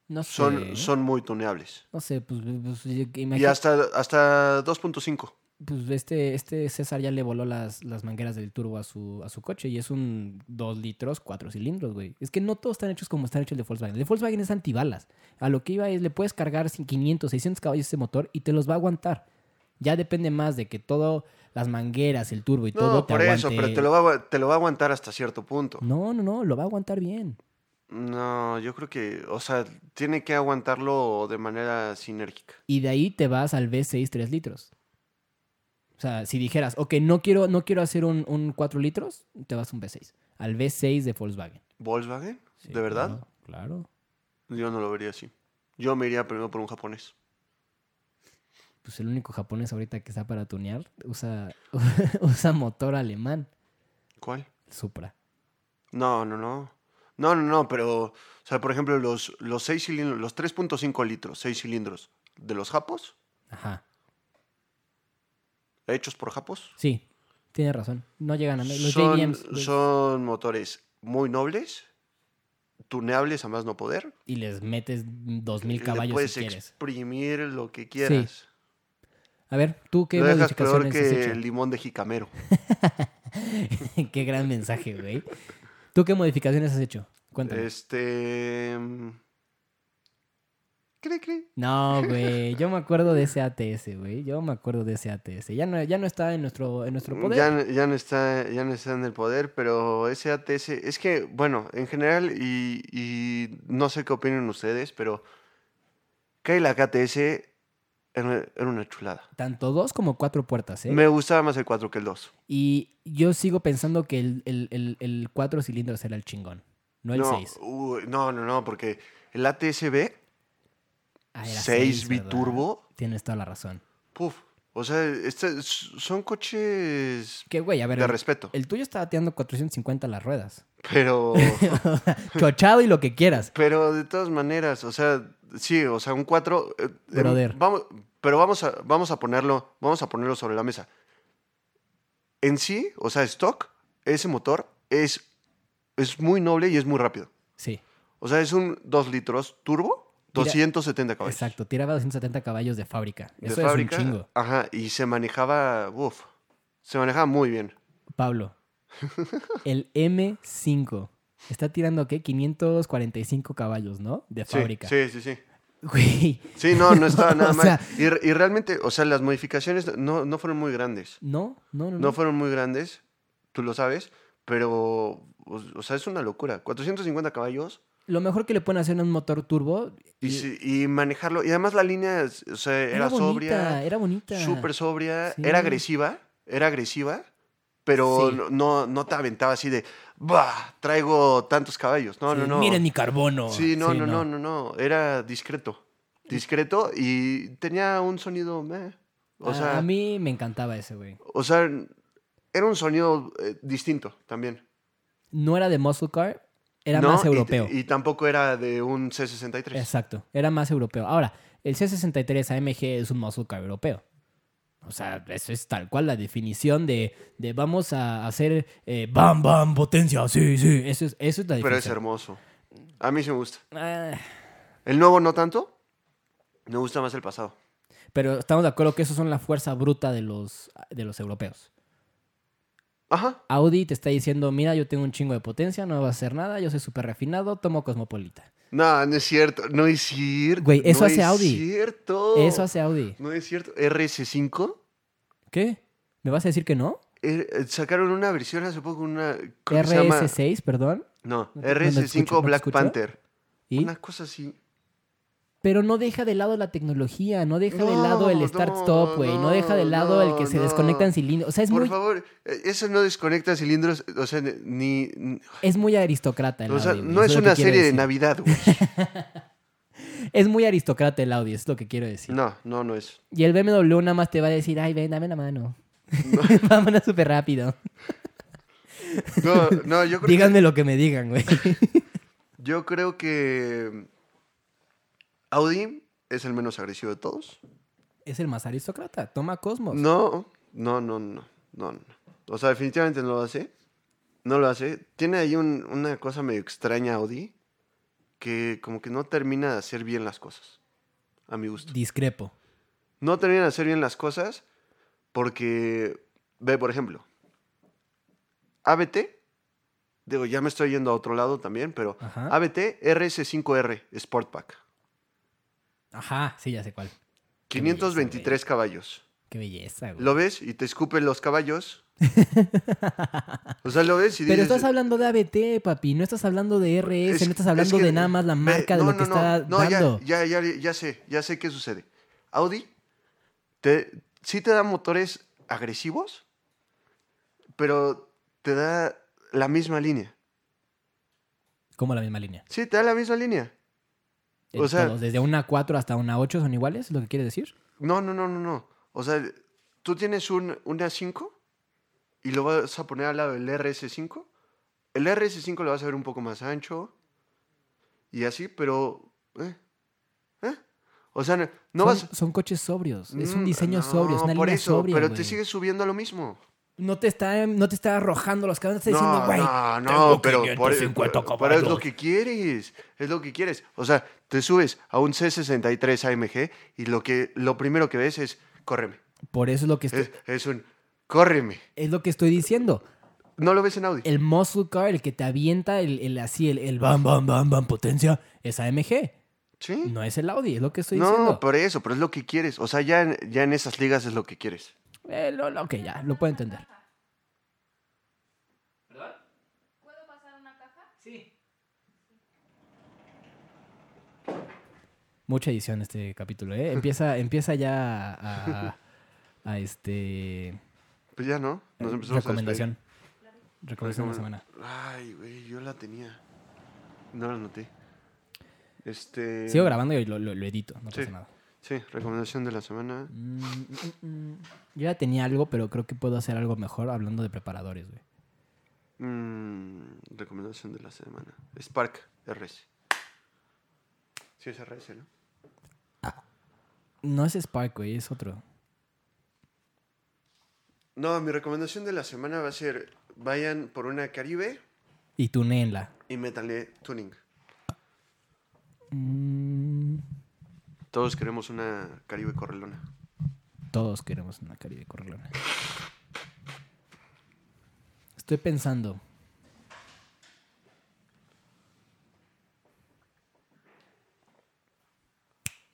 [SPEAKER 3] no sé.
[SPEAKER 2] son, son muy tuneables.
[SPEAKER 3] No sé, pues, pues, imagínate-
[SPEAKER 2] Y hasta, hasta 2.5.
[SPEAKER 3] pues, este, este César ya le voló las, las mangueras del turbo a su, a su coche y es un 2 litros, 4 cilindros, güey. Es que no todos están hechos como están hechos el de Volkswagen. El de Volkswagen es antibalas. A lo que iba es, le puedes cargar sin 500, 600 caballos ese motor y te los va a aguantar. Ya depende más de que todo, las mangueras, el turbo y todo
[SPEAKER 2] No,
[SPEAKER 3] te
[SPEAKER 2] por
[SPEAKER 3] aguante.
[SPEAKER 2] eso, pero te lo, va, a agu- te lo va a aguantar hasta cierto punto.
[SPEAKER 3] No, no, no, lo va a aguantar bien.
[SPEAKER 2] No, yo creo que, o sea, tiene que aguantarlo de manera sinérgica.
[SPEAKER 3] y de ahí te vas al V6 3 litros. O sea, si dijeras, ok, no quiero, no quiero hacer un, un 4 litros, te vas a un V6. Al V6 de Volkswagen.
[SPEAKER 2] ¿Volkswagen?
[SPEAKER 3] Sí,
[SPEAKER 2] ¿De verdad?
[SPEAKER 3] Claro. claro.
[SPEAKER 2] Yo no lo vería así. Yo me iría primero por un japonés.
[SPEAKER 3] Pues el único japonés ahorita que está para tunear usa, (laughs) usa motor alemán,
[SPEAKER 2] ¿Cuál?
[SPEAKER 3] Supra.
[SPEAKER 2] No, no, no. No, no, no, pero, o sea, por ejemplo, los, los seis cilindros, los 3.5 litros, 6 cilindros de los japos,
[SPEAKER 3] Ajá.
[SPEAKER 2] hechos por japos,
[SPEAKER 3] Sí, tienes razón. No llegan a los
[SPEAKER 2] son,
[SPEAKER 3] JDMs, los-
[SPEAKER 2] son motores muy nobles, tuneables a más no poder.
[SPEAKER 3] y les metes 2000
[SPEAKER 2] le
[SPEAKER 3] caballos
[SPEAKER 2] puedes
[SPEAKER 3] si quieres.
[SPEAKER 2] exprimir lo que quieras.
[SPEAKER 3] A ver, tú qué
[SPEAKER 2] lo dejas peor
[SPEAKER 3] modificaciones has
[SPEAKER 2] que
[SPEAKER 3] hecho?
[SPEAKER 2] el limón de jicamero.
[SPEAKER 3] (laughs) qué gran mensaje, güey. ¿Tú qué modificaciones has hecho? Cuéntame.
[SPEAKER 2] Este... mm, Cri, cri.
[SPEAKER 3] No, güey, yo me acuerdo de ese ATS, güey. Yo me acuerdo de ese ATS. Ya no, ya no está en nuestro, en nuestro poder.
[SPEAKER 2] Mm, Ya, no- ya no está, ya no está en el poder, pero ese ATS, es que, bueno, en general, y, y no sé qué opinan ustedes, pero Cadillac ATS era era una chulada.
[SPEAKER 3] Tanto dos como cuatro puertas, ¿eh?
[SPEAKER 2] Me gustaba más el 4 que el 2.
[SPEAKER 3] Y yo sigo pensando que el, el, el- el cuatro cilindros era el chingón. no el 6.
[SPEAKER 2] uy, no, no, no, porque el ATSB,
[SPEAKER 3] Ah, era
[SPEAKER 2] 6
[SPEAKER 3] seis, ¿verdad?
[SPEAKER 2] biturbo.
[SPEAKER 3] Tienes toda la razón.
[SPEAKER 2] puf. O sea, este- s- son coches
[SPEAKER 3] Que, güey, a ver.
[SPEAKER 2] de
[SPEAKER 3] el-
[SPEAKER 2] respeto,
[SPEAKER 3] El tuyo está ateando 450 las ruedas. (laughs)
[SPEAKER 2] pero...
[SPEAKER 3] Chochado y lo que quieras.
[SPEAKER 2] Pero de todas maneras, o sea, sí, o sea, un 4.
[SPEAKER 3] Brother.
[SPEAKER 2] vamos, pero vamos a, vamos a ponerlo, vamos a ponerlo sobre la mesa. En sí, o sea, stock, ese motor es, es muy noble y es muy rápido.
[SPEAKER 3] Sí,
[SPEAKER 2] O sea, es un 2 litros turbo,
[SPEAKER 3] Mira,
[SPEAKER 2] 270 caballos.
[SPEAKER 3] exacto. Tiraba 270 caballos de fábrica.
[SPEAKER 2] De
[SPEAKER 3] Eso
[SPEAKER 2] fábrica,
[SPEAKER 3] es un chingo.
[SPEAKER 2] Ajá, y se manejaba, uff, se manejaba muy bien. (laughs)
[SPEAKER 3] Pablo, el M5 está tirando, ¿qué? 545 caballos, ¿no? De
[SPEAKER 2] Sí,
[SPEAKER 3] fábrica.
[SPEAKER 2] sí, sí, sí.
[SPEAKER 3] (laughs) Güey,
[SPEAKER 2] Sí, no, no
[SPEAKER 3] (laughs)
[SPEAKER 2] estaba nada
[SPEAKER 3] O
[SPEAKER 2] mal.
[SPEAKER 3] sea-
[SPEAKER 2] Y, re- y realmente, o sea, las modificaciones no, no fueron muy grandes.
[SPEAKER 3] no, no, no.
[SPEAKER 2] No fueron muy grandes, tú lo sabes, pero, o, o sea, es una locura. 450 caballos
[SPEAKER 3] Lo mejor que le pueden hacer a un motor turbo.
[SPEAKER 2] y, si- y manejarlo. Y además la línea, es- o sea, era, sobria,
[SPEAKER 3] era bonita.
[SPEAKER 2] súper sobria,
[SPEAKER 3] Sí.
[SPEAKER 2] era agresiva, era agresiva, pero
[SPEAKER 3] Sí.
[SPEAKER 2] no- no, no te aventaba así de, bah, traigo tantos caballos. No,
[SPEAKER 3] Sí,
[SPEAKER 2] no, no.
[SPEAKER 3] Miren mi carbono.
[SPEAKER 2] Sí, no, no, no, no, no, era discreto. Discreto y tenía un sonido, meh. O
[SPEAKER 3] A-
[SPEAKER 2] sea,
[SPEAKER 3] Ah, a mí me encantaba ese, güey.
[SPEAKER 2] o sea, era un sonido eh, distinto también.
[SPEAKER 3] No era de muscle car, era
[SPEAKER 2] No,
[SPEAKER 3] más
[SPEAKER 2] y-
[SPEAKER 3] europeo.
[SPEAKER 2] Y, tampoco era de un C63.
[SPEAKER 3] Exacto, era más europeo. Ahora, el C63 AMG es un muscle car europeo. O sea, eso es tal cual la definición de, de vamos a hacer eh, bam, bam, potencia, sí, sí. Eso es, eso es la definición.
[SPEAKER 2] pero es hermoso. A mí sí me gusta.
[SPEAKER 3] Ah,
[SPEAKER 2] El nuevo no tanto. Me gusta más el pasado.
[SPEAKER 3] pero estamos de acuerdo que esos son la fuerza bruta de los, de los europeos.
[SPEAKER 2] Ajá.
[SPEAKER 3] Audi te está diciendo, mira, yo tengo un chingo de potencia, no va a hacer nada, yo soy súper refinado, tomo cosmopolita.
[SPEAKER 2] No, no es cierto. No es cierto.
[SPEAKER 3] Güey, eso
[SPEAKER 2] No
[SPEAKER 3] hace
[SPEAKER 2] es
[SPEAKER 3] Audi.
[SPEAKER 2] cierto.
[SPEAKER 3] Eso hace Audi.
[SPEAKER 2] No es cierto. RS5.
[SPEAKER 3] ¿Qué? ¿Me vas a decir que no?
[SPEAKER 2] eh, eh, sacaron una versión hace poco. Una, creo que se llama-
[SPEAKER 3] RS6, perdón.
[SPEAKER 2] No,
[SPEAKER 3] No te- no te
[SPEAKER 2] RS5
[SPEAKER 3] escucho, no te
[SPEAKER 2] Black
[SPEAKER 3] escucho.
[SPEAKER 2] Panther.
[SPEAKER 3] Y...
[SPEAKER 2] Una cosa así.
[SPEAKER 3] Pero no deja de lado la tecnología, no deja de
[SPEAKER 2] No,
[SPEAKER 3] lado el
[SPEAKER 2] no,
[SPEAKER 3] start-stop, güey. No, deja de lado
[SPEAKER 2] no,
[SPEAKER 3] el que se
[SPEAKER 2] no.
[SPEAKER 3] desconectan cilindros. O sea, es
[SPEAKER 2] Por
[SPEAKER 3] muy,
[SPEAKER 2] favor, eh, eso no desconecta cilindros. O sea, ni. ni-
[SPEAKER 3] es muy aristócrata el
[SPEAKER 2] o sea,
[SPEAKER 3] Audi. güey,
[SPEAKER 2] no
[SPEAKER 3] eso
[SPEAKER 2] es
[SPEAKER 3] lo que
[SPEAKER 2] una
[SPEAKER 3] quiero
[SPEAKER 2] serie de
[SPEAKER 3] decir.
[SPEAKER 2] Navidad,
[SPEAKER 3] (laughs)
[SPEAKER 2] güey.
[SPEAKER 3] Es muy aristócrata el Audi, es lo que quiero decir.
[SPEAKER 2] No, no, no es.
[SPEAKER 3] Y el BMW nada más te va a decir, ay, ven, dame la mano. (laughs) Vámonos
[SPEAKER 2] (laughs)
[SPEAKER 3] súper rápido.
[SPEAKER 2] No, no, yo creo
[SPEAKER 3] Díganme lo que me digan, güey.
[SPEAKER 2] que. Yo creo que. Audi es el menos agresivo de todos.
[SPEAKER 3] es el más aristócrata. Toma Cosmos.
[SPEAKER 2] No, no, no, no. No, no. O sea, definitivamente no lo hace. No lo hace. Tiene ahí un- una cosa medio extraña Audi. Que como que no termina de hacer bien las cosas. A mi gusto.
[SPEAKER 3] Discrepo.
[SPEAKER 2] no terminan de hacer bien las cosas porque, ve, por ejemplo, ABT, digo, ya me estoy yendo a otro lado también, pero
[SPEAKER 3] Ajá.
[SPEAKER 2] ABT RS5R Sportback,
[SPEAKER 3] Ajá, sí, ya sé cuál. Qué belleza,
[SPEAKER 2] 523 caballos.
[SPEAKER 3] Qué belleza, güey.
[SPEAKER 2] Lo ves y te escupen los
[SPEAKER 3] (laughs)
[SPEAKER 2] caballos. o sea, lo ves y dices...
[SPEAKER 3] Pero estás hablando de ABT, papi. No estás hablando de RS,
[SPEAKER 2] es-
[SPEAKER 3] no estás hablando
[SPEAKER 2] es que-
[SPEAKER 3] de nada más la
[SPEAKER 2] ve,
[SPEAKER 3] marca de
[SPEAKER 2] no,
[SPEAKER 3] lo que
[SPEAKER 2] no, no,
[SPEAKER 3] está
[SPEAKER 2] no, ya-
[SPEAKER 3] dando.
[SPEAKER 2] Ya, ya, ya sé, ya sé qué sucede. Audi te, sí te da motores agresivos, pero te da la misma línea.
[SPEAKER 3] Como la misma línea.
[SPEAKER 2] Sí, te da la misma línea. O
[SPEAKER 3] En
[SPEAKER 2] sea-
[SPEAKER 3] todos, desde una 4 hasta una 8 son iguales, es lo que quiere decir.
[SPEAKER 2] No, no, no, no, no. O sea, tú tienes un, una 5 y lo vas a poner al lado del RS5. El RS5 lo vas a ver un poco más ancho y así, pero... eh, eh. O sea, no, no
[SPEAKER 3] son,
[SPEAKER 2] vas...
[SPEAKER 3] son coches sobrios, es un
[SPEAKER 2] Mm,
[SPEAKER 3] diseño
[SPEAKER 2] no,
[SPEAKER 3] sobrio, es una
[SPEAKER 2] por
[SPEAKER 3] línea
[SPEAKER 2] eso,
[SPEAKER 3] sobria.
[SPEAKER 2] Pero te
[SPEAKER 3] güey.
[SPEAKER 2] sigues subiendo a lo mismo.
[SPEAKER 3] no, te está, no te está arrojando los cabrones, te está diciendo,
[SPEAKER 2] no,
[SPEAKER 3] güey.
[SPEAKER 2] no, no,
[SPEAKER 3] tengo
[SPEAKER 2] pero, por-
[SPEAKER 3] 550
[SPEAKER 2] pero- pero
[SPEAKER 3] caballos".
[SPEAKER 2] es lo que quieres. Es lo que quieres. O sea, te subes a un C63 AMG y lo, que, lo primero que ves es, córreme.
[SPEAKER 3] Por eso es lo, que estoy,
[SPEAKER 2] Es,
[SPEAKER 3] es...
[SPEAKER 2] es un, córreme.
[SPEAKER 3] lo que estoy diciendo.
[SPEAKER 2] No lo ves en Audi.
[SPEAKER 3] El muscle car, el que te avienta, el, el así, el, el bam, bam, bam, bam, potencia, es AMG.
[SPEAKER 2] ¿Sí?
[SPEAKER 3] No es el Audi, es lo que estoy
[SPEAKER 2] No, pues-
[SPEAKER 3] diciendo.
[SPEAKER 2] por eso, pero es lo que quieres. O sea, ya en, ya en esas ligas es lo que quieres.
[SPEAKER 3] Eh, lo- lo- ok, ya, lo puedo entender.
[SPEAKER 4] ¿Puedo pasar una caja?
[SPEAKER 3] Mucha edición este capítulo,
[SPEAKER 2] (laughs)
[SPEAKER 3] ¿eh? Empieza, empieza ya a- a- a este...
[SPEAKER 2] Pues ya no. Nos empezamos a despedir.
[SPEAKER 3] recomendación. Recomendación de la
[SPEAKER 2] Recome-
[SPEAKER 3] semana.
[SPEAKER 2] Ay, güey, yo la tenía. No lo noté. Este...
[SPEAKER 3] Sigo grabando y lo, lo- lo edito, no
[SPEAKER 2] Sí.
[SPEAKER 3] pasa nada.
[SPEAKER 2] Sí, recomendación de la semana.
[SPEAKER 3] Mm, mm, mm. Yo ya tenía algo, pero creo que puedo hacer algo mejor hablando de preparadores, güey.
[SPEAKER 2] Mm, recomendación de la semana. Spark RS. Sí, es RS, ¿no?
[SPEAKER 3] No es Spark, güey, es otro.
[SPEAKER 2] No, mi recomendación de la semana va a ser vayan por una Caribe
[SPEAKER 3] Y tuneenla.
[SPEAKER 2] y métanle tuning.
[SPEAKER 3] Mm,
[SPEAKER 2] Todos queremos una Caribe correlona.
[SPEAKER 3] todos queremos una Caribe Corleone. Estoy pensando.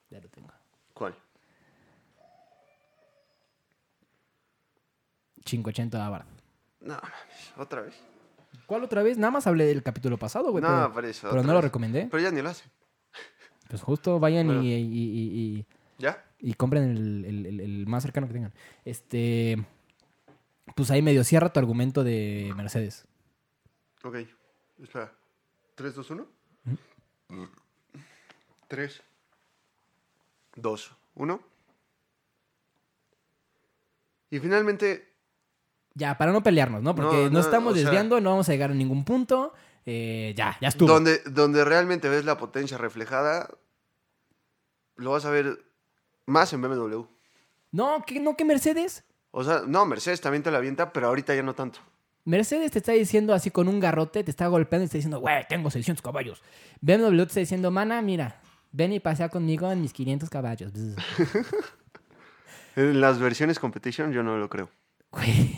[SPEAKER 3] Ya lo tengo.
[SPEAKER 2] ¿Cuál?
[SPEAKER 3] 580 Abarth.
[SPEAKER 2] No, mames, otra vez.
[SPEAKER 3] ¿Cuál otra vez? Nada más hablé del capítulo pasado, güey.
[SPEAKER 2] No,
[SPEAKER 3] pero,
[SPEAKER 2] por eso, otra
[SPEAKER 3] Pero no lo ¿eh?
[SPEAKER 2] vez.
[SPEAKER 3] recomendé.
[SPEAKER 2] Pero ya ni lo hace.
[SPEAKER 3] Pues justo vayan y-
[SPEAKER 2] Bueno.
[SPEAKER 3] y- y- y- y
[SPEAKER 2] ¿Ya?
[SPEAKER 3] y compren el, el- el- el más cercano que tengan. Este. Pues ahí medio cierra tu argumento de Mercedes.
[SPEAKER 2] Ok. Espera. ¿Tres, dos, uno? Mm. Tres. Dos. Uno. Y finalmente,
[SPEAKER 3] Ya, para no pelearnos, ¿no? Porque
[SPEAKER 2] No,
[SPEAKER 3] nos
[SPEAKER 2] no,
[SPEAKER 3] estamos
[SPEAKER 2] o sea-
[SPEAKER 3] desviando, no vamos a llegar a ningún punto. Eh, ya, ya estuvo.
[SPEAKER 2] donde, donde realmente ves la potencia reflejada, lo vas a ver más en BMW.
[SPEAKER 3] No, ¿qué, no, que Mercedes.
[SPEAKER 2] O sea, no, Mercedes también te la avienta, pero ahorita ya no tanto.
[SPEAKER 3] Mercedes te está diciendo así con un garrote, te está golpeando y te está diciendo, güey, tengo 600 caballos. BMW te está diciendo, mana, mira, ven y pasea conmigo en mis 500 caballos.
[SPEAKER 2] (laughs)
[SPEAKER 3] Bzz.
[SPEAKER 2] En las versiones competition yo no lo creo.
[SPEAKER 3] Güey,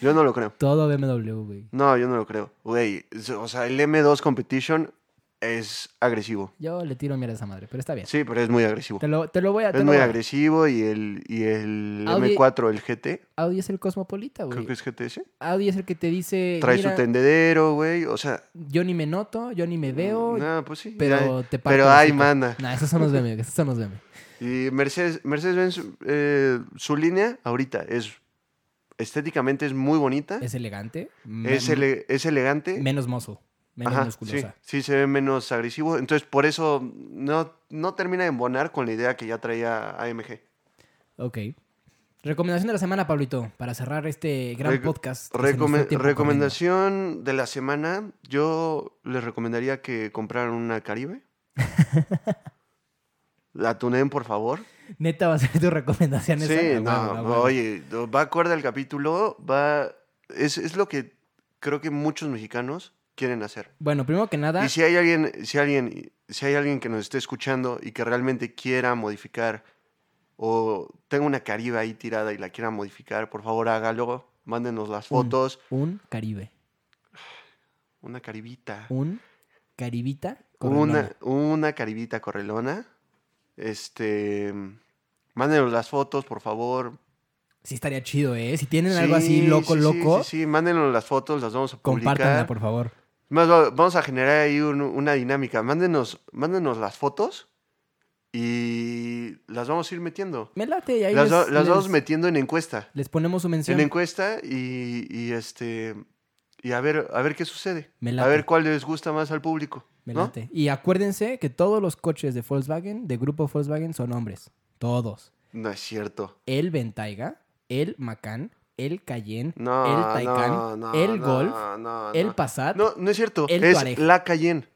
[SPEAKER 2] Yo no lo creo.
[SPEAKER 3] todo BMW, güey.
[SPEAKER 2] No, yo no lo creo. Güey, o sea, el M2 competition es agresivo.
[SPEAKER 3] Yo le tiro mierda a esa madre, pero está bien.
[SPEAKER 2] Sí, pero es muy agresivo.
[SPEAKER 3] Te, lo, te lo voy a... te
[SPEAKER 2] Es
[SPEAKER 3] lo
[SPEAKER 2] muy
[SPEAKER 3] voy a- Ah,
[SPEAKER 2] agresivo y el, y el
[SPEAKER 3] Audi-
[SPEAKER 2] M4, el GT,
[SPEAKER 3] Audi es el cosmopolita, güey.
[SPEAKER 2] creo que es GTS,
[SPEAKER 3] Audi es el que te dice,
[SPEAKER 2] trae
[SPEAKER 3] Eh, "Mira,
[SPEAKER 2] su tendedero, güey, o sea...
[SPEAKER 3] yo ni me noto, yo ni me veo,
[SPEAKER 2] nah, pues sí,
[SPEAKER 3] pero
[SPEAKER 2] ay,
[SPEAKER 3] te parto
[SPEAKER 2] pero
[SPEAKER 3] el
[SPEAKER 2] ay,
[SPEAKER 3] hocico".
[SPEAKER 2] mana.
[SPEAKER 3] Nah, esos son los memes, esos son los memes.
[SPEAKER 2] Y Mercedes, Mercedes Benz, eh, su línea ahorita es estéticamente es muy bonita, es,
[SPEAKER 3] Es elegante, me-
[SPEAKER 2] ele- es elegante,
[SPEAKER 3] menos mozo, menos
[SPEAKER 2] Ajá, sí,
[SPEAKER 3] musculosa.
[SPEAKER 2] sí se ve menos agresivo, entonces por eso no, no termina de embonar con la idea que ya traía
[SPEAKER 3] Pues,
[SPEAKER 2] AMG.
[SPEAKER 3] Ok. Recomendación de la semana, Pablito, para cerrar este gran
[SPEAKER 2] Reco-
[SPEAKER 3] podcast. que se nos
[SPEAKER 2] recome-
[SPEAKER 3] fue el tiempo
[SPEAKER 2] recomendación de la semana. Yo les recomendaría que compraran una
[SPEAKER 3] (laughs)
[SPEAKER 2] Caribe. la tuneen, por favor.
[SPEAKER 3] corriendo. Neta va a ser tu recomendación esa.
[SPEAKER 2] Sí,
[SPEAKER 3] Ah,
[SPEAKER 2] no,
[SPEAKER 3] huevo, ah, huevo.
[SPEAKER 2] oye, no, va acorde al capítulo, va... Es, es lo que creo que muchos mexicanos quieren hacer.
[SPEAKER 3] Bueno, primero que nada,
[SPEAKER 2] Y si hay alguien, si alguien, si hay alguien que nos esté escuchando y que realmente quiera modificar o tenga una Caribe ahí tirada y la quiera modificar, por favor hágalo, mándenos las
[SPEAKER 3] Un.
[SPEAKER 2] fotos.
[SPEAKER 3] un caribe,
[SPEAKER 2] Una caribita.
[SPEAKER 3] un caribita. correlona.
[SPEAKER 2] Una, una caribita correlona. Este. Mándenos las fotos, por favor.
[SPEAKER 3] Sí estaría chido, ¿eh? Si tienen
[SPEAKER 2] Sí,
[SPEAKER 3] algo así loco,
[SPEAKER 2] sí, sí,
[SPEAKER 3] loco,
[SPEAKER 2] Sí, sí, mándenos las fotos, las vamos a publicar.
[SPEAKER 3] compártanla, por favor.
[SPEAKER 2] Más va- vamos a generar ahí un- una dinámica. Mándenos, mándenos las fotos y las vamos a ir metiendo.
[SPEAKER 3] Me late. y Ahí
[SPEAKER 2] Las,
[SPEAKER 3] les,
[SPEAKER 2] va- las
[SPEAKER 3] les-
[SPEAKER 2] vamos metiendo en encuesta.
[SPEAKER 3] les ponemos su mención.
[SPEAKER 2] En encuesta y, y este. Y a ver, a ver qué sucede.
[SPEAKER 3] Me
[SPEAKER 2] A
[SPEAKER 3] late.
[SPEAKER 2] ver cuál les gusta más al público.
[SPEAKER 3] Me
[SPEAKER 2] ¿no?
[SPEAKER 3] late. Y acuérdense que todos los coches de Volkswagen, de grupo Volkswagen, son hombres. Todos.
[SPEAKER 2] No es cierto.
[SPEAKER 3] El Ventaiga, el Macan, el Cayenne,
[SPEAKER 2] No,
[SPEAKER 3] el Taycan,
[SPEAKER 2] no, no,
[SPEAKER 3] el
[SPEAKER 2] no,
[SPEAKER 3] Golf,
[SPEAKER 2] no,
[SPEAKER 3] el
[SPEAKER 2] no.
[SPEAKER 3] Passat.
[SPEAKER 2] No, no es cierto.
[SPEAKER 3] el
[SPEAKER 2] es
[SPEAKER 3] Touareg.
[SPEAKER 2] la Cayenne.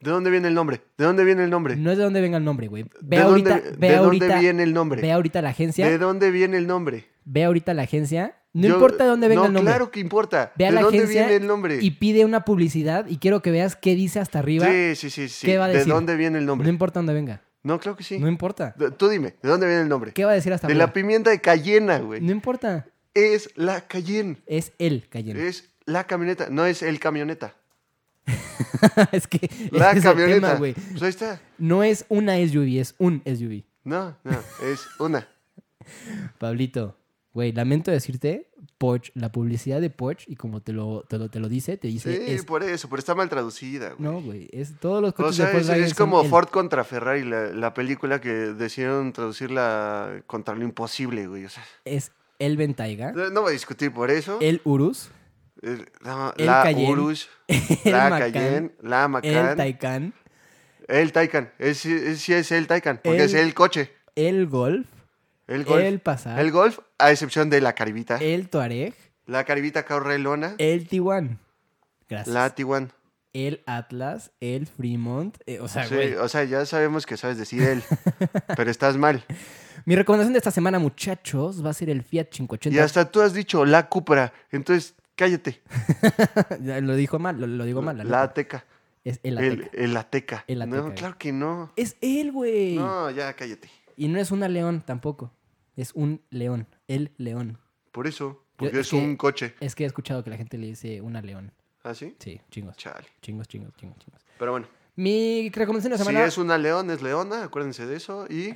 [SPEAKER 2] ¿De dónde viene el nombre? ¿De dónde viene el nombre?
[SPEAKER 3] No es de dónde venga el nombre, güey. Ve
[SPEAKER 2] ¿De,
[SPEAKER 3] ahorita,
[SPEAKER 2] dónde,
[SPEAKER 3] ve
[SPEAKER 2] de
[SPEAKER 3] ahorita,
[SPEAKER 2] dónde viene el nombre?
[SPEAKER 3] ve ahorita la agencia,
[SPEAKER 2] ¿De dónde viene el nombre?
[SPEAKER 3] ve ahorita la agencia. No
[SPEAKER 2] Yo-
[SPEAKER 3] importa de dónde venga
[SPEAKER 2] no,
[SPEAKER 3] el nombre.
[SPEAKER 2] Claro que importa.
[SPEAKER 3] Ve a
[SPEAKER 2] ¿De
[SPEAKER 3] la
[SPEAKER 2] dónde
[SPEAKER 3] agencia
[SPEAKER 2] viene el nombre?
[SPEAKER 3] y pide una publicidad y quiero que veas qué dice hasta arriba.
[SPEAKER 2] sí, sí, sí, sí.
[SPEAKER 3] ¿Qué va a
[SPEAKER 2] ¿De
[SPEAKER 3] decir?
[SPEAKER 2] dónde viene el
[SPEAKER 3] No
[SPEAKER 2] nombre?
[SPEAKER 3] importa dónde venga.
[SPEAKER 2] No, claro que sí.
[SPEAKER 3] No importa.
[SPEAKER 2] D- Tú dime, ¿de dónde viene el nombre?
[SPEAKER 3] ¿Qué va a decir hasta
[SPEAKER 2] de
[SPEAKER 3] arriba?
[SPEAKER 2] la pimienta de Cayena, güey.
[SPEAKER 3] No importa.
[SPEAKER 2] Es la Cayenne.
[SPEAKER 3] Es el Cayenne.
[SPEAKER 2] Es la camioneta. No es el
[SPEAKER 3] (laughs)
[SPEAKER 2] camioneta.
[SPEAKER 3] es que ese
[SPEAKER 2] La
[SPEAKER 3] es el tema,
[SPEAKER 2] camioneta.
[SPEAKER 3] güey.
[SPEAKER 2] Pues ahí está.
[SPEAKER 3] No es una SUV, es un SUV.
[SPEAKER 2] No, no. Es
[SPEAKER 3] (laughs)
[SPEAKER 2] una.
[SPEAKER 3] Pablito, güey, lamento decirte, Porsche, la publicidad de Porsche, y como te lo, te lo, te lo dice, te dice...
[SPEAKER 2] Sí,
[SPEAKER 3] es-
[SPEAKER 2] por eso, pero está mal traducida, güey.
[SPEAKER 3] No, güey, es todos los
[SPEAKER 2] O
[SPEAKER 3] coches
[SPEAKER 2] sea,
[SPEAKER 3] de
[SPEAKER 2] es,
[SPEAKER 3] Volkswagen
[SPEAKER 2] es
[SPEAKER 3] son
[SPEAKER 2] como
[SPEAKER 3] el-
[SPEAKER 2] Ford contra Ferrari, la, la película que decidieron traducirla contra lo imposible, güey. o sea,
[SPEAKER 3] Es el Ventaiga, Eh,
[SPEAKER 2] no, no voy a discutir por eso.
[SPEAKER 3] el Urus,
[SPEAKER 2] eh, La,
[SPEAKER 3] El
[SPEAKER 2] la
[SPEAKER 3] Cayenne.
[SPEAKER 2] Urus,
[SPEAKER 3] (laughs) El
[SPEAKER 2] la
[SPEAKER 3] Macan.
[SPEAKER 2] Cayenne, la
[SPEAKER 3] El
[SPEAKER 2] Macan, el,
[SPEAKER 3] Taycan,
[SPEAKER 2] Taycan. Es, es- sí es el Taycan, porque
[SPEAKER 3] El-
[SPEAKER 2] es el coche.
[SPEAKER 3] el Golf,
[SPEAKER 2] El
[SPEAKER 3] el,
[SPEAKER 2] Golf. El,
[SPEAKER 3] Passat, el,
[SPEAKER 2] Golf, a excepción de la Caribita.
[SPEAKER 3] Touareg,
[SPEAKER 2] La Caribita Carrelona,
[SPEAKER 3] el Tiguan. Gracias.
[SPEAKER 2] la Tiguan.
[SPEAKER 3] El Atlas, el Fremont. eh, o sea,
[SPEAKER 2] Sí,
[SPEAKER 3] güey.
[SPEAKER 2] o sea, ya sabemos que sabes decir
[SPEAKER 3] (laughs)
[SPEAKER 2] él, pero estás mal.
[SPEAKER 3] Mi recomendación de esta semana, muchachos, va a ser el Fiat 580.
[SPEAKER 2] Y hasta tú has dicho la Cupra, entonces cállate.
[SPEAKER 3] lo dijo mal, lo, lo digo mal.
[SPEAKER 2] La,
[SPEAKER 3] la neta.
[SPEAKER 2] Ateca.
[SPEAKER 3] es el
[SPEAKER 2] El,
[SPEAKER 3] Ateca.
[SPEAKER 2] el Ateca.
[SPEAKER 3] El Ateca, eh.
[SPEAKER 2] No,
[SPEAKER 3] güey.
[SPEAKER 2] claro que no.
[SPEAKER 3] Es él, güey.
[SPEAKER 2] No, ya cállate.
[SPEAKER 3] Y no es una león tampoco. Es un león. El león.
[SPEAKER 2] Por eso, porque
[SPEAKER 3] es
[SPEAKER 2] es
[SPEAKER 3] que-
[SPEAKER 2] un coche.
[SPEAKER 3] Es que he escuchado que la gente le dice una león.
[SPEAKER 2] ¿Ah, sí?
[SPEAKER 3] Sí, chingos.
[SPEAKER 2] Chale.
[SPEAKER 3] Chingos, chingos, chingos, chingos.
[SPEAKER 2] Pero bueno,
[SPEAKER 3] Mi recomendación de la
[SPEAKER 2] si
[SPEAKER 3] semana
[SPEAKER 2] es una león, es leona, acuérdense de eso. Y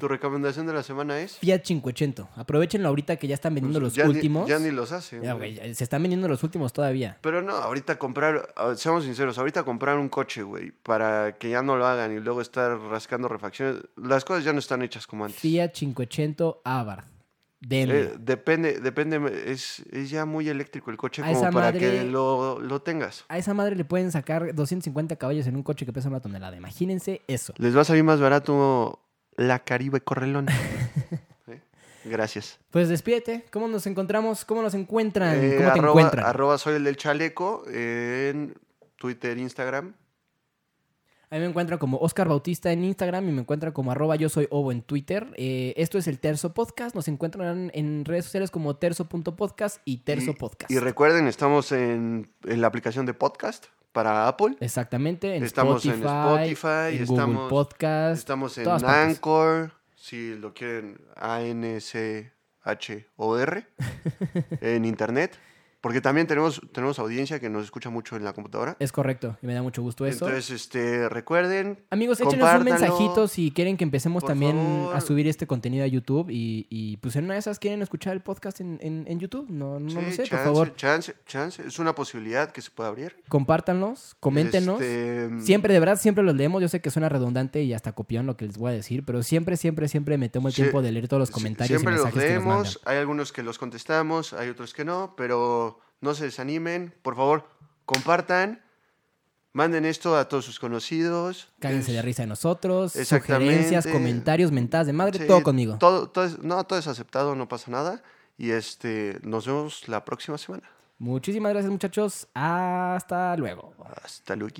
[SPEAKER 2] tu recomendación de la semana es... pues,
[SPEAKER 3] Fiat 580. Aprovechenlo ahorita que ya están (laughs) vendiendo los
[SPEAKER 2] ya ni-
[SPEAKER 3] últimos.
[SPEAKER 2] ya ni los hacen.
[SPEAKER 3] Ya, güey, ya- se están vendiendo los últimos todavía.
[SPEAKER 2] Pero no, ahorita comprar, a- seamos sinceros, ahorita comprar un coche, güey, para que ya no lo hagan y luego estar rascando refacciones, las cosas ya no están hechas como antes.
[SPEAKER 3] Fiat 580 Abarth. Denle.
[SPEAKER 2] Eh, depende, depende, es, es ya muy eléctrico el coche
[SPEAKER 3] A
[SPEAKER 2] como
[SPEAKER 3] esa
[SPEAKER 2] para
[SPEAKER 3] madre-
[SPEAKER 2] que lo, lo tengas.
[SPEAKER 3] A esa madre le pueden sacar 250 caballos en un coche que pesa una tonelada. Imagínense eso.
[SPEAKER 2] Les va a salir más barato la Caribe
[SPEAKER 3] (laughs)
[SPEAKER 2] Correlón. ¿Sí? Gracias.
[SPEAKER 3] Pues despídete. ¿Cómo nos encontramos? ¿Cómo nos encuentran?
[SPEAKER 2] Eh,
[SPEAKER 3] ¿Cómo te
[SPEAKER 2] arroba,
[SPEAKER 3] encuentran?
[SPEAKER 2] arroba soy el del chaleco eh, en Twitter, Instagram.
[SPEAKER 3] A mí me encuentran como Oscar Bautista en Instagram y me encuentran como arroba yo soy Ovo en Twitter. Eh, esto es el Terzo Podcast. Nos encuentran en redes sociales como terzo.podcast y terzo
[SPEAKER 2] Y-
[SPEAKER 3] podcast.
[SPEAKER 2] Y recuerden, estamos en, en la aplicación de podcast para Apple.
[SPEAKER 3] Exactamente. En
[SPEAKER 2] Estamos en
[SPEAKER 3] Spotify,
[SPEAKER 2] Spotify,
[SPEAKER 3] en
[SPEAKER 2] estamos-
[SPEAKER 3] Google Podcast.
[SPEAKER 2] Estamos en
[SPEAKER 3] todas partes.
[SPEAKER 2] Anchor, si lo quieren,
[SPEAKER 3] (laughs)
[SPEAKER 2] A-N-C-H-O-R, en internet. Porque también tenemos, tenemos audiencia que nos escucha mucho en la computadora.
[SPEAKER 3] Es correcto. Y me da mucho gusto eso.
[SPEAKER 2] Entonces, este, recuerden,
[SPEAKER 3] Amigos, échenos un
[SPEAKER 2] compártanlo.
[SPEAKER 3] mensajito si quieren que empecemos
[SPEAKER 2] Por
[SPEAKER 3] también
[SPEAKER 2] favor.
[SPEAKER 3] a subir este contenido a YouTube. Y, y, pues en una de esas quieren escuchar el podcast en, en- en YouTube. No, no
[SPEAKER 2] sí,
[SPEAKER 3] lo sé,
[SPEAKER 2] chance,
[SPEAKER 3] por favor.
[SPEAKER 2] chance, chance. Es una posibilidad que se puede abrir.
[SPEAKER 3] Compártanlos, coméntenos.
[SPEAKER 2] Este,
[SPEAKER 3] Siempre, de verdad, siempre los leemos. Yo sé que suena redundante y hasta copión lo que les voy a decir, pero siempre, siempre, siempre me tomo el
[SPEAKER 2] Sí,
[SPEAKER 3] tiempo de leer todos los
[SPEAKER 2] sí,
[SPEAKER 3] comentarios y
[SPEAKER 2] Siempre los
[SPEAKER 3] mensajes que nos mandan.
[SPEAKER 2] leemos, hay algunos que los contestamos, hay otros que no, pero no se desanimen. Por favor, compartan, manden esto a todos sus conocidos.
[SPEAKER 3] Cáguense de
[SPEAKER 2] Es-
[SPEAKER 3] risa de nosotros,
[SPEAKER 2] Exactamente.
[SPEAKER 3] sugerencias, comentarios, mentadas de madre,
[SPEAKER 2] Sí,
[SPEAKER 3] todo conmigo.
[SPEAKER 2] Todo, todo es- no, todo es aceptado, no pasa nada. Y este, nos vemos la próxima semana.
[SPEAKER 3] Muchísimas gracias, muchachos. Hasta luego.
[SPEAKER 2] Hasta luego.